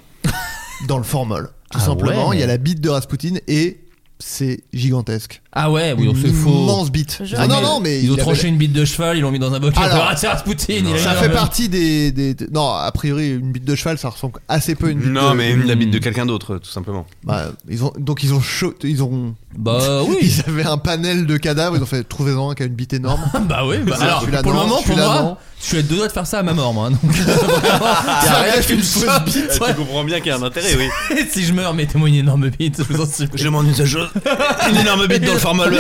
dans le formol. Tout Ah simplement, ouais. il y a la bite de Rasputin et c'est gigantesque. Ah ouais, oui, donc Une c'est faux. immense bite. Ils ont Ah non, mis- non, mais ils ont il avait- tranché une bite de cheval, ils l'ont mis dans un bocal. Alors, Ah, c'est Rasputin. il a Ça mis dans fait un- partie des, des- des- Non, a priori, une bite de cheval, ça ressemble assez peu à une bite Non, de- mais une habite de quelqu'un d'autre, tout simplement. Bah, ils ont, donc ils ont chaud, ils ont. Bah oui. [laughs] Ils avaient un panel de cadavres, ils ont fait trouvez-en un qui a une bite énorme. [laughs] Bah oui, bah Celui-là, alors, celui-là, pour le non, moment, pour celui-là, moi, non. je suis à deux doigts de faire ça à ma mort, moi. Donc, [laughs] rien qu'une fausse bite. Tu comprends bien qu'il y a un intérêt, oui. [laughs] si je meurs, mettez-moi une énorme bite, je vous en [laughs] supplie. Je demande une seule chose une énorme bite dans le formol.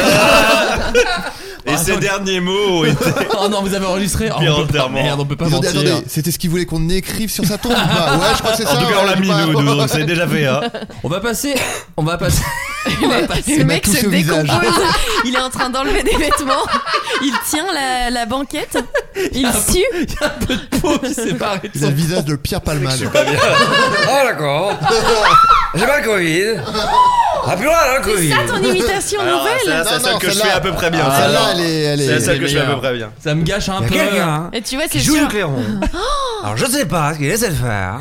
Et ces derniers mots ont été. Oh non, vous avez enregistré oh, on peut pas, Volontairement. Merde, on peut pas Ils ont dit, mentir. attendez, c'était ce qu'ils voulaient qu'on écrive sur sa tombe ou pas Ouais, je crois que c'est Ah, ça. En tout cas, on ouais, l'a je mis, sais pas. nous, nous, [laughs] donc c'est déjà fait. hein. On va passer. On va passer. on va passer. Il Le m'a mec touché se au visage. décompose. Il est en train d'enlever des vêtements. Il tient la, la banquette. Il sue. Oh, Il y a un peu de peau qui s'est barrée de C'est le son- visage de Pierre Palman. [laughs] Ah d'accord. J'ai pas le Covid. Ah plus là, le Covid. Ça, ton imitation Alors, nouvelle. ça, c'est Non, celle non, que je celle-là- fais à peu près bien. Ah, celle-là. [laughs] celle-là, elle est- elle est- C'est celle elle que est je fais à peu meilleure. près bien. Ça me gâche un Y'a peu. quelqu'un Et tu vois, c'est qui joue sûr. Oh Ah, du clairon. Alors je sais pas ce qu'il essaie de faire.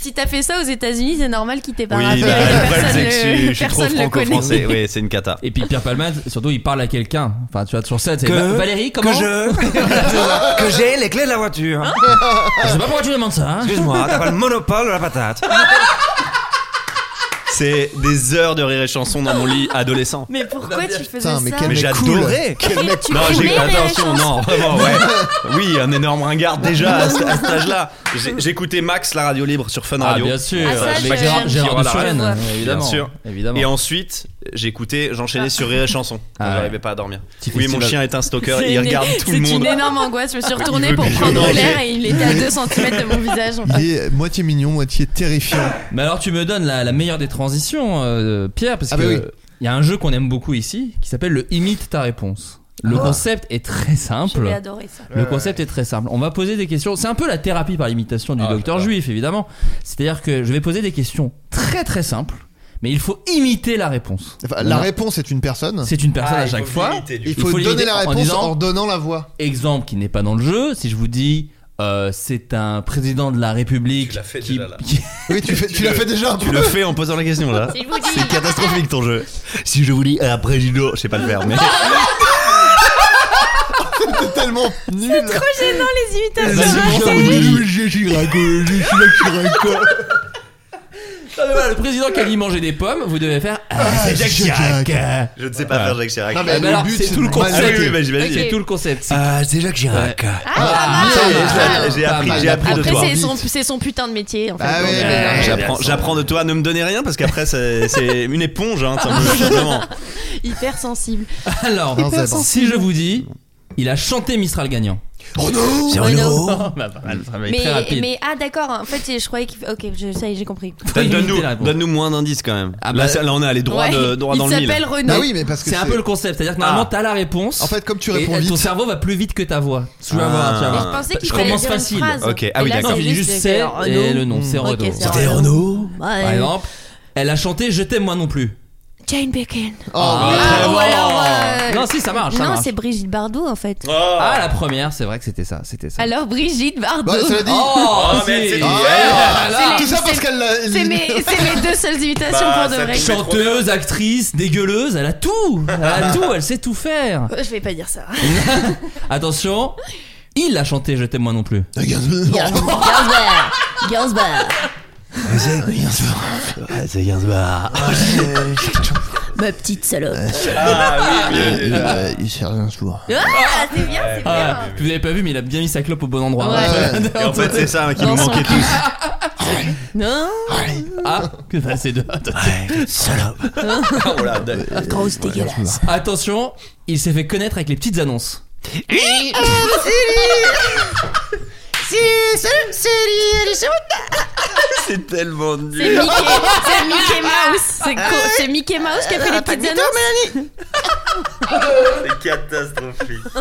Si t'as fait ça aux États-Unis, c'est normal qu'il t'ait pas Oui, rappelé. bah, le problème, Personne c'est que je le- suis- je suis trop personne le connaît. franco-français. Oui, c'est une cata. Et puis Pierre Palman, surtout, il parle à quelqu'un. Enfin, tu vois, sur scène, c'est Que- Va- Valérie, comment Que je. que j'ai les clés de la voiture. Ah, Je sais pas pourquoi tu demandes ça. hein. Excuse-moi, t'as pas le monopole de la patate. C'est des heures de rire et chanson dans mon lit adolescent. Mais pourquoi tu faisais Putain, ça mais quel Mais mec j'adorais. cool. Quel mec Tu Non, connais j'ai les attention, chansons non, vraiment, ouais. Oui, un énorme ringard déjà à, ce- à cet âge-là. J'ai- J'écoutais Max la radio libre sur Fun Ah, Radio. bien sûr. Ah, ça, Avec je- Gérard, Gérard de Gérard Chouren, Darmanin. évidemment. Bien sûr. Évidemment. Et ensuite, j'écoutais, j'enchaînais sur Rire et Chanson. Ah ouais. J'arrivais pas à dormir. Petit Oui, mon festival. chien est un stalker, C'est il une- regarde tout le c'est monde. une Une énorme angoisse, je me suis Il retournée pour veut que je prendre mange. l'air et il était à 2 cm de mon visage. Il est moitié mignon, moitié terrifiant. Mais alors tu me donnes la, la meilleure des transitions, euh, Pierre, parce Ah que bah il oui. y a un jeu qu'on aime beaucoup ici qui s'appelle le imite ta réponse. Le Ah. concept est très simple. J'avais adoré ça. Le concept est très simple. On va poser des questions. C'est un peu la thérapie par imitation Ah, du docteur juif, évidemment. C'est-à-dire que je vais poser des questions très très simples, mais il faut imiter la réponse. la Non. réponse est une personne. C'est une personne Ah, à il chaque faut fois. l'imiter, du coup. Il faut donner l'imiter la en- en réponse disant- en donnant la voix. Exemple qui n'est pas dans le jeu, si je vous dis euh, c'est un président de la République qui, [laughs] qui- Oui, tu, fais- tu l'as fait déjà un Tu peu. le fais en posant la question là. Si je vous dis- C'est catastrophique ton jeu. Si je vous dis un président, je sais pas le faire, mais. C'était tellement nul. C'est trop gênant les imitations. Ah, mais voilà, le président qui a dit manger des pommes, vous devez faire ah, c'est Jacques Chirac. Je ne sais pas faire Jacques Chirac. Ah, mais Ah, le alors, but, c'est tout le de mal- concept. Ah oui, oui, bah, j'imagine. C'est Ok. tout le concept. c'est- Ah, c'est Jacques Chirac. Ah, ça, mais- j'ai- j'ai Ah, pas appris, mal. j'ai appris de Après, toi. c'est son, c'est son putain de métier en fait. Ah Donc, ouais, euh, ouais. J'apprends, j'apprends de toi, ne me donnez rien parce qu'après c'est, c'est une éponge, hein, [laughs] tiens, vraiment. Hyper sensible. Alors, Non, c'est bon. si je vous dis, il a chanté Mistral gagnant. Oh non C'est Oh non. Bah, bah, bah, ça va être Mais, très rapide. mais ah d'accord, en fait je croyais qu'il... Ok, je, ça y est, j'ai compris. Faut imiter Donne-nous, la réponse. donne-nous moins d'indices quand même. bah, là, ça- là, on est allé droit, ouais, de- droit il dans le mille. s'appelle Renaud. Bah oui, mais parce que C'est un c'est- peu le concept, c'est-à-dire que normalement t'as la réponse. En fait, comme tu et réponds ton vite. cerveau va plus vite que ta voix. Tu vas Ah. voir, tu vas voir. Mais je pensais qu'il fallait commence dire une facile. phrase. Ok, ah oui, Et là, d'accord. C'est juste c'est Renaud. et le nom, c'est Ok, Renaud. Ah, c'est C'était Renaud. Renaud. Ouais. Par exemple, elle a chanté Je t'aime moi non plus. Jane Bacon. Ah, Ou ouais. alors, euh, Non, si, ça marche. ça non, marche. c'est Brigitte Bardot en fait. Ah, la première, c'est vrai que c'était ça, c'était ça. Alors Brigitte Bardot. Ouais, [laughs] cela dit- Oh, mais elle si. s'est dit, Ah, elle, voilà. Tout ça parce qu'elle l'a- C'est mes, c'est mes deux seules imitations Bah, pour de ça vrai. touche. Chanteuse, actrice, dégueuleuse, elle a tout. Elle a tout, elle sait tout faire. Euh, Je vais pas dire [laughs] ça. Attention, il a chanté Je t'aime moi non plus. Gainsbourg. Gainsbourg. c'est Gainsbourg. Ma petite salope. Ah oui, bien, bien, bien. Euh, Il sert un sourd. Ah, c'est bien, c'est bien. Ah, Vous avez pas vu, mais il a bien mis sa clope au bon endroit. [laughs] Et en fait, c'est ça hein, qui nous Dans son manquait tous. Non. Ah, que passer de. Salope. [laughs] Oh là, de- Grosse dégueulasse. Attention, il s'est fait connaître avec les petites annonces. c'est tellement nul. C'est Mickey, c'est Mickey Mouse. C'est Ah, co- C'est Mickey Mouse qui a euh, fait les petites annonces. C'est catastrophique. Ah,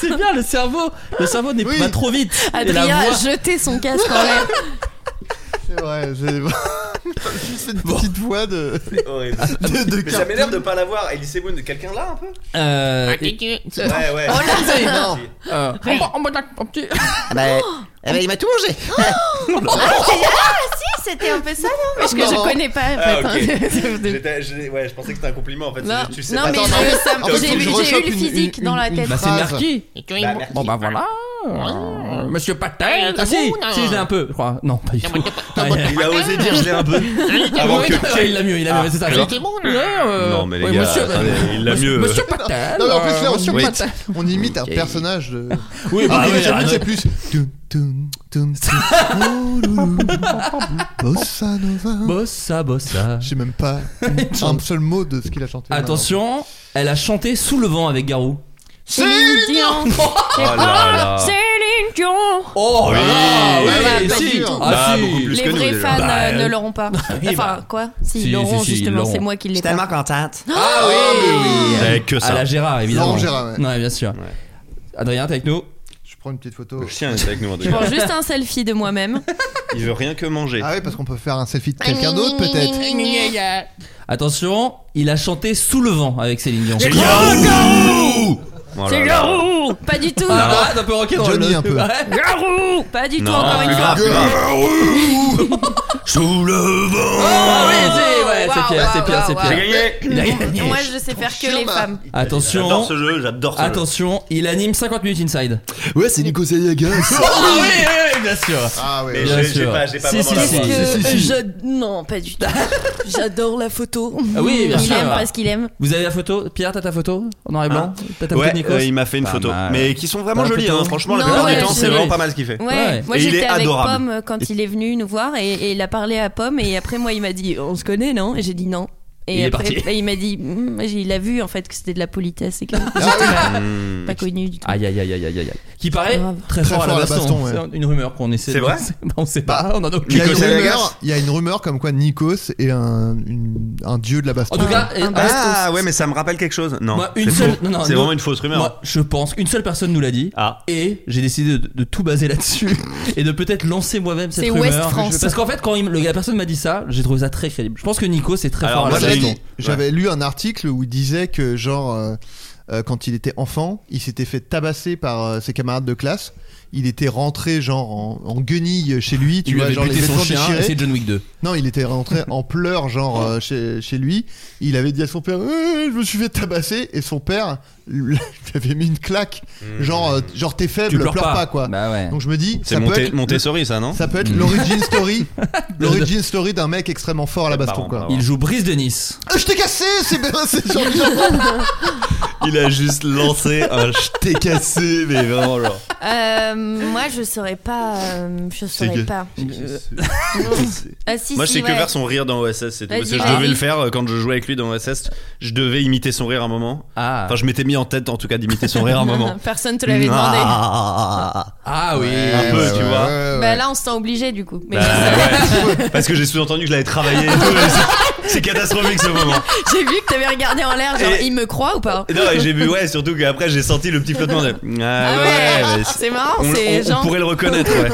C'est bien le cerveau. Le cerveau n'est Oui. pas trop vite. Et la Adrien a voix- jeté son casque en l'air. C'est vrai, c'est Juste une petite voix de. Horrible. de, de Mais ça m'énerve de pas l'avoir. Elise Moon, quelqu'un là un peu Euh, [laughs] Ouais, ouais. non. euh, il m'a tout mangé. Ah, Si, c'était un peu ça, non Parce que je connais pas, en Ah, fait. [laughs] ok. hein. J'étais- je- ouais, je pensais que c'était un compliment en fait. Non, c'est- tu sais non pas. mais Attends, je- non. ça- En fait, j'ai faut que je j'ai eu rechope le une- physique une- dans la une- tête. bah, c'est phrase. Merki. Bah, merci. Bon bah voilà. Euh, Monsieur Patel. Ah si, si, je l'ai un peu, je crois. Non, pas du tout. Ah, il- Il a osé dire je l'ai un peu. Avant Ah, Oui, que. Ah, non, il l'a mieux, il l'a mieux, c'est ça. alors Ouais, euh, Non, mais les ouais, gars, monsieur, euh, attendez, il l'a monsieur- mieux. euh. Monsieur Patel. Non, mais en plus, là, euh, on, monsieur imite, Patel. on imite Ok. un personnage de. Oui, bah, Ah, oui, mais j'avoue, ah, c'est plus. Toum, toum, toum, toum. Oh, loulou. Bossa nova. Bossa, bossa. Je sais même [laughs] pas un seul mot de ce qu'il a chanté. Attention, elle a chanté sous le vent avec Garou. Céline Dion. Oh là là. Céline Dion. Oh Oui. là Ouais, là, bah, si. sûr. Ah, Bah, si. beaucoup plus Les que nous, vrais déjà. fans Bah, euh, euh, ne l'auront pas. oui, Enfin, bah. quoi Si, Si, ils l'auront, si, si, ils justement, l'auront. c'est moi qui l'ai pas. contente. Ah oui Eh, que À ça. la Gérard, évidemment. Laurent Gérard, ouais. bien sûr. Adrien, t'es avec nous Je prends une petite photo. Le chien est avec nous en tout Je cas. prends juste un selfie de moi-même. Il veut rien que manger. Ah oui, parce qu'on peut faire un selfie de quelqu'un d'autre peut-être. Attention, il a chanté Sous le vent avec Céline Dion. C'est Garou Oh là C'est là. Garou Pas du tout Ah, un peu rocké dans le Johnny, un peu. [laughs] Ouais. Garou Pas du tout, Non, encore une plus fois. grave, plus grave. Sous le vent Ah ouais, c'est ouais, c'est Waouh, Pierre, c'est waouh, Pierre, c'est waouh, Pierre. waouh. Il a gagné. Moi, je sais faire que les femmes. Attention, J'adore ce jeu, j'adore ce jeu. attention, il anime 50 minutes inside. Ouais, c'est Nico Sayagas. Ah oui, oui, oui, bien sûr. Ah ouais. [laughs] Mais Bien j'ai- j'ai sûr. pas, j'ai pas Si, vraiment si, la si, voix. si, si, si. Je... euh, Non, pas du tout. J'adore la photo. Ah oui, bien Il sûr. aime parce qu'il aime. Vous avez la photo Pierre, t'as ta photo En noir et blanc T'as ta photo Ouais, de Nikos euh, il m'a fait une Pas photo. mal. Mais qui sont vraiment Pas mal jolies, photo. hein. franchement, la Non, plupart ouais, du temps, c'est c'est vrai. vraiment pas mal ce qu'il fait. Ouais, Ouais. moi Et il j'étais est avec euh, adorable. Pomme quand il est venu nous voir et, et il a parlé à Pomme et après moi il m'a dit on se connaît non Et j'ai dit non. Et Il est après, parti. bah, il m'a dit, mm, il a vu en fait que c'était de la politesse et [laughs] que j'étais pas, Hmm. pas connu du tout. Aïe aïe aïe aïe aïe aïe. Qui paraît très, Très fort, à la baston. ouais. C'est une rumeur qu'on essaie. C'est de- vrai Non, on sait pas. On en a Il aucune. y, a une rumeur, il y a une rumeur comme quoi Nikos est un, une- un dieu de la baston. En tout cas, euh, Ah ouais, mais ça me rappelle quelque chose. Non, Moi, une c'est seule. faux. non, non, C'est non. vraiment une fausse rumeur. hein. Moi, je pense qu'une seule personne nous l'a dit. Et j'ai décidé de, de tout baser là-dessus [laughs] et de peut-être lancer moi-même cette C'est rumeur. West France. Parce qu'en fait, quand il me- le- la personne m'a dit ça, j'ai trouvé ça très crédible. Je pense que Nico, c'est très fort. à la J'avais- baston. J'avais lu un article où il disait que, genre, euh, euh, quand il était enfant, il s'était fait tabasser par euh, ses camarades de classe. Il était rentré, genre, en, en guenille chez lui. Tu Il lui vois, avait genre, les buté son vêtements chien, déchirés. et c'est John Wick 2. Non, il était rentré en pleurs, genre, euh, chez, chez lui. Il avait dit à son père, Euh, je me suis fait tabasser. Et son père lui [laughs] avait mis une claque. Genre, euh, genre t'es faible, pleures pleure pas. pas, quoi. Bah, Donc je me dis, C'est ça peut Monté- être- Montessori, ça, non Ça peut être l'origin story, l'origin story d'un mec extrêmement fort à la baston. Pardon, Quoi. pardon. Il joue Brise de Nice. Ah, je t'ai cassé, c'est c'est Jean-Luc Ah. Lambert. Il a juste lancé un je t'ai cassé, mais vraiment, genre. [laughs] Euh, moi, je saurais pas. euh, je saurais que- pas. Euh. Ah, si, Moi, je si, sais que ouais. faire son rire dans OSS, c'est tout. Vas-y, Parce que je vas-y. devais le faire euh, quand je jouais avec lui dans OSS. Je devais imiter son rire à un moment. Ah. Enfin, je m'étais mis en tête, en tout cas, d'imiter son [laughs] rire à un moment. Personne te l'avait demandé. Ah, oui. un peu, tu vois. Bah là, on se sent obligé du coup. Mais- Bah, ouais. Parce que j'ai sous-entendu que je l'avais travaillé et tout, mais c'est- C'est catastrophique ce moment. [laughs] J'ai vu que t'avais regardé en l'air, genre, Et- Ah il me croit ou pas Et Non, et j'ai vu, ouais, surtout qu'après j'ai senti le petit flottement de. Ah, ouais, [laughs] mais C'est marrant, on, c'est on- on genre. pourrait le reconnaître, [laughs] ouais.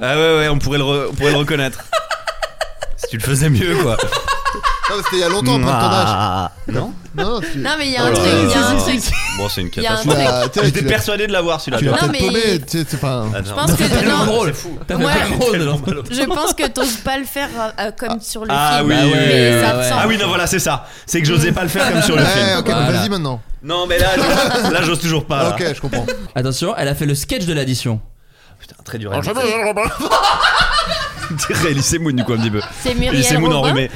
Ah ouais, ouais, on pourrait le, re- on pourrait le reconnaître. Si tu le faisais mieux, quoi. Non, mais c'était il y a longtemps, après le Ah, tournage. Non Non, Non, mais il y a Oh un là truc, là il y a là un là. truc. Bon, c'est une Il y a un catastrophe. truc. Bah, t'as- J'étais tu l'as- persuadé de l'avoir, celui-là. Tu l'as Non, peut-être mais- paumé, tu sais, c'est pas. un- Je [laughs] pense que- T'as fait non. tellement drôle. T'as fait Ouais. tellement drôle, drôle. Je pense que t'oses pas le faire euh, comme sur le Ah film. oui, oui, mais oui, ça oui, te oui. semble. ah oui, non, voilà, c'est ça. C'est que j'osais pas le faire comme sur le Ouais, film. ok, Voilà. vas-y maintenant. Non, mais là, [laughs] je- là, j'ose toujours pas. là. Ok, je comprends. Attention, elle a fait le sketch de l'addition. Très dur. à [laughs] Dirait Elie Semoun, du coup, un petit peu. C'est Muriel Elie Semoun Robin enrhumé.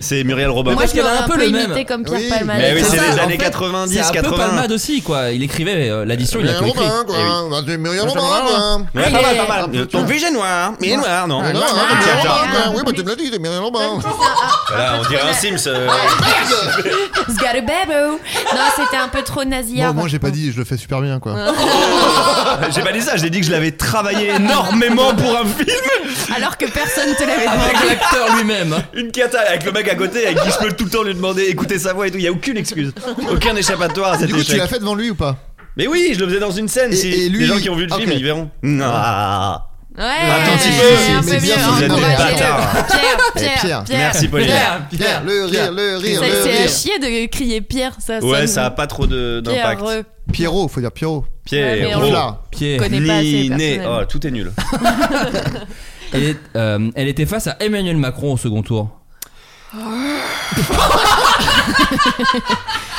C'est Muriel Robin. Moi, je qu'elle l'aurais a un un peu peu le imité même. comme Pierre Oui. Palmade. Mais oui, c'est ça, les en années fait, 90, C'est un peu 80. Palmade aussi, quoi. Il écrivait euh, l'addition, il a tout Muriel écrit. Robin, Eh oui. quoi. hein. Vas-y, Muriel Ah, Robin, Muriel Robin. Ouais, quoi. pas mal, pas Ah, mal. putain. Euh, Ton VG noir, mais noir, non. Ah, non, Tiens, ah, Muriel tiens. Robin, quoi. Oui, bah tu me l'as dit, c'est Muriel Robin. Voilà, on dirait un Sims. euh, It's got a baby. Non, c'était un peu trop Moi, nasillard. moi, j'ai pas dit, je le fais super bien, quoi. [laughs] J'ai pas dit ça, j'ai dit que je l'avais travaillé énormément pour un film. Alors que personne te l'avait Avec demandé. l'acteur [laughs] lui-même. Une cata avec le mec à côté avec qui je peux tout le temps lui demander, écouter sa voix et tout. Il y a aucune excuse, aucun échappatoire à cet Du coup, tu échec. l'as fait devant lui ou pas Mais oui, je le faisais dans une scène. Et- si et lui- les gens qui ont vu le ok. film, ils verront. Ah. Ouais, Attentif, un mais peu bien, mieux. vous êtes des encouragez-le. bâtards. Pierre, Eh, Pierre, Pierre. Pierre. Merci Pauline. Pierre, Pierre, le rire, le Ça, rire, le C'est à rire. chier de crier Pierre, ça. Ouais, sonne- ça a pas trop de- Pierre, d'impact. euh, Pierrot, faut dire Pierrot. Pierre, Ouais, mais oh, Pierre. connaît pas assez. ni né. personnellement. Oh, tout est nul. Elle, est- euh, elle était face à Emmanuel Macron au second tour.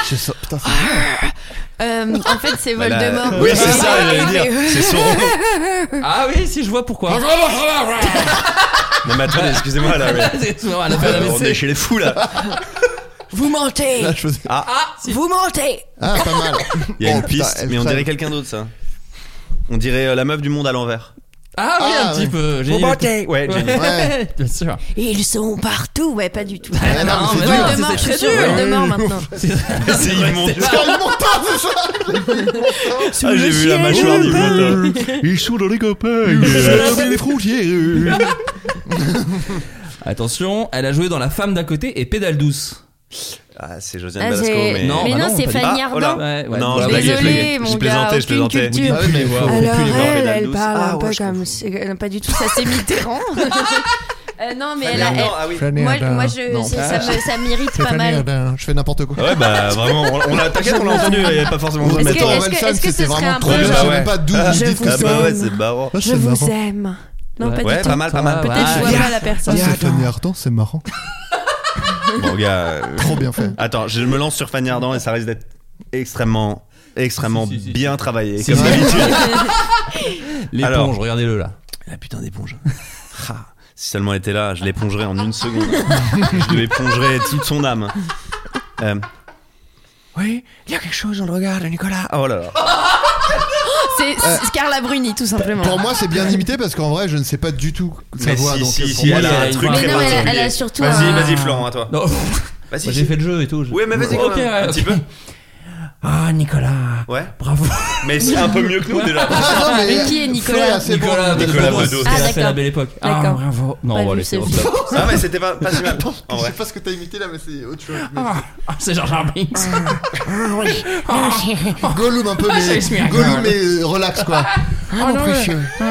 Je sens- Putain, c'est- Euh, en fait, c'est Voldemort. Voilà. Bah, Oui, c'est [laughs] ça, j'allais dire. C'est Sauron. Euh. Ah oui, si je vois pourquoi. [laughs] Non, mais attendez, excusez-moi Ah là. mais- C'est souvent à la fin de la On est BC. chez les fous là. Vous mentez. Là, je faisais- Ah, si. Vous mentez. Ah, pas mal. Il y a Oh, une putain, piste, elle mais on traîne. dirait quelqu'un d'autre ça. On dirait euh, la meuf du monde à l'envers. Ah oui, Ah, un petit oui. peu. J'ai Vous dit le- mentez. Ouais, j'ai dit. [laughs] Ouais, bien sûr. Ils sont partout. Ouais, pas du tout. Ah, non, mais c'est dur. c'est- Voldemort, c'est je suis très sur dur. [laughs] Voldemort maintenant. Ah, C'est immonde. [laughs] Putain, il monte pas, c'est ça Ah, j'ai vu la mâchoire du monde. Ils sont dans les copains. Ils sont dans les frontières. Attention, elle a joué dans La femme d'à côté et Pédale douce. Ah, c'est Josiane Ah, Balasco, c'est- mais. Non, mais bah non, non, c'est pas du- Fanny Ah, oh Ardant. là. Ouais, ouais. Non, Voilà. je blaguais, je Désolé, blaguais. mon Je gars, plaisantais, je aucune plaisantais. culture. Ah ouais, mais On wow. peut Alors plus les voir, elle, Pédale elle douce. parle Ah, un ouais, peu je comme euh, pas du tout. Ça c'est Mitterrand. Euh, non, mais elle a. Non, ah oui. elle- Moi, moi, je, Non. je- ça me- ça m'irrite C'est pas Fanny mal. Ardant, Je fais n'importe quoi. Ouais, bah vraiment, on, on l'a t'inquiète, on l'a entendu, il n'y avait pas forcément besoin de Est-ce mettre. que- Attends, est-ce que- Valsan, est-ce que ce c'était serait vraiment un trop peu bien. genre- Je sais même pas d'où Ah, vous je dites vous comme Ah bah ça. ouais, c'est marrant. Ah, Je c'est vous marrant. aime. Non, pas Ouais, du tout. pas mal, pas mal. Peut-être Peut-être je vois pas la Ah, personne. c'est Fanny Ardant, c'est marrant. Bon, gars, euh, Trop bien fait. attends, je me lance sur Fanny Ardant et ça risque d'être extrêmement, extrêmement Si, si, si, bien travaillé, Si, comme si. d'habitude. L'éponge, [laughs] Alors. regardez-le là. La putain d'éponge. [laughs] Ah, si seulement elle était là, je l'épongerais en une seconde. je l'épongerais toute son âme. Euh. Oui, il y a quelque chose dans le regard de Nicolas. Oh là là. C'est Euh, Carla Bruni, tout simplement. Pour moi, c'est bien imité parce qu'en vrai, je ne sais pas du tout sa Mais voix. si, donc, euh, si, pour si, moi, elle a c'est- un truc très Bah, particulier. Vas-y, vas-y, Florent, à toi. [laughs] Vas-y, J'ai fait le jeu et tout. Oui, mais vas-y, quand Ok, même, un ouais, petit peu. Ah, Nicolas. Ouais. Bravo. Mais c'est un peu mieux que nous [laughs] déjà. Ah, Mais qui est Nicolas Nicolas, Nicolas Bedos. Bedos. Ah, C'était la- C'est d'accord. la belle époque. Ah, D'accord. bravo. Non, Pas on va vu, laisser c'est au vu. top. Ah, mais c'était pas- pas si mal. En Je vrai. sais pas ce que t'as imité là, mais c'est autre chose. Ah, ah, c'est Jar Jar Binks. [laughs] Gollum un peu, Ah, ça mais explique. Gollum mais euh, relax quoi. Ah, non, précieux. mais-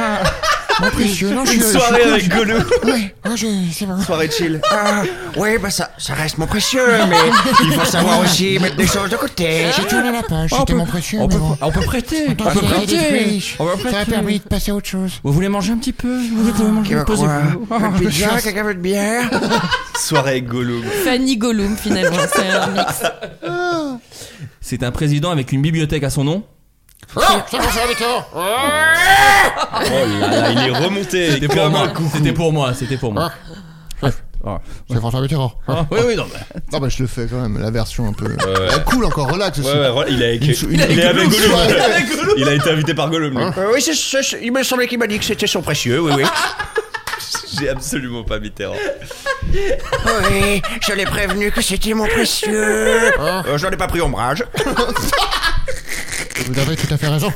Mon précieux, non, je suis- je suis soirée cool, avec je- Gollum. Ouais, Ah, c'est bon. Soirée chill. Ah, ouais, bah ça, ça reste mon précieux, mais il faut savoir aussi mettre des choses de côté. J'ai tourné la page, Ah, on c'était peut- mon précieux. on mais peut- bon. on peut prêter, En tant on peut que prêter. j'étais riche, On peut Ça a prêter. permis de passer à autre chose. Vous voulez manger un petit peu Vous pouvez manger Qui va un peu croire Ah, Une je me pizza, chasse. quelqu'un veut de bière Soirée avec Gollum. Fanny Gollum, [laughs] finalement. C'est un euh, mix. C'est un président avec une bibliothèque à son nom. Ah, ça marche avec toi. Oh là là, il est remonté. C'était pour Comme un moi. C'était pour moi. C'était pour moi. C'est François Mitterrand. Ah, oui, oui, non, Non, bah, je le fais quand même, la version un peu. ouais. Ah, cool, encore relax aussi. Ouais, ouais, voilà, il est avec, Une sou- il est une- avec une Gollum. soirée. Il a Ah, été invité par Gollum. lui. Euh, Oui, c'est- c'est- il me semblait qu'il m'a dit que c'était son précieux, oui, oui. [laughs] J'ai absolument pas Mitterrand. Oui, je l'ai prévenu que c'était mon précieux. Euh, J'en ai pas pris ombrage. Vous avez tout à fait raison.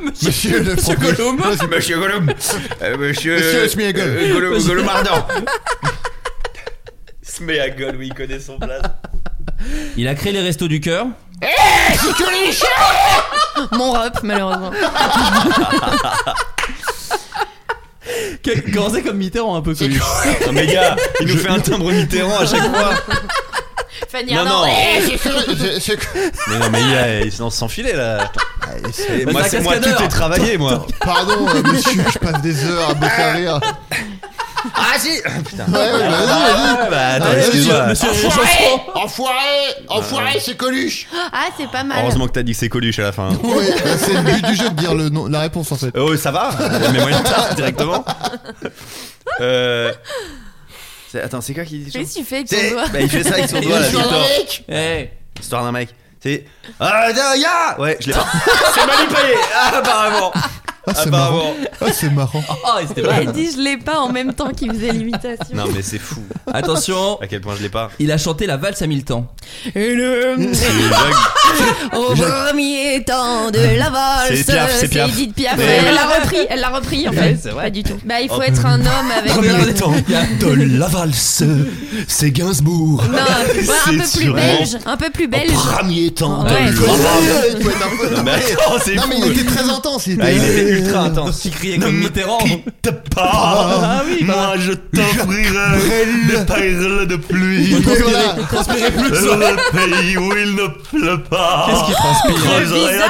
Monsieur, le propriétaire. Monsieur, Gollum. Euh, monsieur. Monsieur Smeagol. euh, Gollum, Monsieur- Gollum [laughs] Ardent. Se met à Gollum, il connaît son place. Il a créé les restos du cœur. Mon rep, malheureusement. Quel- Comment c'est comme Mitterrand un peu connu Non, mais gars, il nous fait un timbre Mitterrand à chaque fois. Fanny Non, Ardant. non. Eh, j'ai fait- Mais non, mais il, a- il se lance sans filet là. Et Bah, moi, c'est c'est un moi, tout cascadeur. est travaillé, moi. Pardon, euh, monsieur, je passe des heures à me faire rire. Ah si Ouais, ouais, vas-y, vas-y. Ah, Bah, attends, Ah, excuse-moi. monsieur, monsieur, Enfoiré Jean-François. Enfoiré Enfoiré, Ouais. c'est Coluche Ah, c'est pas mal. Heureusement que t'as dit que c'est Coluche à la fin. Ouais, bah, c'est le but du jeu de dire le nom- la réponse en fait. Oh, ça [laughs] va Mais moi, je tape directement. Euh. c'est- Attends, c'est quoi qui dit ça Qu'est-ce qu'il fait avec C'est- son doigt Bah, il fait ça avec son doigt. là, Histoire d'un Victor. mec Eh, Histoire d'un mec. C'est. Ah, da- ya Ouais, je l'ai pas. c'est Manu Payet Ah, Apparemment Ah, c'est Apparemment. marrant. Ah, c'est marrant. Ah, [laughs] c'était Il pas a [laughs] dit je l'ai pas en même temps qu'il faisait l'imitation. Non, mais c'est fou. Attention. À quel point je l'ai pas. Il a chanté la valse à mille temps. Et le. Au premier temps de la valse, C'est Piaf, c'est Piaf. Edith Piaf. Mais Elle oui. l'a repris, elle l'a repris en Ouais, fait. c'est vrai. Pas du tout. Bah, il faut Oh. être un homme avec. Premier temps de la valse, c'est Gainsbourg. Non, ouais, un peu plus belge, un peu plus belge. Premier temps de Ouais. bah, Ouais, la il faut être un peu- Non, mais attends, c'est Non, mais fou. il était très intense. Il était, Ah, il était ultra intense. Il criait comme Mitterrand. Ah, Ah oui, moi je t'offrirai des perles de pluie. Et voilà. Transpirez plus. Le pays où il ne pleut pas. Qu'est-ce qu'il transpire Creuserai Le la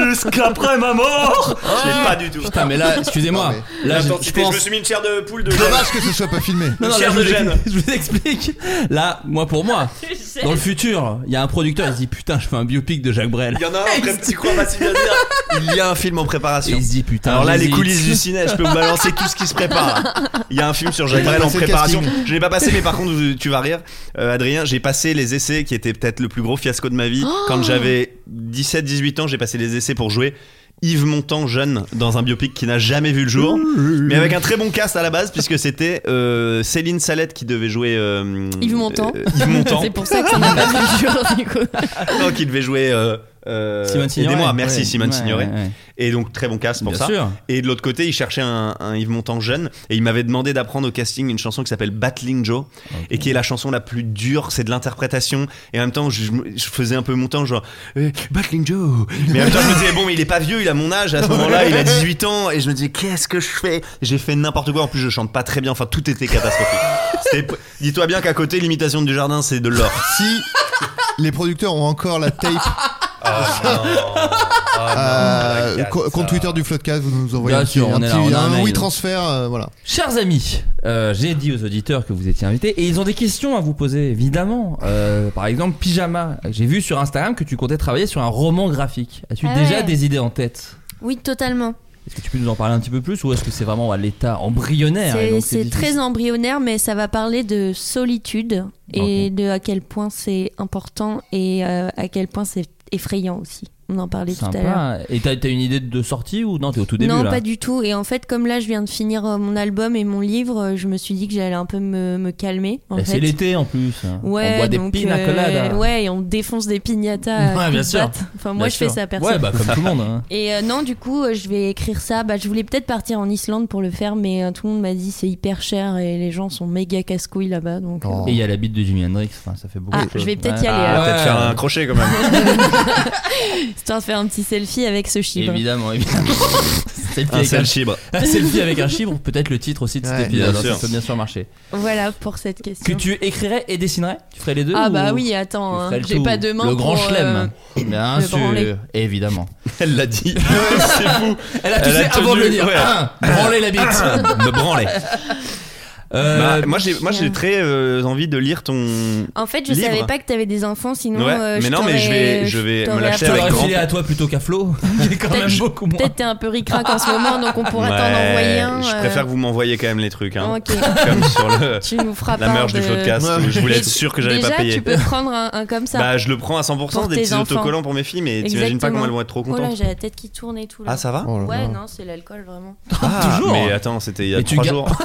terre jusqu'après ma mort. Je l'ai pas du tout. Putain, mais là, excusez-moi. Là, je, je L'intensité, je pense. me suis mis une chair de poule de. Dommage que ce soit pas filmé. Non, non, Cher là, de je, vous gêne. explique- [laughs] je vous explique. Là, moi pour moi, gêne. dans le futur, il y a un producteur, il se dit putain, je fais un biopic de Jacques Brel. Il y en a un après petit coin pas si bien dire. Il y a un film en préparation. Il se dit putain. Alors là, les j'hésite. coulisses du ciné, je peux vous balancer tout ce qui se prépare. Il y a un film sur Jacques Il a Brel en passé le préparation. casting. Je l'ai pas passé, mais par contre, vous- tu vas rire. Euh, Adrien, j'ai passé les essais qui étaient peut-être le plus gros fiasco de ma vie. Oh. Quand j'avais 17-18 ans, j'ai passé les essais pour jouer. Yves Montand jeune dans un biopic qui n'a jamais vu le jour, mais avec un très bon cast à la base puisque c'était euh, Céline Salette qui devait jouer euh, Yves Montand. euh, Yves Montand. [laughs] C'est pour ça que ça n'a pas vu le jour, du coup. Non, qui devait jouer. Euh, euh, Simone Signoret. Aidez-moi, merci Ouais, Simone ouais, Signoret. ouais, ouais. Et donc, très bon cast pour Bien ça. sûr. Et de l'autre côté, il cherchait un, un Yves Montand jeune et il m'avait demandé d'apprendre au casting une chanson qui s'appelle Battling Joe et qui est la chanson la plus dure, c'est de l'interprétation. Et en même temps, je, je faisais un peu mon temps, genre eh, Battling Joe. Mais en même temps, je me disais, bon, mais il est pas vieux, il a mon âge à ce moment-là, il a 18 ans. Et je me disais, qu'est-ce que je fais J'ai fait n'importe quoi. En plus, je chante pas très bien, enfin, tout était catastrophique. C'était- Dis-toi bien qu'à côté, l'imitation du jardin, c'est de l'or. Si les producteurs ont encore la tape, Ah, euh, co- compte Twitter du Floodcast, vous nous envoyez Bien un petit, sûr, on un est là, petit- on a un un mail. oui transfert, euh, voilà. Chers amis, euh, j'ai dit aux auditeurs que vous étiez invités et ils ont des questions à vous poser, évidemment. Euh, par exemple, Pyjama, j'ai vu sur Instagram que tu comptais travailler sur un roman graphique. As-tu Ah déjà ouais. des idées en tête Oui, totalement. Est-ce que tu peux nous en parler un petit peu plus ou est-ce que c'est vraiment à l'état embryonnaire et C'est donc c'est difficile très embryonnaire, mais ça va parler de solitude et de à quel point c'est important et euh, à quel point c'est effrayant aussi. On en parlait tout à l'heure. Sympa. Et t'as t'as une idée de sortie ou non T'es au tout début non, là. pas du tout. Et en fait, comme là, je viens de finir euh, mon album et mon livre, euh, je me suis dit que j'allais un peu me, me calmer. en Bah, fait. C'est l'été en plus. hein. Ouais, on boit des donc, pina euh, colada. ouais, et on défonce des piñatas. à Ouais, bien coups de sûr. patte. Enfin, moi, Bien je sûr. fais ça personne. Ouais, bah comme tout le monde. [laughs] hein. Et euh, non, du coup, euh, je vais écrire ça. Bah, je voulais peut-être partir en Islande pour le faire, mais euh, tout le monde m'a dit c'est hyper cher et les gens sont méga casse-couilles là-bas. Donc, euh, Et il y a la bite de Jimi Hendrix. Enfin, ça fait beaucoup. Ah, de choses. je vais peut-être Ouais. y aller, Ah, alors. peut-être faire un crochet, quand même. euh, histoire de faire un petit selfie avec ce chibre. Évidemment, évidemment. [laughs] Selfie Un avec seul chibre. Un selfie avec un chibre, peut-être le titre aussi de cet Ouais, épisode. bien hein, sûr. Ça peut bien sûr marcher. Voilà pour cette question. Que tu écrirais et dessinerais Tu ferais les deux Ah ou- bah oui, attends, Tu hein, ferais le j'ai tout. pas de main Le grand pour, euh, chelem. Bien me branler. sûr, évidemment. Elle l'a dit. C'est fou. Elle a tout fait avant de le dire. Ah, branler la bite. Me branler. Euh, Ah. Bah, moi j'ai moi j'ai très euh, envie de lire ton. En fait, je livre. savais pas que t'avais des enfants, sinon. Ouais, euh, mais non, mais je t'aurais- vais- je vais me t'aurais lâcher appris. avec T'aurais grand- filé à toi plutôt qu'à Flo, [laughs] qui est quand même beaucoup moins. Peut-être t'es un peu ricrac en ce moment, donc on pourra t'en Ouais, envoyer un. Je euh, préfère que vous m'envoyiez quand même les trucs. Hein. Ok. Comme sur [laughs] le, Tu nous feras la part merge de- du podcast Ouais. où je voulais être sûr que j'allais Déjà, pas payer. tu peux prendre un, un comme ça. Bah, je le prends à 100% Pour des tes petits enfants. autocollants pour mes filles, mais t'imagines pas Exactement. comment elles vont être trop Oh contentes. là, j'ai la tête qui tourne et tout. Là. Ah, ça va Oh là Ouais, là. non, c'est l'alcool vraiment. Ah, Toujours. Mais attends, c'était il y a Mais tu 3 gardes- jours.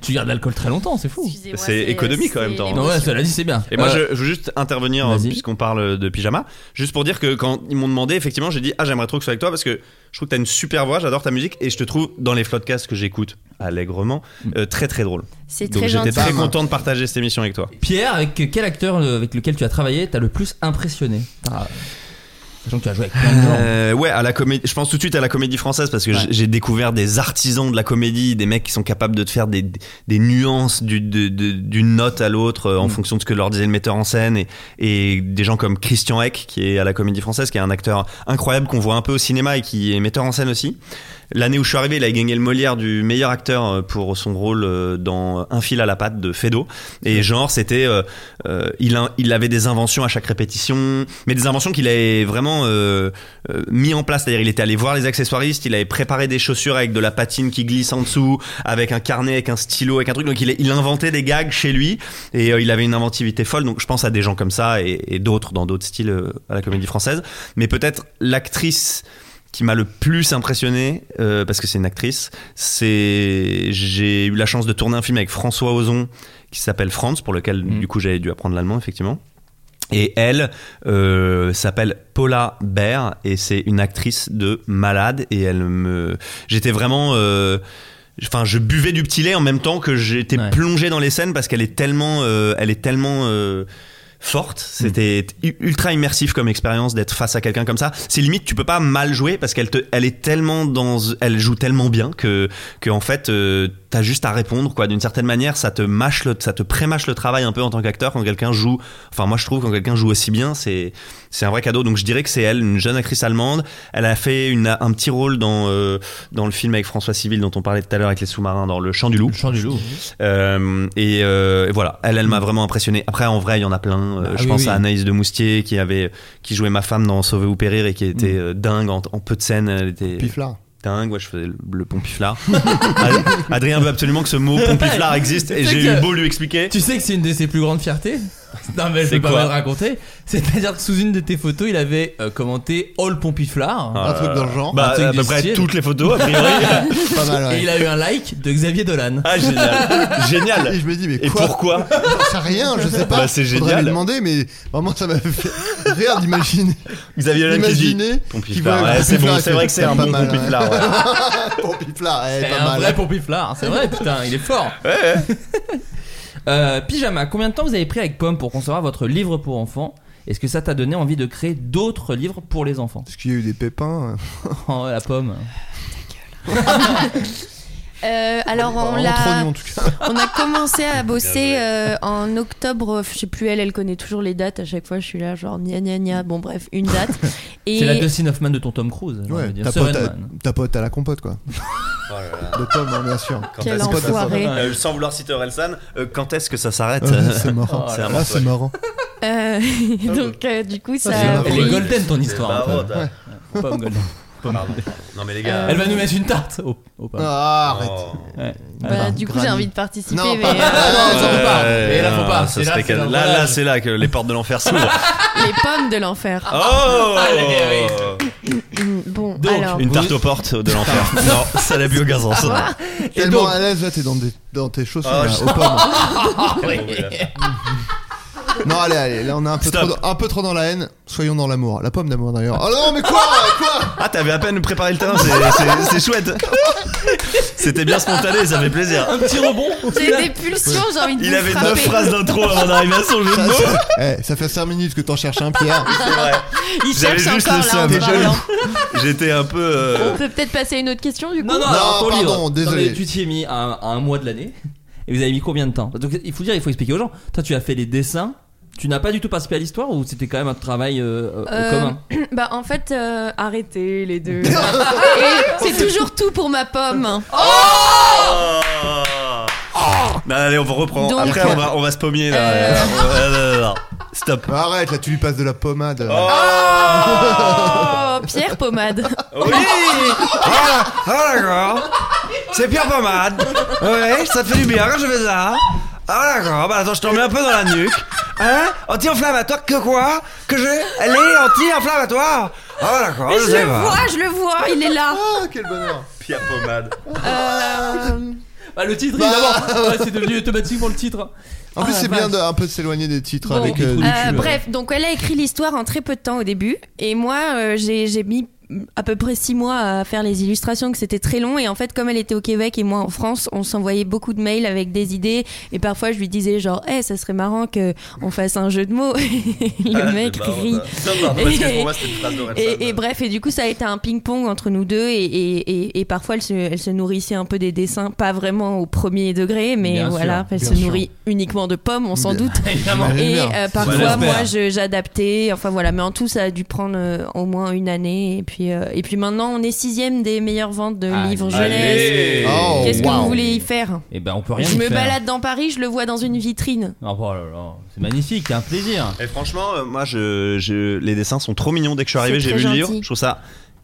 tu gardes l'alcool très longtemps, c'est fou. Excusez-moi, C'est économique en même temps. Non, ouais, cela dit, c'est bien. Et moi, [laughs] Euh, je, je veux juste intervenir euh, puisqu'on parle de pyjama, juste pour dire que quand ils m'ont demandé, effectivement, j'ai dit ah j'aimerais trop que ce soit avec toi parce que je trouve que t'as une super voix, j'adore ta musique et je te trouve dans les podcasts que j'écoute allègrement Mm. euh, très très drôle. C'est Donc très j'étais gentil. très content de partager cette émission avec toi. Pierre, avec quel acteur euh, avec lequel tu as travaillé t'as le plus impressionné T'as- Sachant que tu as joué avec plein de gens. Euh, ouais, à la comédie. Je pense tout de suite à la comédie française parce que j'ai- j'ai découvert des artisans de la comédie, des mecs qui sont capables de te faire des, des nuances du- de- de- d'une note à l'autre euh, en fonction de ce que leur disait le metteur en scène et, et des gens comme Christian Eck qui est à la comédie française, qui est un acteur incroyable qu'on voit un peu au cinéma et qui est metteur en scène aussi. L'année où je suis arrivé, il a gagné le Molière du meilleur acteur euh, pour son rôle euh, dans Un fil à la patte de Fedo. Et genre, c'était, euh, euh, il, a- il avait des inventions à chaque répétition, mais des inventions qu'il avait vraiment euh, euh, mis en place. C'est-à-dire, il était allé voir les accessoiristes, il avait préparé des chaussures avec de la patine qui glisse en dessous, avec un carnet, avec un stylo, avec un truc. Donc, il, il inventait des gags chez lui et euh, il avait une inventivité folle. Donc, je pense à des gens comme ça et, et d'autres dans d'autres styles euh, à la comédie française. Mais peut-être l'actrice qui m'a le plus impressionné, euh, parce que c'est une actrice, c'est j'ai eu la chance de tourner un film avec François Ozon qui s'appelle France, pour lequel du coup j'avais dû apprendre l'allemand effectivement. Et elle euh, s'appelle Paula Baer et c'est une actrice de malade et elle me j'étais vraiment euh, Enfin, je buvais du petit lait en même temps que j'étais plongé dans les scènes parce qu'elle est tellement, euh, elle est tellement euh, forte. C'était u- ultra immersif comme expérience d'être face à quelqu'un comme ça. C'est limite, tu peux pas mal jouer parce qu'elle te, elle est tellement dans, elle joue tellement bien que, que en fait, euh, t'as juste à répondre quoi. D'une certaine manière, ça te mâche le, ça te pré-mâche le travail un peu en tant qu'acteur quand quelqu'un joue. Enfin, moi je trouve quand quelqu'un joue aussi bien, c'est, c'est un vrai cadeau. Donc je dirais que c'est elle, une jeune actrice allemande. Elle a fait une, un petit rôle dans, euh, dans le film avec François Civil dont on parlait tout à l'heure avec les sous-marins dans Le Chant du Loup. Le Chant du Loup. et, euh, et voilà, elle, elle m'a vraiment impressionné. Après, en vrai, il y en a plein. Euh, Ah je oui, pense oui. à Anaïs de Moustier qui avait qui jouait ma femme dans Sauver ou périr et qui était euh, dingue en, en peu de scènes. Elle était Pompiflard. Dingue, ouais, je faisais le, le pompiflard. [laughs] Ad- Adrien veut absolument que ce mot pompiflard existe et Tu sais j'ai que- eu beau lui expliquer. Tu sais que c'est une de ses plus grandes fiertés Non, mais je C'est vais pas quoi mal raconter. C'est-à-dire que sous une de tes photos, il avait euh, commenté All Pompiflard. Ah, Un truc dans le genre. bah, Un truc à du peu près style. toutes les photos, a priori. Pas mal, ouais. Et il a eu un like de Xavier Dolan. Ah, génial. Génial. Et je me dis, mais Et quoi pourquoi Ça rien, je sais pas. Bah, c'est Faudrait génial. lui demander, mais vraiment, ça m'a fait rire d'imaginer. Xavier Dolan qui dit, Imaginer Pompiflard, qu'il voit ouais, un c'est bon, Pompiflard, c'est vrai que c'est un pas bon mal, ouais. [laughs] Pompiflard, Pompiflard, ouais, C'est pas un mal. hein. vrai pompiflard, c'est vrai, putain, il est fort. [laughs] Euh, pyjama, combien de temps vous avez pris avec Pomme pour concevoir votre livre pour enfants Est-ce que ça t'a donné envie de créer d'autres livres pour les enfants [laughs] Est-ce qu'il y a eu des pépins euh, Oh, la pomme. Euh, alors, Bah, on en l'a. trognon, en tout cas. On a [laughs] commencé à bosser euh, en octobre. Je sais plus, elle, elle connaît toujours les dates. À chaque fois, je suis là, genre, gna gna gna. Bon, bref, une date. [laughs] C'est la Et Dustin Hoffman de ton Tom Cruise. j'ai envie de Ouais, dire. ta pote, à, Serenman. ta pote à la [laughs] compote, quoi. Oh De Tom, hein, bien sûr. Quel Ta pote à- enfoiré. Euh, sans vouloir citer Orelsan, euh, quand est-ce que ça s'arrête Ah, c'est marrant. C'est un Ah, morceau, c'est ouais. marrant. euh, [laughs] Ah, donc, euh, du coup, ça. a Elle Ah pris- est golden ton histoire. Bah, un peu. oh, t'as- Ouais, Pomme golden. [laughs] Pardon. Non, mais les gars. Elle va nous mettre une tarte. Oh, oh, pardon. Ah, arrête. Ouais. Bah, du coup, j'ai Granny. envie de participer. Non, mais, pas- euh, Ah, non, ça peut pas. Ouais, Mais là, faut non, pas. ça C'est là, serait c'est canon. dans le là, là, rodage. [laughs] c'est là que les portes de l'enfer s'ouvrent. euh, les pommes de l'enfer. Ah, Oh Bon, Donc, alors. une tarte aux portes de l'enfer. Ah, non, ça l'a bu au gaz ensemble. Tellement à l'aise, là, t'es dans, des- dans tes chaussures, Ah, là, je- aux ah, pommes. Oui. Non, allez, allez, là, on est un peu, trop, dans- un peu trop dans la haine. Soyons dans l'amour. La pomme d'amour, d'ailleurs. Oh non, mais quoi Quoi [laughs] Ah, t'avais à peine préparé le terrain, c'est- c'est- c'est chouette. C'était bien spontané, ça fait plaisir. Un petit [laughs] rebond J'ai des pulsions, j'ai envie de Il vous avait frapper. neuf phrases d'intro avant d'arriver à son jeu de Ça, mots. ça- eh, ça fait 5 minutes que t'en cherches un, Pierre. C'est vrai. Il J'avais cherche juste encore, le là, en seum. Déjà, parlant. J'étais un peu. euh, On peut peut-être passer à une autre question du coup Non, non, alors, ton livre. pardon, désolé. Non, mais tu t'y es mis à un, à un mois de l'année. Et vous avez mis combien de temps Donc, il faut dire, il faut expliquer aux gens. Toi, tu as fait les dessins. Tu n'as pas du tout participé à l'histoire ou c'était quand même un travail euh, euh, Euh, commun [clears throat] bah en fait, euh, arrêtez [laughs] les deux. Et C'est toujours tout pour ma pomme. Oh. Non, Ah allez, on reprend. Donc, Après, on va, on va se paumier là. Euh, non, non, non. Stop. Ah, Arrête, là, tu lui passes de la pommade. Oh. Oh, Pierre Pommade. Oui Ah, ah, d'accord. C'est Pierre Pommade. Ouais, ça te fait du bien quand je fais ça. Ah d'accord, bah attends, je t'en mets un peu dans la nuque. Hein Anti-inflammatoire, que quoi Que je... Elle est anti-inflammatoire Ah d'accord, Oh, Mais je je sais le pas. vois, je le vois, il est là. Ah, quel bonheur. Pierre Pommade. Euh, Bah, le titre, Bah. évidemment. [laughs] Ouais, c'est devenu automatique pour le titre. En plus, Ah, c'est la bien vache. de, un peu de s'éloigner des titres Bon. avec. euh, Des trous des- Euh, du cul, bref, donc elle a écrit l'histoire en très peu de temps au début, et moi euh, j'ai j'ai mis à peu près six mois à faire les illustrations, que c'était très long, et en fait comme elle était au Québec et moi en France, on s'envoyait beaucoup de mails avec des idées, et parfois je lui disais genre, Eh, ça serait marrant que on fasse un jeu de mots, [laughs] Et le Ah, mec bah, on a- rit. Non, pardon, parce que pour moi, c'était une phrase d'Orelsan. Et, et bref, et du coup, ça a été un ping-pong entre nous deux. Et, et- et- et parfois, elle se, elle se nourrissait un peu des dessins, pas vraiment au premier degré, mais Bien voilà, sûr, elle bien se sûr. nourrit uniquement de pommes, on s'en Bien- doute. Évidemment. Et Bien. Bah, euh, On parfois, l'espère. moi, je- j'adaptais. Enfin voilà, mais en tout, ça a dû prendre euh, au moins une année. Et puis, euh, et puis maintenant, on est sixième des meilleures ventes de livres jeunesse. Oh, Qu'est-ce que wow. vous voulez y faire Eh ben, on peut rien Je y me faire. balade dans Paris, je le vois dans une vitrine. Oh, oh là là, c'est magnifique, c'est un plaisir. Et franchement, euh, moi, je, je- les dessins sont trop mignons. Dès que je suis arrivé, C'est j'ai très vu le livre. gentil. Je trouve ça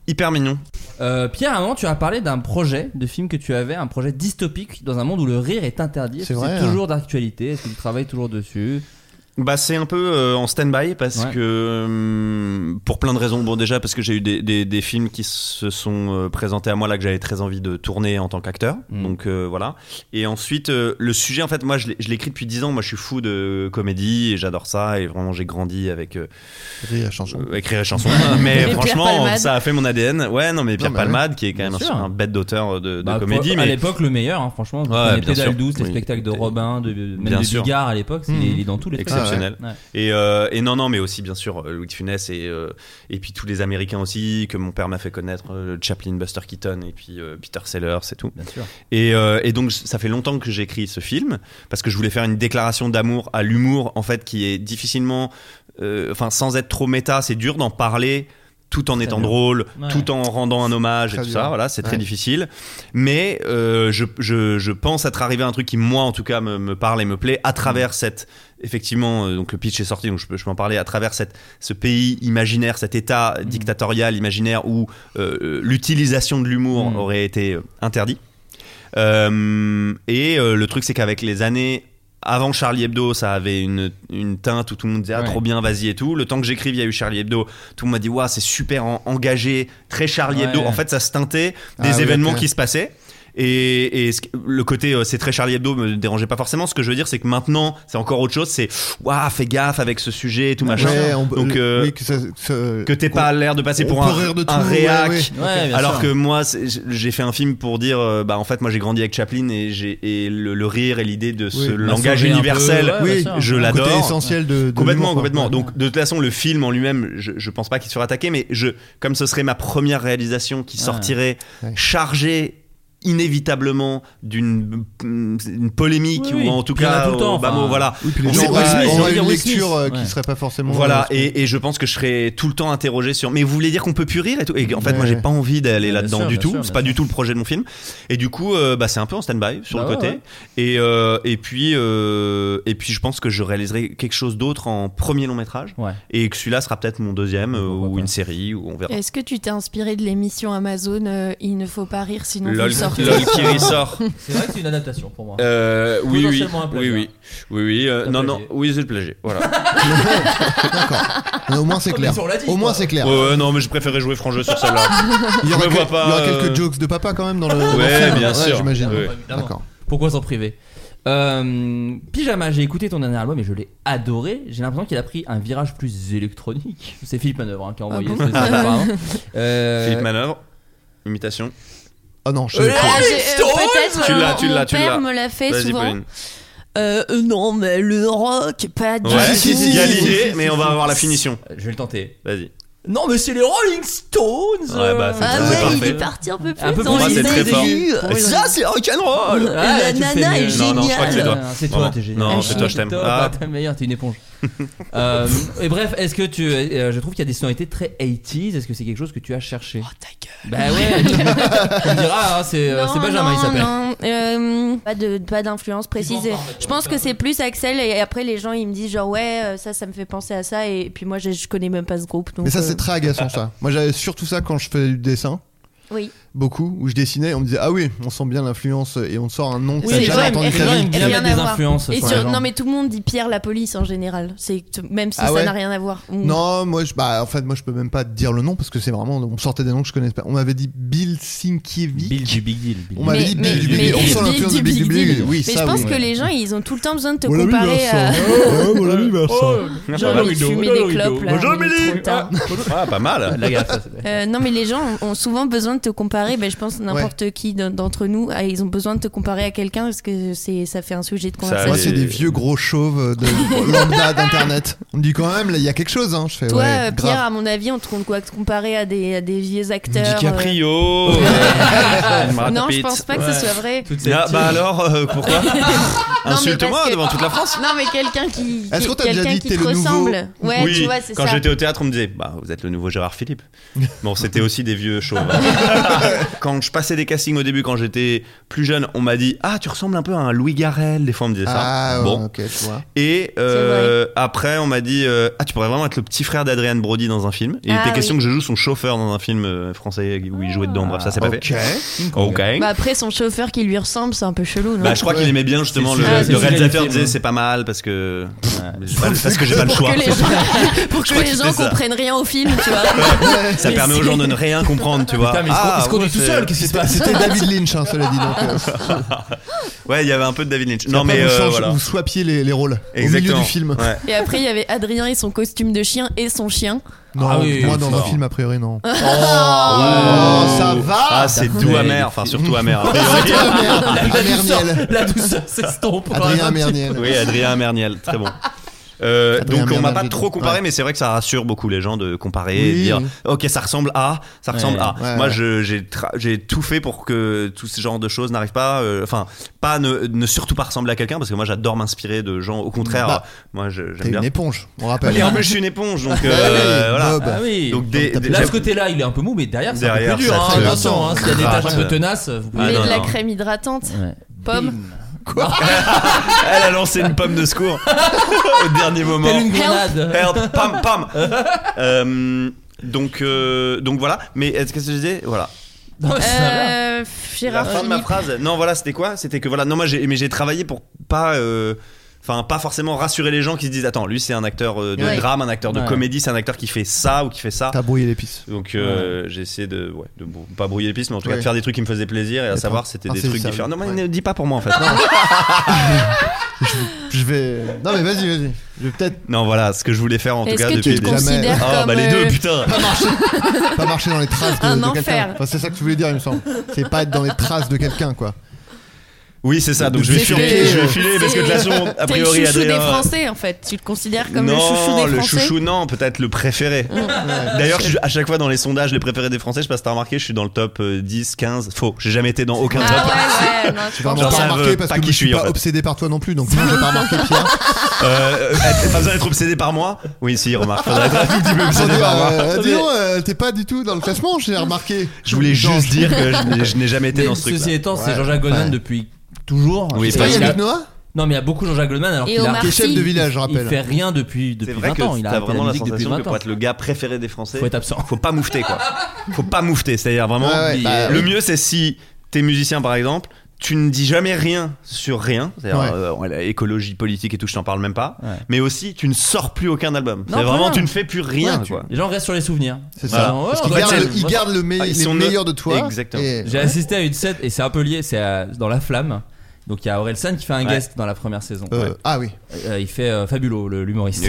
hyper mignon. Euh, Pierre, à un moment, tu as parlé d'un projet de film que tu avais, un projet dystopique dans un monde où le rire est interdit. Est-ce C'est que vrai, C'est hein. toujours d'actualité. Est-ce que tu travailles toujours dessus Bah, c'est un peu euh, en stand-by parce Ouais. que euh, pour plein de raisons. Bon, déjà parce que j'ai eu des, des- des films qui se sont euh, présentés à moi là que j'avais très envie de tourner en tant qu'acteur. Mm. Donc euh, voilà. Et ensuite, euh, le sujet, en fait, moi je l'ai- je l'écris depuis 10 ans. Moi je suis fou de comédie et j'adore ça. Et vraiment, j'ai grandi avec. euh, Rire et chanson. euh, écrire et [laughs] chanson. Et mais Pierre franchement, Palmade. ça a fait mon ADN. Ouais, non, mais Pierre bah ouais. Palmade qui est quand même Bien un, sûr. un bête d'auteur de, de Bah, comédie. pour- mais À l'époque, le meilleur, hein, franchement. Ouais, Ouais, bien Pédale sûr. 12, les Oui. spectacles de Robin, de, même Bien de sûr. Bigard à l'époque, c'est- Mmh. il est dans tous les trucs. exceptionnel. Ouais. Ah Et, euh, et non, non, mais aussi bien sûr euh, Louis de Funès et euh, et puis tous les Américains aussi que mon père m'a fait connaître, euh, Chaplin, Buster Keaton et puis euh, Peter Sellers, c'est tout. Bien sûr. Et, euh, et donc ça fait longtemps que j'écris ce film parce que je voulais faire une déclaration d'amour à l'humour en fait qui est difficilement, euh, enfin sans être trop méta, c'est dur d'en parler tout en étant bien. drôle, Ouais. tout en rendant un hommage et Très tout bien. ça, voilà, c'est très Ouais. difficile. Mais euh, je, je, je pense être arrivé à un truc qui, moi en tout cas, me, me parle et me plaît à travers cette. Effectivement, euh, donc le pitch est sorti, donc je peux, je peux en parler à travers cette, ce pays imaginaire, cet Mmh. état dictatorial imaginaire où euh, euh, l'utilisation de l'humour Mmh. aurait été euh, interdit. Euh, et euh, le truc, c'est qu'avec les années. Avant Charlie Hebdo, ça avait une, une teinte où tout le monde disait ah, Ouais. trop bien, vas-y et tout. Le temps que j'écrive, il y a eu Charlie Hebdo. Tout le monde m'a dit waouh, c'est super en- engagé, très Charlie Ouais. Hebdo. En fait, ça se teintait des Ah oui, événements ok. qui se passaient. Et, et ce que- le côté euh, c'est très Charlie Hebdo me dérangeait pas forcément. Ce que je veux dire, c'est que maintenant, c'est encore autre chose. C'est waouh, fais gaffe avec ce sujet et tout machin. Ouais, on- Donc, euh, oui, que ça- que ça- que t'aies qu'on- pas l'air de passer on pour peut un, rire de tout, un ouais, réac. ouais. Ok. alors sûr. que moi, c'est- j- j'ai fait un film pour dire, euh, bah en fait, moi j'ai grandi avec Chaplin et, j'ai- et le, le rire et l'idée de ce Oui. langage Sauver un peu, universel, ouais, bien sûr. je Le côté l'adore. essentiel de- de l'humour, complètement, quoi. complètement. Ouais. Donc de toute façon, le film en lui-même, je, je pense pas qu'il soit attaqué, mais je, comme ce serait ma première réalisation qui Ouais. sortirait chargée inévitablement d'une une polémique Oui, oui. ou en tout Puis il y en a cas tout le temps, au bas mot, enfin. voilà Oui, puis les On gens sait auraient- pas- auraient on aurait une une lecture, lecture, euh, qui serait pas forcément voilà, euh, [laughs] et, et je pense que je serais tout le temps interrogé sur. Mais vous voulez dire qu'on peut plus rire et tout Et en fait, Ouais, moi, j'ai ouais. pas envie d'aller là-dedans sûr, du bien tout. sûr, C'est bien pas du tout le projet de mon film. Et du coup, euh, bah, c'est un peu en stand-by sur Bah le ouais, côté. ouais. Et, euh, et puis, euh, et puis, je pense que je réaliserai quelque chose d'autre en premier long métrage. Et que celui-là sera peut-être mon deuxième euh, ou une série ou on verra. Est-ce que tu t'es inspiré de l'émission Amazon euh, Il ne faut pas rire sinon Lol, vous ressortent. LOL qui ressort. C'est vrai que c'est une adaptation pour moi. Euh, oui, oui, Potentiellement un oui, plagiat. oui, oui, oui, euh, non, non, oui, c'est le plagiat, voilà. Au moins c'est clair. Au moins c'est clair. Ouais, ouais, non, mais je préférais jouer franc jeu sur celle-là. [laughs] Il y Je aura, me vois quel- pas, il y aura euh, quelques jokes de papa quand même dans le. dans le Ouais, film. euh, bien sûr. J'imagine. Ouais. Évidemment. D'accord. Pourquoi s'en priver Euh, Pyjama, j'ai écouté ton dernier album et je l'ai adoré. J'ai l'impression qu'il a pris un virage plus électronique. [laughs] C'est Philippe Manœuvre hein, qui a envoyé bon ce- ce- apparemment. Euh, Philippe Manœuvre, imitation. Oh non, je Euh, Ah, j'ai- euh, peut-être, Tu euh, l'as, tu mon l'as, tu père l'as. me l'a fait Vas-y, souvent. Pauline. Euh, euh, non, mais le rock, pas du Ouais, tout. il y a l'idée, mais on va avoir la finition. Je vais le tenter. Vas-y. Non, mais c'est les Rolling Stones euh, Ouais, bah, c'est- Ah c'est ouais, parfait. il est parti un peu plus Un peu dans pour moi, les c'est très fort. aigus. Et ça, c'est rock'n'roll. Et Ah, la tu fais nana mieux. est Non, non, je crois que c'est toi. géniale. Ah, C'est Vraiment. toi, t'es génial. Non, c'est toi, je t'aime. Ah. T'es meilleur, t'es une [laughs] éponge. Euh, et bref, est-ce que tu. euh, je trouve qu'il y a des sonorités très 80s. Est-ce que c'est quelque chose que tu as cherché Oh ta gueule Bah ouais [laughs] On dira, hein, c'est euh, Non, c'est Benjamin, il non, s'appelle. non, euh, pas de pas d'influence précise. je pense que c'est plus Axel et après les gens ils me disent genre ouais euh, ça ça me fait penser à ça et puis moi je, je connais même pas ce groupe donc. Mais ça euh, c'est très agaçant ça. Moi j'avais surtout ça quand je faisais du dessin. Oui. Beaucoup où je dessinais, on me disait ah oui, on sent bien l'influence et on te sort un nom que Oui, t'as c'est jamais vrai, entendu mais de ta rien- vie. Il y a rien des à voir. influences Et sur sur- les gens. non mais tout le monde dit Pierre la police en général. C'est même si Ah ça ouais n'a rien à voir. Mm. Non, moi, je, bah, en fait, moi, je peux même pas te dire le nom parce que c'est vraiment, on sortait des noms que je connais pas. On m'avait dit Bill Sinkiewicz. Bill du Big Deal. On m'avait dit Bill du Big Deal. On sent l'influence de Bill du Big Deal. Oui, mais ça, je pense oui. que les gens ils ont tout le temps besoin de te Voilà, oui, comparer Vincent. à. Ouais, Oh, voilà, oui, Vincent. Oh, J'ai envie de fumer des clopes là. Bonjour, il est Amélie. trop tard. Ah, pas mal. La gaffe. Euh, non, mais les gens ont ont souvent besoin de te comparer. Ben, je pense n'importe qui d'en- d'entre nous, ah, ils ont besoin de te comparer à quelqu'un parce que c'est ça fait un sujet de conversation. Moi, c'est des vieux gros chauves [laughs] de lambda d'internet. On me dit quand même, là, il y a quelque chose, hein. Je fais, Toi, ouais, euh, Pierre, grave. à mon avis, on te compte quoi te comparer à des, à des vieux acteurs. euh, DiCaprio. Bah, [laughs] Non, je pense pas que ce soit vrai. Toutes ces Ah, bah alors, euh, pourquoi [laughs] Non, mais Insulte-moi parce que- devant toute la France. Non, mais quelqu'un qui, Est-ce qui- qu'on t'a déjà quelqu'un dit qui que t'es te le nouveau ressemble. Ouais, oui, tu vois, c'est ça. quand j'étais au théâtre, on me disait Bah, vous êtes le nouveau Gérard Philippe. Bon, c'était aussi des vieux chauves. hein. [laughs] quand je passais des castings au début, quand j'étais plus jeune, on m'a dit Ah, tu ressembles un peu à un Louis Garrel. Des fois, on me disait ça. Ah, ouais, bon. ok, je vois. Et euh, après, on m'a dit euh, Ah, tu pourrais vraiment être le petit frère d'Adrien Brody dans un film. Et il Ah, était question oui. que je joue son chauffeur dans un film euh, français où il jouait dedans. Bref, ça s'est pas Ok. fait. Ok. Bah, après, son chauffeur qui lui ressemble, c'est un peu chelou, non Bah, je crois qu'il aimait bien justement C'est le, celui- le c'est celui réalisateur du film, disait hein. c'est pas mal parce que j'ai pas- parce que j'ai pas le Pour choix. que les gens, [laughs] pour Je que crois les que gens c'était ça. comprennent rien au film, tu vois. Ça permet aux gens de ne rien comprendre, tu vois. Ah, Putain, mais il se- il se conduit ouais, tout c'est- seul, qu'est-ce qui se passe C'était David Lynch, hein, cela dit. Donc, euh, Ouais, il y avait un peu de David Lynch. Non, après, mais vous, euh, change- voilà. vous swappiez les, les rôles au Exactement. milieu du film. Ouais. Et après, il y avait Adrien et son costume de chien et son chien. Non, Ah oui, moi oui, dans fort. un film a priori [laughs] non. Oh, Oh, ça va. Ah, c'est Après, doux amer, enfin surtout [laughs] amer. a priori. Ah, La douceur- Merniel. La douceur s'estompe. Adrien Merniel. Oui, Adrien Merniel, très bon. Euh, Adrien donc on m'a Merniel, pas j'ai trop dit. comparé Ouais. mais c'est vrai que ça rassure beaucoup les gens de comparer et de Oui. dire ok ça ressemble à ça ressemble Ouais. à Ouais, moi ouais. je- j'ai tra- j'ai tout fait pour que tout ce genre de choses n'arrive pas euh, enfin pas ne, ne surtout pas ressembler à quelqu'un parce que moi j'adore m'inspirer de gens au contraire Bah, moi je- T'es j'aime bien une éponge, Bah on rappelle. et en plus je suis une éponge donc euh, Ouais, voilà Bob. Ah oui. donc des, des- Là, ce côté-là, il est un peu mou, mais derrière, c'est un peu Derrière, Ah, plus dur. ça hein, te- Attention, hein, s'il y a des gratte. tâches un peu tenaces, vous Ah, pouvez. non, de la non. crème hydratante. Ouais. Pomme. [laughs] elle a lancé une pomme de secours [laughs] au dernier moment Telle une grenade. euh, Help, pam, [laughs] pam. Euh, donc, euh, donc voilà. Mais est-ce que je disais Voilà. Non, mais ça va. Euh, pff, Oh, La Gérard fin de ma Philippe. phrase. Non, voilà, c'était quoi C'était que voilà. Non, moi, j'ai, mais j'ai travaillé pour pas. euh, Enfin, pas forcément rassurer les gens qui se disent Attends, lui c'est un acteur euh, de Ouais. drame, un acteur de Ouais. comédie, c'est un acteur qui fait ça ou qui fait ça. T'as brouillé les pistes. Donc euh, j'ai essayé de, ouais, de brou- pas brouiller les pistes, mais en tout cas Ouais. de faire des trucs qui me faisaient plaisir et à Être un- savoir c'était un des trucs saisissable. différents. Non, mais Ouais. ne dis pas pour moi en fait. [laughs] Je vais. Non mais vas-y, vas-y. Je vais peut-être Non, voilà, ce que je voulais faire en tout Est-ce cas que depuis tu te le début. considères Ah, comme bah les deux, euh, putain. pas marcher dans les traces de, Un de enfer. quelqu'un. Enfin, c'est ça que tu voulais dire, il me semble. C'est pas être dans les traces de quelqu'un, quoi. Oui, c'est ça. Donc je C'est vais filer, fait, je euh, vais filer parce que de toute façon, a T'es le priori, chouchou Adrien. des Français en fait. Tu te considères comme le chouchou non, des le Français. Mm, chouchou, non, peut-être le préféré. D'ailleurs, je suis- à chaque fois dans les sondages, les préférés des Français, je sais pas si t'as remarqué, je suis dans le top euh, 10, 15. Faux. J'ai jamais été dans aucun top. [laughs] Ah ouais, ouais, non, J'ai je vraiment Genre, pas ça veut remarqué parce pas que qui je je suis, suis en pas fait. obsédé par toi non plus, donc moi j'ai pas remarqué [laughs] Pierre. Euh, euh, pas besoin d'être obsédé par moi Oui, si, remarque, faudrait être un tout petit peu Attendez, obsédé par moi. euh, dis donc, euh, t'es pas du tout dans le classement, j'ai remarqué. Je voulais Genre, juste dire que je n'ai- je n'ai jamais été Mais dans ce truc. Ceci étant, c'est Ouais, Jean-Jacques Goldman ouais. depuis toujours. Oui, C'est pas vrai qu'il a- Yannick Noah Non, mais il y a beaucoup Jean-Jacques Goldman alors Et qu'il Omar a. Qui est chef de village, je Il rappelle. fait rien depuis, C'est depuis vrai 20 que ans. Il t'as a vraiment la musique depuis sensation que 20 pour ans. être le gars préféré des Français, Faut être absent. faut pas moufter quoi. Faut pas moufter, c'est-à-dire vraiment. Ouais, ouais, bah, le oui. mieux c'est si t'es- t'es musicien par exemple, tu ne dis jamais rien sur rien, c'est-à-dire Ouais. euh, la écologie politique et tout, je t'en parle même pas, mais aussi tu ne sors plus aucun album. Non, C'est plus vraiment, rien. tu ne fais plus rien. Ouais, tu- quoi. Les gens restent sur les souvenirs. C'est ça. Voilà. Parce Ouais, qu'ils on doit gardent être- le- ils gardent le meille- Ah, ils les sont meilleurs neutres. de toi. Exactement. Et- J'ai Ouais. assisté à une scène et c'est un peu lié, c'est à- dans La Flamme. Donc il y a Aurel San qui fait un Ouais. guest dans la première saison. Euh, [laughs] Ah oui. il fait euh, Fabulo, le- l'humoriste.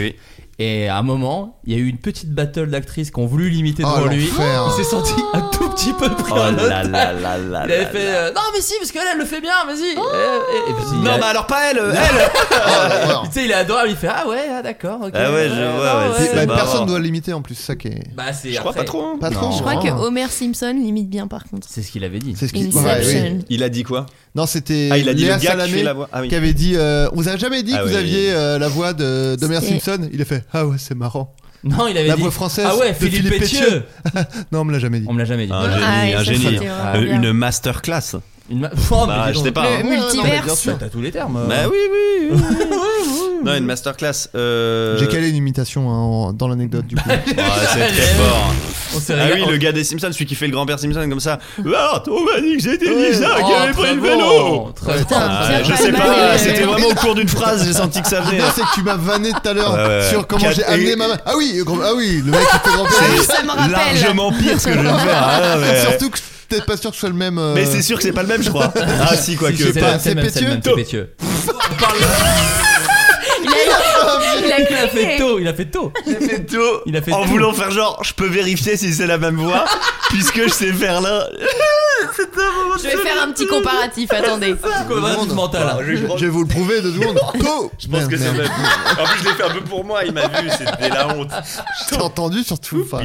Et à un moment, il y a eu une petite battle d'actrices qui ont voulu l'imiter Oh, devant lui. l'enfer. Il s'est senti un tout petit peu pris Oh là en otage. là là là Il avait là fait là. euh, non mais si parce que elle, elle le fait bien, vas-y. Et- et- et puis, il Non, a- mais alors pas elle, elle. [laughs] tu sais, il est adorable, il fait ah ouais, ah d'accord, ok. Ah ouais, je vois, ouais, non, c'est Bah, marrant. personne doit l'imiter en plus, c'est ça qui est. Bah, c'est Je crois après- pas trop, hein. Pas trop. Je crois que Homer Simpson limite bien par contre. C'est ce qu'il avait dit. C'est ce qu'il- Inception. Ouais, oui. Il a dit quoi Non, c'était Ah, il a dit Léa le gars qui Salamé fait la voix. Ah oui. qui avait dit euh, On vous a jamais dit Ah que vous oui. aviez euh, la voix de d'Homer C'était- Simpson Il a fait Ah ouais, c'est marrant. Non, il avait La dit- voix française. Ah ouais, de Philippe Philippe Pétieux. Pétieux. non, on me l'a jamais dit. On me l'a jamais dit. Ah, Un génie, Ah, un génie. Euh, une masterclass. Une [laughs] Oh, mais bah, dis je donc. sais pas. hein. Le multiverse. T'as- t'as tous les termes, euh. [laughs] Bah oui, oui. oui, oui, oui. non, une masterclass. euh, J'ai calé une imitation hein, en- dans l'anecdote du coup. Ouais, c'est très Allez. fort. On s'est Ah régalé. oui, le gars des Simpsons, celui qui fait le grand-père Simpson comme ça. Ah, on m'a dit que j'étais Ouais. Lisa Oh, qui avait très pris le bon, vélo. très bon. [laughs] Ah, Pierre je sais Palmade, pas, ouais. c'était vraiment au cours d'une phrase, j'ai senti que ça Le venait. [laughs] hein. bien, c'est que tu m'as vanné tout à l'heure Ouais, ouais, ouais. sur comment Quatre- j'ai amené et- ma main. Ah oui, grand- ah oui, le mec qui fait grand-père. C'est Ça me rappelle. largement pire ce que je viens de faire, [laughs] [laughs] hein, mais- Surtout que je suis peut-être pas sûr que ce soit le même. euh, Mais c'est sûr que c'est pas le même, je [laughs] crois. Ah si, quoi Si, que. si, c'est pas. le même, c'est le même, c'est Pétieux. [laughs] Il a, il a Il a fait crié. tôt, il a fait tôt. Il a fait tout Il a fait en tout. voulant faire genre, je peux vérifier si c'est la même [laughs] voix, puisque je sais faire là. Je vais faire un petit comparatif, attendez. Comparatif mental. hein. Je vais prendre- Je vais vous le prouver [laughs] deux secondes. Go Je pense que c'est même. En plus, je l'ai fait un peu pour moi, il m'a vu, c'était la honte. J'ai entendu surtout. enfin,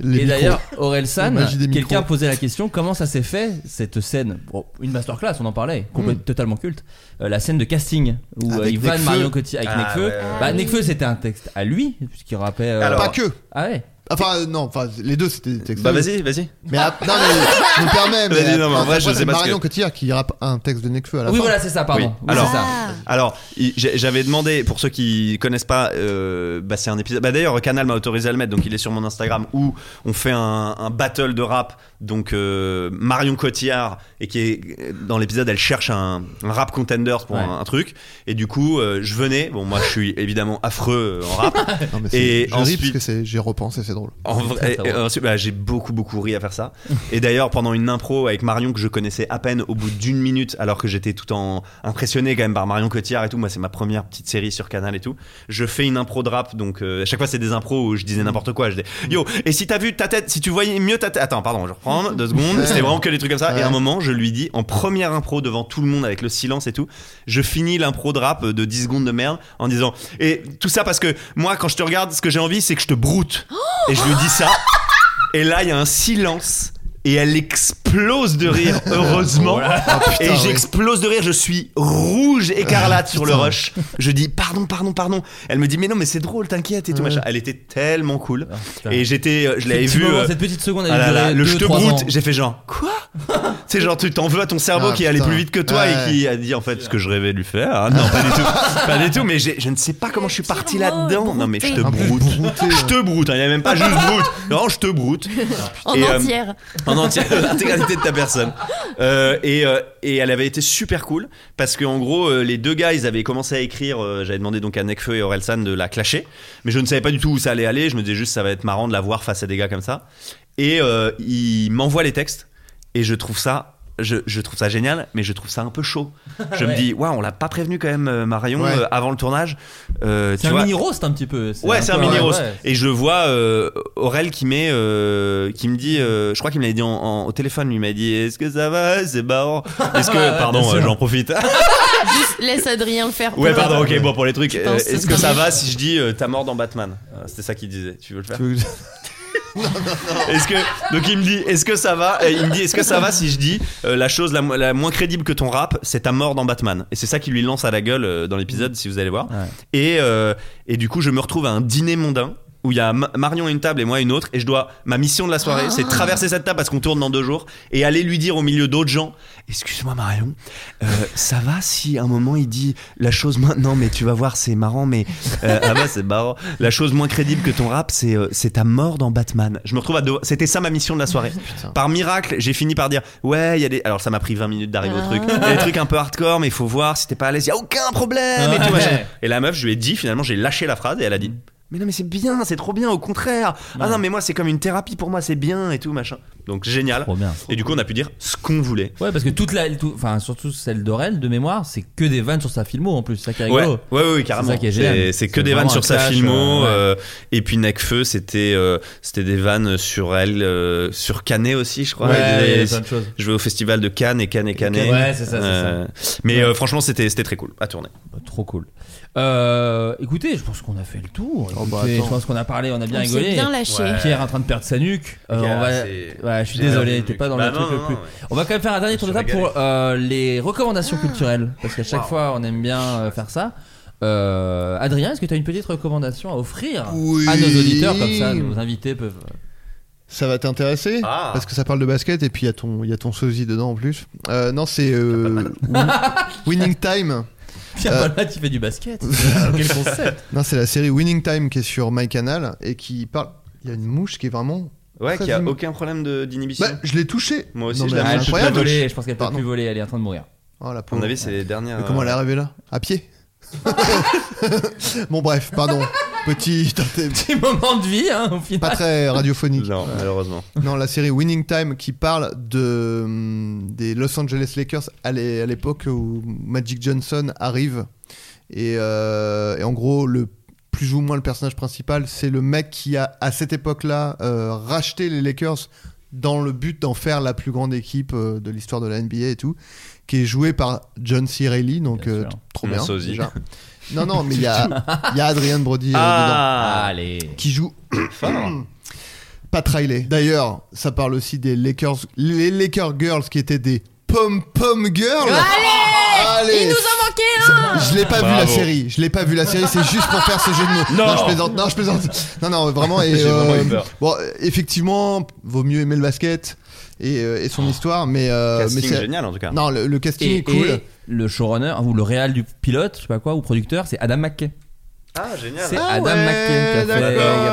les Et d'ailleurs, micros. Aurel La San, magie des micros. quelqu'un posait la question comment ça s'est fait cette scène Bon, Une masterclass, on en parlait, complète- totalement culte. Euh, la scène de casting où euh, Avec il va de Necfeu. Marion Cotillard avec Ah, Necfeu. ouais, ouais, Bah, ouais. Necfeu, c'était un texte à lui, puisqu'il rappelait. euh, Pas que. Ah ouais. Enfin, euh, non, enfin, les deux c'était des textes. Bah vas-y, vas-y. Mais ap- non, mais je me permets. Mais, [laughs] Vas-y, non, mais en après, vrai, je c'est sais pas ce Marion que- Cotillard qui rappe un texte de Necfeu à la Oui, fin. voilà, c'est ça, pardon. Oui. Oui, Alors, c'est ça. Ah, Ah. alors il- j'ai- j'avais demandé pour ceux qui connaissent pas, euh, bah, c'est un épisode. Bah, d'ailleurs, Canal m'a autorisé à le mettre, donc il est sur mon Instagram où on fait un, un battle de rap. Donc euh, Marion Cotillard et qui est dans l'épisode, elle cherche un, un rap contender pour Ouais. un, un truc. Et du coup, euh, je venais. Bon, moi, je suis évidemment affreux euh, en rap. Non, mais c'est- et je ris ensuite, parce que c'est- j'y repense et c'est drôle. en vrai, Très, très et drôle. ensuite, bah, j'ai beaucoup beaucoup ri à faire ça. Et d'ailleurs, pendant une impro avec Marion que je connaissais à peine au bout d'une minute, alors que j'étais tout en impressionné quand même par Marion Cotillard et tout. Moi, c'est ma première petite série sur Canal et tout. Je fais une impro de rap, donc euh, à chaque fois c'est des impros où je disais n'importe quoi. Je dis yo, et si t'as vu ta tête, si tu voyais mieux ta tête, attends, pardon, je reprends deux secondes. C'était vraiment que des trucs comme ça. Et à un moment, je lui dis en première impro devant tout le monde avec le silence et tout, je finis l'impro de rap de 10 secondes de merde en disant et tout ça parce que moi quand je te regarde, ce que j'ai envie, c'est que je te broute. Et je lui dis ça. Et là, il y a un silence. Et elle explose de [laughs] rire, heureusement. Oh, et j'explose de rire, je suis rouge écarlate sur le rush. Je dis pardon, pardon, pardon. Elle me dit mais non, mais c'est drôle, t'inquiète et tout machin. Elle était tellement cool. Ah, et j'étais, euh, je l'avais Petit vu. moment, euh, cette petite seconde, elle ah là durait là, le deux, je te trois broute, ans. j'ai fait genre quoi C'est genre tu t'en veux à ton cerveau Ah, qui allait putain. plus vite que toi Ouais. et qui a dit en fait ce que je rêvais de lui faire. [laughs] Ah, non, pas du tout, pas du tout. Mais j'ai- je ne sais pas comment je suis parti là-dedans. Non mais je te En plus, broute, [laughs] je te broute. hein, Il n'y a même pas juste broute. Non, je te broute. En Et, euh, entière. en entière, l'intégralité de ta personne. Euh, et, euh, et elle avait été super cool parce que en gros, euh, les deux gars, ils avaient commencé à écrire. euh, J'avais demandé donc à Necfeu et Orelsan de la clasher, mais je ne savais pas du tout où ça allait aller. Je me disais juste, ça va être marrant de la voir face à des gars comme ça. Et euh, ils m'envoient les textes et je trouve ça. Je, je trouve ça génial, mais je trouve ça un peu chaud. Je me Ouais. dis, waouh, on l'a pas prévenu quand même, euh, Marion, Ouais. euh, avant le tournage. Euh, C'est tu un vois- mini roast un petit peu. Ouais, c'est un peu- euh, mini rose. ouais. Et je le vois euh, Aurel qui met, euh, qui me dit, euh, je crois qu'il me l'avait dit en- en- au téléphone, lui il m'a dit, est-ce que ça va, c'est marrant, est-ce Ouais, ouais, que, pardon, bien euh, sûr. j'en profite. Juste laisse Adrien le faire. ouais, pardon, ok, bon pour les trucs, Je euh, pense que est-ce c'est que pas ça mal. va si je dis euh, ta mort dans Batman Euh, C'était ça qu'il disait. Tu veux le faire Tu veux que Est-ce que donc il me dit, est-ce que ça va Et il me dit, est-ce que ça va si je dis euh, la chose la, mo- la moins crédible que ton rap, c'est ta mort dans Batman. Et c'est ça qui lui lance à la gueule euh, dans l'épisode, si vous allez voir. Et euh, et du coup, je me retrouve à un dîner mondain où il y a Ma- Marion à une table et moi à une autre, et je dois ma mission de la soirée, c'est de traverser cette table parce qu'on tourne dans deux jours et aller lui dire au milieu d'autres gens, excuse-moi Marion, euh, ça va si à un moment il dit la chose moins, non mais tu vas voir c'est marrant mais euh, ah bah, c'est marrant, la chose moins crédible que ton rap c'est euh, c'est ta mort dans Batman. Je me retrouve à deux- c'était ça ma mission de la soirée. Par miracle j'ai fini par dire ouais il y a des, alors ça m'a pris 20 minutes d'arriver au truc, il y a des trucs un peu hardcore mais il faut voir si t'es pas à l'aise, il y a aucun problème et tout, Ouais. machin. Et la meuf, je lui ai dit, finalement, j'ai lâché la phrase et elle a Mm. dit Mais non, mais c'est bien, c'est trop bien, au contraire. Ah non, mais moi, c'est comme une thérapie pour moi, c'est bien et tout, machin. Donc génial. Et du coup, on a pu dire ce qu'on voulait. Ouais, parce que toute la. tout- Enfin, surtout celle d'Aurel, de mémoire, c'est que des vannes sur sa filmo en plus. C'est ça qui est Ouais, rigolo. ouais, ouais, ouais, carrément. C'est ça qui est génial. C'est- C'est que des vraiment vannes un sur sa clash, filmo. euh, ouais. euh, et puis Necfeu, c'était euh, c'était des vannes sur elle, euh, sur Canet aussi, je crois. Ouais, Et il y des- a plein de choses. Je vais au festival de Cannes et Cannes et Cannes. Ouais, c'est ça, c'est ça. Mais euh, franchement, c'était c'était très Bah, cool à tourner. trop cool. Euh, écoutez, je pense qu'on a fait le tour. Oh, bah, Écoutez, attends. je pense qu'on a parlé, on a bien On s'est rigolé. bien lâché. Ouais. Pierre est en train de perdre sa nuque. Euh, Pierre, on va- c'est- Ouais, Ah, je suis j'ai désolé, perdu t'es une pas dans nuque. le Bah, truc non, le non, plus. non, ouais. On va quand même faire un dernier tour de table pour euh, les recommandations culturelles, parce qu'à chaque fois, on aime bien euh, faire ça. Euh, Adrien, est-ce que tu as une petite recommandation à offrir Oui. à nos auditeurs comme ça, nos invités peuvent. euh, Ça va t'intéresser Ah. parce que ça parle de basket et puis il y a ton il y a ton sosie dedans en plus. Euh, non, c'est euh, [laughs] Win- Winning Time. Pierre Euh, Palmade, il fait du [laughs] basket. Quel concept Non, c'est la série Winning Time qui est sur My Canal et qui parle. Il y a une mouche qui est vraiment. Ouais, très qui a im- aucun problème de- d'inhibition. Bah, je l'ai touché. Moi aussi, Non, je mais l'ai elle touché. est incroyable. Je l'ai touché. Je pense qu'elle peut Pardon. plus voler, elle est en train de mourir. [laughs] Oh, la À mon avis, c'est les dernières. euh, Mais comment elle est arrivée là À pied [laughs] Bon, bref, pardon. Petit, [laughs] petit moment de vie, hein, au final. Pas très radiophonique. Non, malheureusement. Non, la série Winning Time qui parle de, hum, des Los Angeles Lakers à l'é- à l'époque où Magic Johnson arrive. Et, euh, et en gros, le plus ou moins le personnage principal, c'est le mec qui a, à cette époque-là, euh, racheté les Lakers dans le but d'en faire la plus grande équipe euh, de l'histoire de la NBA et tout, qui est joué par John C. Reilly, donc euh, t- trop Mon bien. sosie. déjà. Non, non, mais il y a, il y a Adrien Brody euh, Ah, dedans, allez. qui joue Pat Riley. D'ailleurs, ça parle aussi des Lakers, les Lakers Girls qui étaient des Pom Pom Girls. Allez, Allez. Il nous en manquait un Je l'ai pas vu la Bravo. série, je l'ai pas vu la série, c'est juste pour faire ce jeu de mots. Non. je plaisante, non, je plaisante. Non, non, vraiment. Et, J'ai vraiment eu peur. Bon, euh, effectivement, vaut mieux aimer le basket et, euh, et son Oh. histoire, mais. euh, Casting mais c'est- génial, en tout cas. Non, le, le casting Et- est cool. et le showrunner ou le réal du pilote, je sais pas quoi, ou producteur, c'est Adam McKay. Ah, génial. C'est Adam McKay qui a, fait, qui a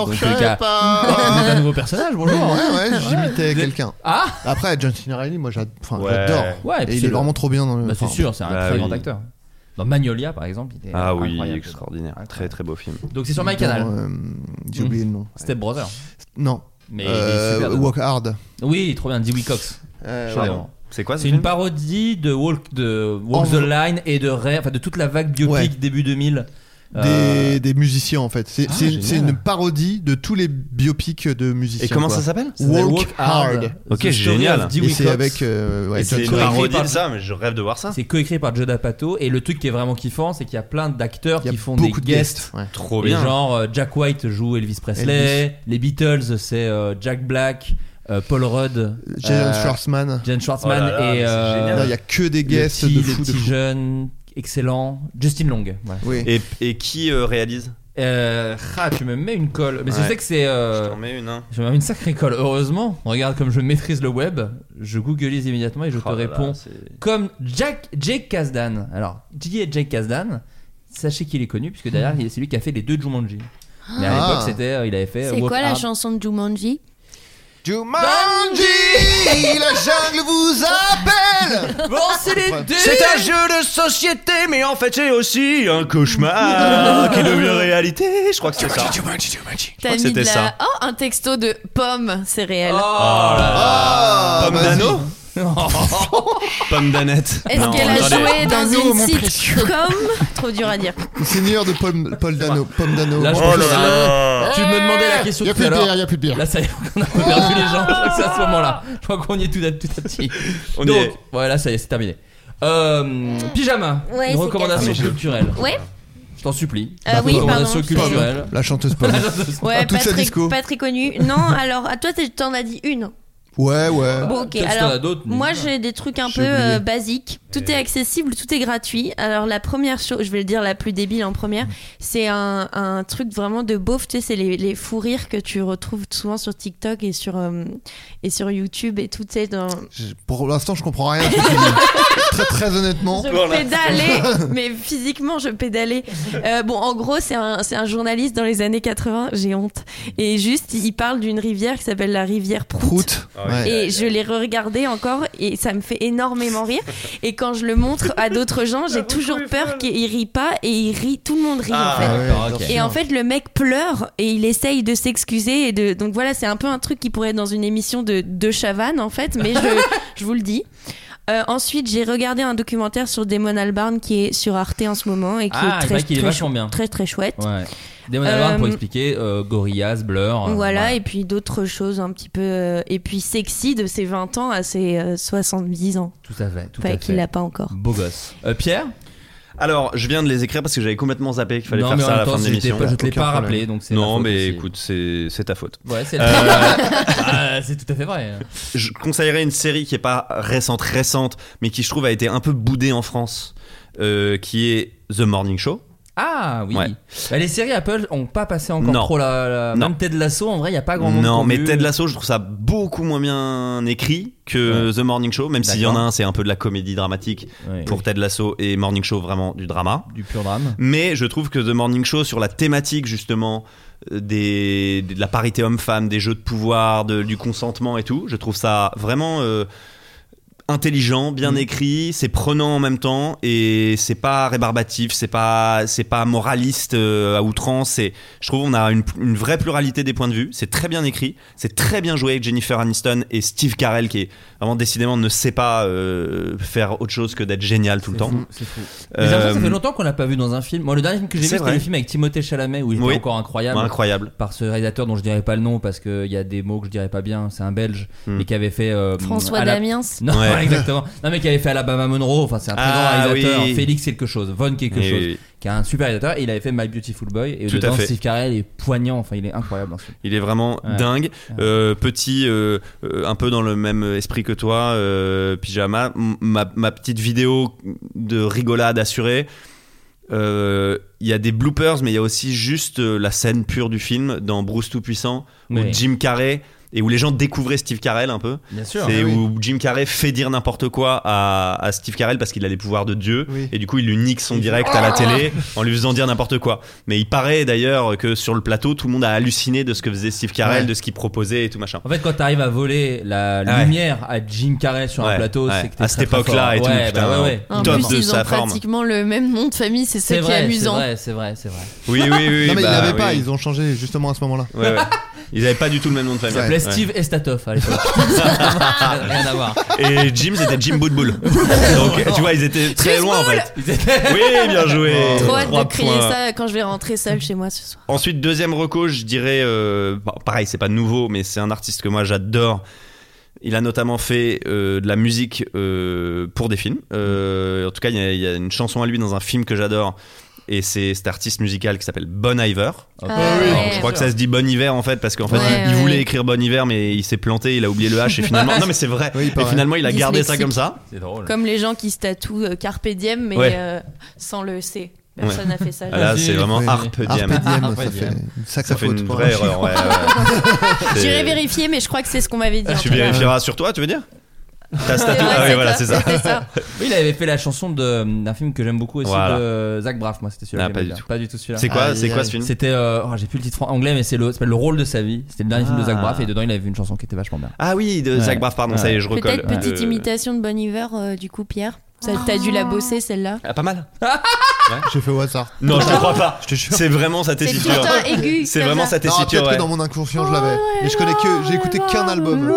produit. Donc, qui a- Ah. [laughs] Vous êtes un nouveau personnage, bonjour. hein. [laughs] Ouais, ouais, j'imitais quelqu'un. Ah Après, John Cena Reilly, moi j'ad- enfin, Ouais. j'adore. Ouais, et puis et il c'est est le- vraiment trop bien dans le. Bah, c'est enfin, sûr, c'est un bah très oui. grand acteur. Dans Magnolia, par exemple, il est Ah oui, incroyable. extraordinaire. Très très beau film. Donc, c'est sur My dans, Canal. euh, J'ai oublié le nom. Step Brother. Non. Mais Euh, il est super dedans. Walk Hard. Oui, trop bien. Dewey Cox. Euh, Chardon. ouais. C'est quoi, ce C'est film une parodie de Walk, de Walk En the vrai. Line et de Ray, enfin de toute la vague biopic Ouais. début 2000. Des, Euh, des musiciens en fait. C'est Ah, c'est- génial. c'est une parodie de tous les biopics de musiciens. Et comment quoi. ça s'appelle Ça s'appelle Walk, Walk Hard. Hard. Ok, The story génial. of Dewey Et c'est Cox. avec. euh, ouais, Et c'est John une Cena. parodie de ça, mais je rêve de voir ça. C'est coécrit par Joe D'Apato et le truc qui est vraiment kiffant, c'est qu'il y a plein d'acteurs qui font des beaucoup de guests. guests, ouais. Trop Et bien. genre euh, Jack White joue Elvis Presley, Elvis. les Beatles c'est euh, Jack Black, euh, Paul Rudd, Jason Euh, Schwartzman. Jan Schwartzman Oh là là, mais et euh, c'est génial. Non, il y a que des le guests petit- de fou, le de petit fou. jeune excellent, Justin Long. ouais. Et, et qui euh, réalise Euh, ah, tu me mets une colle. Mais je Ouais. sais que c'est. euh, Je t'en mets une, hein. Je me mets une sacrée colle. Heureusement, regarde comme je maîtrise le web. Je googlise immédiatement et je te Oh là là, réponds c'est- comme Jack Jake Kasdan. Alors, qui est Jake Kasdan Sachez qu'il est connu puisque derrière, il est celui qui a fait les deux Jumanji. Mais à Hmm. Ah. l'époque, c'était, euh, il avait Eh, fait. C'est Walk quoi la Hard. chanson de Jumanji Jumanji La jungle vous appelle Bon, c'est les deux C'est un jeu de société, mais en fait, c'est aussi un cauchemar qui devient réalité. Je crois que c'est ça. crois T'as que mis de c'était la... ça. Oh, Oh, un texto de pomme, c'est Oh réel. Ah, Pomme Dano Pomme Danette. Est-ce Non, qu'elle a attendez. joué dans Dano, mon une sitcom Trop dur à dire. Le Seigneur de Paul, Paul Dano. Pomme Dano. Oh Là, je pense que c'est là- Tu me demandais la question Y a tout plus à de l'heure. bière, y a plus de bière. Là, ça y est, [laughs] on a un peu perdu les gens. Je crois que C'est à ce moment-là. Je crois qu'on y est tout à, tout à petit. On y Donc, est. ouais, là, ça y est, c'est terminé. Euh, pyjama, Ouais, une c'est recommandation cassé. culturelle. Ouais. Je t'en supplie. Euh, oui, recommandation pardon, culturelle. [laughs] La chanteuse Paul. La chanteuse Paul. Ouais, pas très, pas très connue. Non, alors à toi, t'es- t'en as dit une. Ouais, ouais. [laughs] Bon, Peut-être ok. qu'il y en a Alors, d'autres, mais- moi, j'ai des trucs un J'ai peu oublié. euh, basiques. Tout est accessible, tout est gratuit. Alors, la première chose, je vais le dire la plus débile en première, c'est un, un truc vraiment de beauf. Tu sais, c'est les, les fous rires que tu retrouves souvent sur TikTok et sur, euh, et sur YouTube et tout. Tu sais, dans. Je- Pour l'instant, je comprends rien. à ce que tu dis. très, très honnêtement. Je pédalais, mais physiquement je pédalais. Euh, bon, en gros, c'est un, c'est un journaliste dans les années 80, j'ai honte. Et juste, il parle d'une rivière qui s'appelle la rivière Prout. Ah ouais. Et je l'ai regardé encore et ça me fait énormément rire. Et quand je le montre à d'autres gens, j'ai toujours peur qu'il rit pas et il rit, tout le monde rit Ah, en fait. d'accord, ok. Et en fait, le mec pleure et il essaye de s'excuser. et de Donc voilà, c'est un peu un truc qui pourrait être dans une émission de, de Chavannes en fait, mais je, je vous le dis. Euh, ensuite, j'ai regardé un documentaire sur Damon Albarn qui est sur Arte en ce moment et qui Ah, est il très paraît qu'il est très, vachement bien. très très chouette. Ouais. Damon Euh, Albarn pour expliquer euh, Gorillaz, Blur. euh, Voilà, et puis d'autres choses un petit peu. euh, et puis sexy de ses 20 ans à ses euh, 70 ans. Tout à fait, tout Enfin, à fait. qu'il l'a pas encore. Mm. Beau gosse. Euh, Pierre Alors, je viens de les écrire parce que j'avais complètement zappé qu'il fallait Non, faire mais en ça à la même fin temps, de si je t'ai l'émission. pas- je te l'ai Aucun pas problème. rappelé, donc c'est ma Non, faute mais aussi. écoute, c'est c'est ta faute. Ouais, [laughs] c'est Euh, [laughs] Ah, c'est tout à fait vrai. je conseillerais une série qui est pas récente récente mais qui je trouve a été un peu boudée en France euh, qui est The Morning Show Ah oui. Ouais. Bah, les séries Apple ont pas passé encore Non. trop la, la- Non. même Ted Lasso en vrai, il y a pas grand monde. non qui ont mais vu. Ted Lasso je trouve ça beaucoup moins bien écrit que The Morning Show même s'il y en a D'accord. Eh un c'est un peu de la comédie dramatique pour Ted Lasso et Morning Show vraiment du drama du pur drame. mais je trouve que The Morning Show sur la thématique justement euh, des, de la parité homme-femme des jeux de pouvoir de- du consentement et tout je trouve ça vraiment euh, intelligent, bien écrit, c'est prenant en même temps et c'est pas rébarbatif, c'est pas c'est pas moraliste euh, à outrance. C'est, je trouve, on a une, une vraie pluralité des points de vue. C'est très bien écrit, c'est très bien joué avec Jennifer Aniston et Steve Carell qui est vraiment décidément ne sait pas euh, faire autre chose que d'être génial tout le temps. fou, c'est fou. Mais j'ai l'impression que ça fait Euh, longtemps qu'on l'a pas vu dans un film. Moi, le dernier film que j'ai vu, c'est c'était vrai. le film avec Timothée Chalamet où il était Oui. encore incroyable. Ouais, incroyable. Par ce réalisateur dont je dirais pas le nom parce qu'il y a des mots que je dirais pas bien. C'est un Belge Hmm. mais qui avait fait euh, François Ala- Damiens. [laughs] Non, Ouais. exactement. Non, mais qui avait fait Alabama Monroe. Enfin, c'est un très Ah, grand réalisateur. oui. Félix quelque chose, Von quelque Oui, chose, oui. qui est un super réalisateur. Et il avait fait My Beautiful Boy et Tout à dedans fait. Steve Carell est poignant. Enfin, il est incroyable dans ce film. Il est vraiment Ouais. dingue. Euh, petit, euh, euh, un peu dans le même esprit que toi, euh, pyjama. M- ma, ma petite vidéo de rigolade assurée. Euh, Il y a des bloopers, mais il y a aussi juste euh, la scène pure du film dans Bruce Tout-Puissant, où Oui. Jim Carrey. Et où les gens découvraient Steve Carell un peu. Bien sûr. C'est Ah oui. où Jim Carrey fait dire n'importe quoi à, à Steve Carell parce qu'il a les pouvoirs de Dieu. Et du coup, il lui nique son direct à la Oh. Ah télé en lui faisant dire n'importe quoi. Mais il paraît d'ailleurs que sur le plateau, tout le monde a halluciné de ce que faisait Steve Carell, Ouais. de ce qu'il proposait et tout machin. En fait, quand t'arrives à voler la Ouais. lumière à Jim Carrey sur un Ouais, plateau, ouais. c'est que t'es À cette très, très époque-là fort. et tout, Ouais, putain, bah ouais, ouais. En En Top plus, de ils sa ont forme. pratiquement le même nom de famille, c'est ça C'est qui vrai, est amusant. C'est vrai, c'est vrai, c'est vrai. Oui, oui, oui. non, mais bah, ils l'avaient pas, oui. ils ont changé justement à ce moment-là. Ouais, ouais. [laughs] Ils avaient pas du tout le même nom de famille. Il s'appelait Ouais. Steve Estatoff [laughs] à l'époque. Rien à voir. Et Jim, c'était Jim Bootbull. [laughs] Donc, tu vois, ils étaient très loin en fait. Oui, bien joué. Trop hâte Trois de crier points. ça quand je vais rentrer seule chez moi ce soir. Ensuite, deuxième reco, je dirais, euh, bon, pareil, c'est pas nouveau, mais c'est un artiste que moi j'adore. Il a notamment fait euh, de la musique euh, pour des films. Euh, en tout cas, il y, a- il y a une chanson à lui dans un film que j'adore. Et c'est cet artiste musical qui s'appelle Bon Iver. Ah oui. Alors, je crois que ça se dit Bon Hiver en fait, parce qu'en fait, Ouais, il, il ouais. voulait écrire Bon Hiver, mais il s'est planté, il a oublié le H, et finalement, non mais c'est vrai. Oui, et pareil. finalement, il a gardé ça Dyslexique. comme ça. Comme les gens qui se tatouent euh, Carpe Diem, mais Ouais. euh, sans le C. Personne n'a Ouais. fait ça. Ah Là, Oui, c'est oui, vraiment oui. Harpe Diem. Harpe Diem, ça fait Ah, une sacrée Ça fait faute une pour vraie un erreur, ouais, ouais. C'est- Ah, J'irai vérifier, mais je crois que c'est ce qu'on m'avait dit. en Tu tout cas. vérifieras sur toi, tu veux dire T'as ce tatou Euh, Ouais, Ah c'est oui, voilà, ça, c'est ça. c'est ça. Oui, il avait fait la chanson de- d'un film que j'aime beaucoup aussi Voilà. de Zach Braff. Moi, c'était celui-là. Ah, que pas j'aimais du bien. tout. Pas du tout celui-là. C'est quoi- c'est quoi ce film C'était. euh, oh, J'ai plus le titre en anglais, mais c'est le, ça s'appelle le rôle de sa vie. C'était le dernier film de Zach Ah. Braff et dedans il avait vu une chanson qui était vachement bien. Ah oui, de Ouais. Zach Braff, pardon, ça y est, [laughs] je recolle. Euh. Peut-être petite imitation de Bon Iver, euh, du coup, Pierre. Ça, T'as dû la bosser, celle-là Ah, pas mal. J'ai fait au hasard. Non, je te crois pas. [laughs] C'est vraiment sa tessiture. tout le temps aigu, C'est comme vraiment ça. sa Non, tessiture. peut-être que ouais. dans mon inconscient je l'avais. Oh, Mais je connais que. J'ai écouté qu'un album.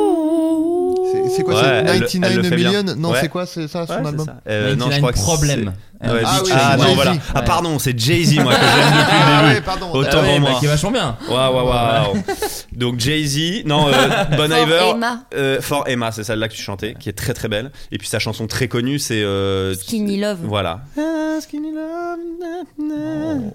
Oh. C'est- C'est quoi Ouais, c'est elle- elle le 99 fait bien. million Non, Ouais. c'est quoi c'est ça son Ouais, c'est album ça. Euh, non, je crois que Problem. c'est- Ouais, Ah Big- oui, ah Jay-Z. non, voilà. Ouais. Ah pardon, c'est Jay-Z, moi, que [laughs] j'aime Ah, depuis le ouais, début. pardon. Autant Ah ouais, pour bah, moi. qui est vachement bien. Waouh, waouh, waouh. Donc Jay-Z, non, [laughs] euh, Bon For Iver. Emma. euh, For Emma, c'est celle-là que tu chantais, qui est très très belle. Et puis sa chanson très connue, c'est. euh, Skinny Love. Voilà. Skinny love.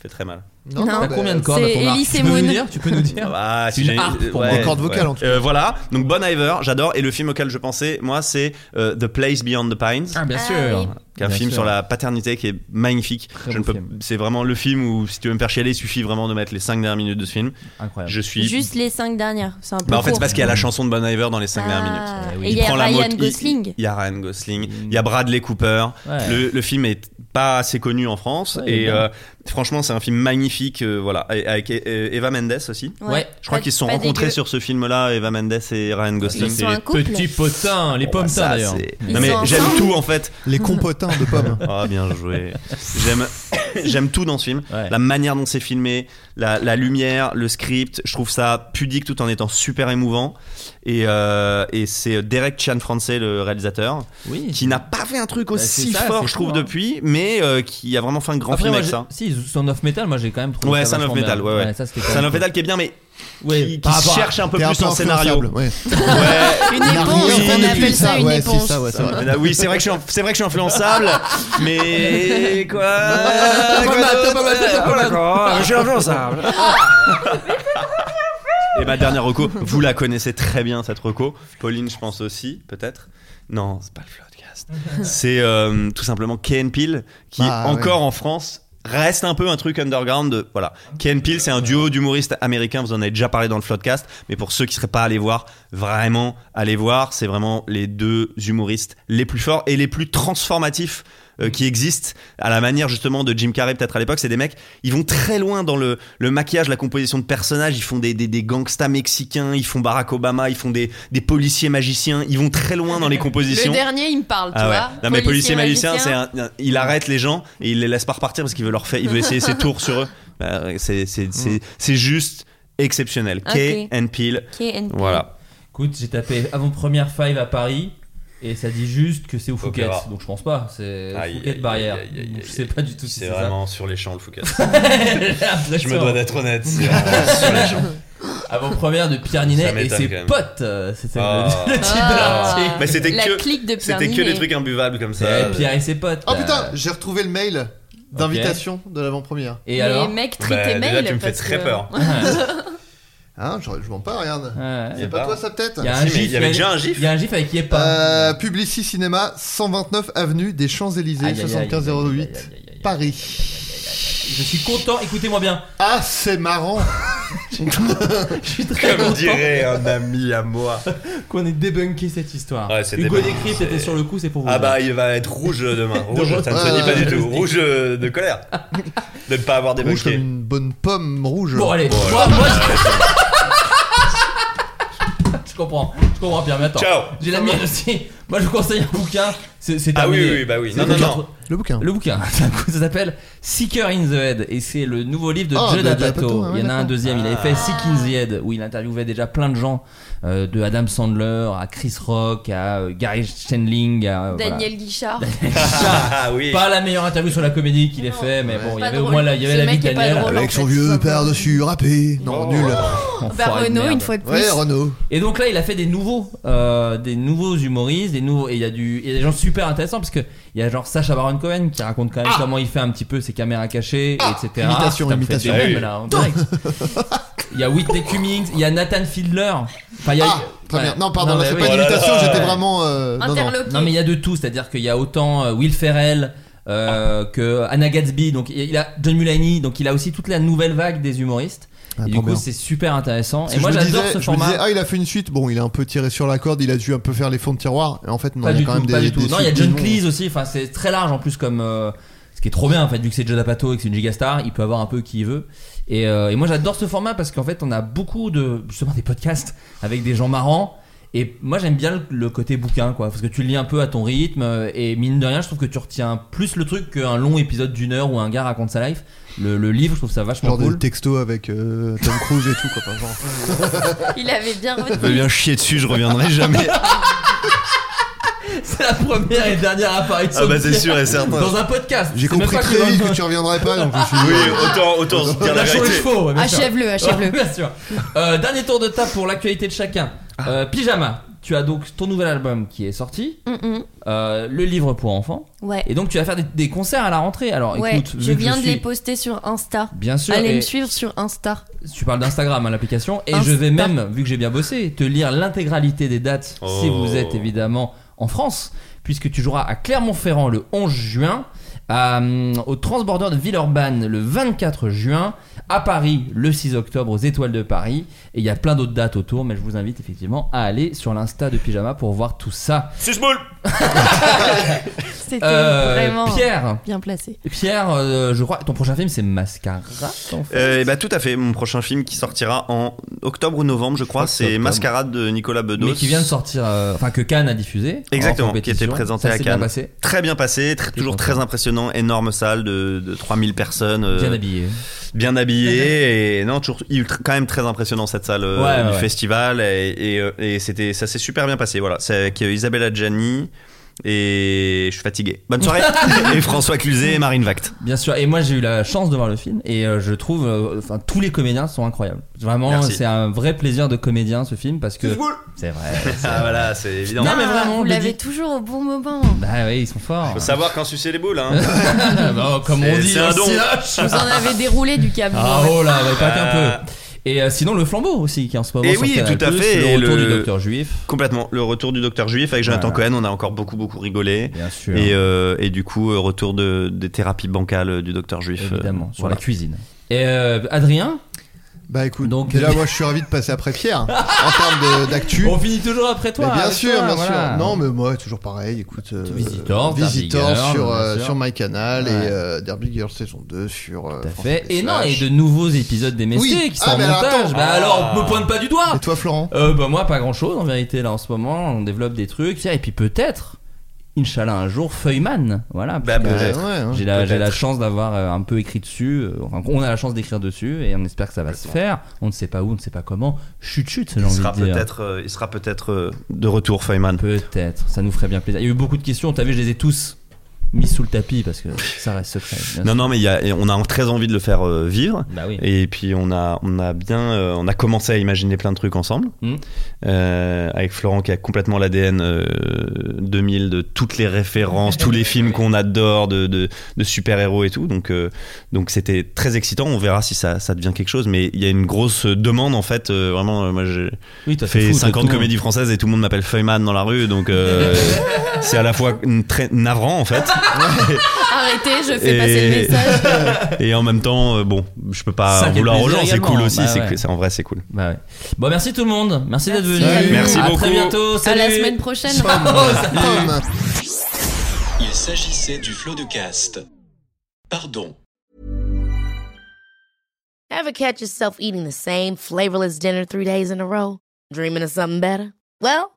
Fait Oh, très mal. Non, T'as bah, combien de cordes à c'est ton arc Elie Tu peux nous Semoun. dire Tu peux nous dire [laughs] Ah, C'est si une j'ai- harpe pour ouais, moi. Une corde vocale, ouais. en tout cas. Euh, voilà, donc Bon Iver, j'adore. Et le film auquel je pensais, moi, c'est euh, The Place Beyond the Pines. Ah, bien Ah, sûr. oui. Qui est un Bien film sûr. sur la paternité qui est magnifique. Je ne peux- C'est vraiment le film où, si tu veux me faire chialer, il suffit vraiment de mettre les 5 dernières minutes de ce film. Incroyable. Je suis. Juste les cinq dernières. C'est un peu Bah en fait, court. c'est parce qu'il y a la chanson de Bon Iver dans les 5 Ah. dernières minutes. Eh oui. Et il y a prend la Ryan moto- il- Gosling. Il y a Ryan Gosling, Mm. il y a Bradley Cooper. Ouais. Le, le film est pas assez connu en France Ouais, il est et bien. euh, franchement, c'est un film magnifique. euh, voilà, Et- avec euh, Eva Mendes aussi. Ouais. Je crois Pas- qu'ils se sont pas rencontrés dégueu. sur ce film-là, Eva Mendes et Ryan Gosling. sont un couple. petits potins, les pommes ça, tas, d'ailleurs. c'est- Ils Non mais sont j'aime ensemble. tout en fait. Les compotins de [laughs] pommes. Ah bien [laughs] joué. J'aime j'aime tout dans ce film. La manière dont c'est filmé, la, la lumière, le script. Je trouve ça pudique tout en étant super émouvant. Et, euh, et c'est Derek Chan français le réalisateur, qui n'a pas fait un truc Bah, aussi c'est ça, fort c'est je trouve fou, hein. depuis, mais euh, qui a vraiment fait un grand Après, film moi, avec j'ai- ça. Si, Son of Metal, moi j'ai quand même trouvé. Ouais, ça Sound of vachement Metal, bien. ouais, ouais. ça, c'était quand Sound même of cool. Metal qui est bien, mais Ouais, qui, par qui rapport à- cherche un peu t'es un plus peu en scénario. influençable, ouais. Ouais. Une éponge, Oui, Ah, on oui, appelle oui, ça une ouais, c'est éponge. ça, ouais, ça va. Oui, c'est vrai que je suis, en- c'est vrai que je suis [laughs] influençable, mais quoi, quoi d'autre Oh, d'accord, je suis influençable. Et ma dernière reco, vous la connaissez très bien cette reco. Pauline, je pense aussi, peut-être. Non, c'est pas le podcast. C'est euh, tout simplement Ken Peel qui Ah, encore en France reste un peu un truc underground. de- voilà, Ken Peel, c'est un duo d'humoristes américains. Vous en avez déjà parlé dans le podcast, mais pour ceux qui seraient pas allés voir, vraiment allez voir. C'est vraiment les deux humoristes les plus forts et les plus transformatifs euh, qui existent à la manière justement de Jim Carrey peut-être à l'époque c'est des mecs ils vont très loin dans le, le maquillage la composition de personnages ils font des, des, des gangstas mexicains ils font Barack Obama ils font des, des policiers magiciens ils vont très loin dans les compositions Le dernier, il me parle, tu ah ouais. vois. Non mais policier magicien, c'est un, un- il arrête les gens et il les laisse pas repartir parce qu'il veut leur faire, il veut essayer ses tours sur eux. Bah, c'est c'est Mm. c'est c'est juste exceptionnel. Ok. K and Peel. Key and Peele. Voilà. Écoute, j'ai tapé avant-première five à Paris. Et ça dit juste que c'est au Fouquet, Opéra. donc je pense pas, c'est Aïe, Euh, Fouquet aïe, barrière. aïe, aïe, aïe, Donc Je sais pas du tout si C'est ça. vraiment sur les champs le Fouquet. [laughs] J'ai l'impression. Je me dois d'être honnête. [laughs] c'est vraiment sur les champs. Avant-première de Pierre Ça Ninet et m'étonne ses quand même. potes, euh, c'était le- Ah. le [laughs] titre de l'article. Mais c'était La que clique de Pierre c'était que Ninet. des trucs imbuvables comme ça. Et Pierre et ses potes. euh. Oh là. putain, j'ai retrouvé le mail d'invitation de l'avant-première. Et alors Mais mec, trie Bah, tes déjà, mails. tu me fais parce très que- peur. [laughs] Hein, je, je m'en pas, regarde. y a c'est Ah, pas pas. toi ça peut-être Y a un Si, mais gif, il y avait il y a- déjà un gif. il y a un gif avec Yepa. Euh, Publicis Cinéma, 129 avenue des Champs-Élysées, Aïe, aïe, aïe, aïe, 7508, Paris. Je suis content, [laughs] écoutez-moi bien. Ah, [laughs] c'est marrant Comme dirait un ami à moi. [laughs] Qu'on ait débunké cette histoire. Ouais, c'est Hugo débunké, Décrypte était sur le coup, c'est pour vous. Ah bah il va être rouge demain. Rouge, ça ne se Ouais, dit pas ouais, du tout. ouais. Rouge euh, de [laughs] colère. De ne pas avoir des Rouge comme une bonne pomme rouge. Bon, allez, moi, moi, [laughs] je comprends, je comprends Pierre, mais attends. Ciao. J'ai la mienne aussi. Moi, je vous conseille un bouquin. C'est c'est Ah oui, terminé. oui, oui, bah oui. C'est Non, non, bouquin. non. Le bouquin. Le bouquin. [laughs] C'est un coup, Ça s'appelle Seeker in the Head et c'est le nouveau livre de Ah, Judd de- de la Apatow. Apatow, ah ouais, il y en a un d'accord. deuxième. Il avait fait Ah. Seek in the Head où il interviewait déjà plein de gens, euh, de Adam Sandler à Chris Rock à euh, Gary Shandling à euh, voilà. [laughs] Daniel Guichard. Ah Pas la meilleure interview sur la comédie qu'il ait fait, mais bon, il y pas avait au drôle. moins la, il y avait Ce la vie mec de est pas Daniel. drôle, Avec son vieux par-dessus râpé. Non, nul. Bah, Enfoiré de Renaud, merde. une fois de plus. Oh. Ouais, Renault. Et donc là, il a fait des nouveaux, euh, des nouveaux humoristes, des nouveaux. Et il y a du, il y a des gens super intéressants parce que il y a genre Sacha Baron Cohen qui raconte quand même comment il fait un petit peu ses caméras cachées, etc. Ah Imitation, Putain, me fait imitation. des rêves, Ah oui. là, en direct. Il y a Whitney Cummings, il y a Nathan Fiedler. Enfin, il y a. Ah, très Ouais. bien. Non, pardon, là, c'est mais pas oui. Oh une imitation, j'étais vraiment, euh, non, non. non, Interloqué. mais il y a de tout, c'est-à-dire qu'il y a autant euh, Will Ferrell. euh, que Anna Gatsby donc il a John Mulaney donc il a aussi toute la nouvelle vague des humoristes Ah, et du trop coup bien. c'est super intéressant Parce et que moi je me j'adore disais- ce je me format disais, ah, il a fait une suite. Bon, il a un peu tiré sur la corde, il a dû un peu faire les fonds de tiroir. Et en fait, non, pas il y du a quand tout, même pas des. du tout. des Non, il y a suites John qui vont- Cleese aussi. Enfin, c'est très large en plus comme euh, ce qui est trop bien en fait vu que c'est Judd Apatow et que c'est une gigastar, il peut avoir un peu qui il veut. Et, euh, et moi j'adore ce format parce qu'en fait on a beaucoup de justement des podcasts avec des gens marrants. Et moi j'aime bien le, le côté bouquin quoi parce que tu le lis un peu à ton rythme euh, et mine de rien je trouve que tu retiens plus le truc qu'un long épisode d'une heure où un gars raconte sa life. Le, le livre je trouve ça vachement Genre cool. des textos avec euh, Tom Cruise et tout, quoi. [laughs] Enfin, genre. Il avait bien Je veux retenu. bien chier dessus, je reviendrai jamais. [laughs] C'est la première et dernière apparition. Ah bah, de c'est Pierre sûr et certain. [laughs] Dans un podcast. J'ai C'est même compris pas très dans- vite que tu reviendrais pas, donc je suis. Oui, autant, autant se dire la Lâchons vérité. les chevaux, ouais, [laughs] bien sûr. Achève-le, achève-le. bien sûr. Euh, dernier tour de table pour l'actualité de chacun. Euh, pyjama. tu as donc ton nouvel album qui est sorti, Mm-mm. euh, le livre pour enfants, Ouais. et donc tu vas faire des, des concerts à la rentrée. Alors ouais, Oh, écoute, je vu que viens de suis- les poster sur Insta. Bien sûr, Allez et- me suivre sur Insta. Tu parles d'Instagram, hein, l'application. Et je Insta. vais même, vu que j'ai bien bossé, te lire l'intégralité des dates si Oh. vous êtes évidemment en France, puisque tu joueras à Clermont-Ferrand le 11 juin, à, hum, au Transborder de Villeurbanne le 24 juin, à Paris le 6 octobre aux Étoiles de Paris. Et il y a plein d'autres dates autour, mais je vous invite effectivement à aller sur l'Insta de Pyjama pour voir tout ça. C'est C'était Euh, vraiment Pierre. bien placé. Pierre, euh, je crois, ton prochain film c'est Mascara. en fait. et bah, tout à fait, mon prochain film qui sortira en octobre ou novembre, je crois, que c'est c'est octobre. Mascarade de Nicolas Bedos. Mais qui vient de sortir, euh, enfin que Cannes a diffusé. Exactement, en qui était compétition. présenté Ça à s'est Cannes. Bien passé. Très bien passé, très- toujours très impressionnant, énorme salle de, de 3000 personnes. euh, Bien habillé. Bien habillé, et non, toujours ultra- quand même très impressionnant cette salle euh, Ouais, ouais, du ouais. festival, et, et, euh, et c'était, ça s'est super bien passé. Voilà, c'est avec euh, Isabella Gianni, et je suis fatigué. Bonne [laughs] soirée! et François Cluzet et Marine Vact. Bien sûr, et moi j'ai eu la chance de voir le film et euh, je trouve, euh, enfin tous les comédiens sont incroyables. Vraiment, Merci. c'est un vrai plaisir de comédien ce film parce que c'est vrai. c'est Ah vrai. voilà, c'est évident. Non mais vraiment, vous le l'avez dit- toujours au bon moment. Bah oui, ils sont forts. Faut [laughs] savoir quand sucer les boules, hein. Non, comme on C'est- dit, c'est un hein, don. silence. [laughs] Vous en avez déroulé du câble. [laughs] Ah vous en oh là, avez- mais pas qu'un Euh. peu. Et euh, sinon le flambeau aussi qui est en ce moment Et sur oui, Canal+, tout à fait. Le et retour du docteur Juif. Complètement. Le retour du docteur Juif avec Jonathan Voilà. Cohen, on a encore beaucoup, beaucoup rigolé. Bien sûr. Et, euh, et du coup, euh, retour de, des thérapies bancales euh, du docteur Juif. euh, Évidemment, sur voilà. la cuisine. Et euh, Adrien Bah écoute, Donc- euh, déjà moi je suis ravi de passer après Pierre en termes de- d'actu. On finit toujours après toi. Mais bien avec sûr, toi, bien voilà. sûr. Non, mais moi, toujours pareil. Écoute, euh, Visitor, Derby Visitor Girl, sur, bien euh, sûr. sur My Canal Ouais. et euh, Derby Girl saison 2 sur. euh, Tout à France fait. Et non, et TVH. de nouveaux épisodes des Mestés Oui. qui sont Ah, en mais alors, montage. attends. Bah Ah. alors, me pointe pas du doigt. Et toi, Florent Euh, bah moi, pas grand chose en vérité. Là, en ce moment, on développe des trucs. Tiens, Et puis peut-être. Inch'Allah, un jour, Feuilleman. Voilà. Bah, parce que peut-être. j'ai- Ouais, hein. J'ai la, j'ai la Peut-être. chance d'avoir euh, un peu écrit dessus. euh, Enfin, on a la chance d'écrire dessus et on espère que ça va se faire. On ne sait pas où, on ne sait pas comment. Chut chut, j'ai Il envie sera de dire. peut-être euh, il sera peut-être euh, de retour, Feynman. Peut-être, ça nous ferait bien plaisir. Il y a eu beaucoup de questions, t'as vu, je les ai tous mis sous le tapis parce que ça reste secret. bien Non, sûr. non, mais il y a- et on a très envie de le faire euh, vivre. Bah oui. Et puis on a, on a bien, euh, on a commencé à imaginer plein de trucs ensemble. Hmm. Euh, avec Florent qui a complètement l'ADN euh, 2000 de toutes les références, tous [laughs] les films qu'on adore de, de, de super-héros et tout. Donc euh, donc c'était très excitant. On verra si ça, ça devient quelque chose. Mais il y a une grosse demande en fait. euh, vraiment, euh, moi j'ai Oui, t'as fait fait fou hein. de 50 tout le monde. comédies françaises et tout le monde m'appelle Feuilleman dans la rue. Donc [laughs] euh, c'est à la fois n- très navrant en fait. Arrêtez, je fais passer le message. [laughs] et en même temps, euh, bon, je peux pas Ça, quel vouloir aux plaisir gens, c'est également. cool aussi. Bah c'est ouais. que- c'est- en vrai, c'est cool. Bah ouais. Bon, merci tout le monde, merci, d'être venu. Salut. Merci à beaucoup. très bientôt, À salut. la semaine prochaine. Oh, Il s'agissait du flot de caste. Pardon. Ever catch yourself eating the same flavorless dinner three days in a row? Dreaming of something better? Well,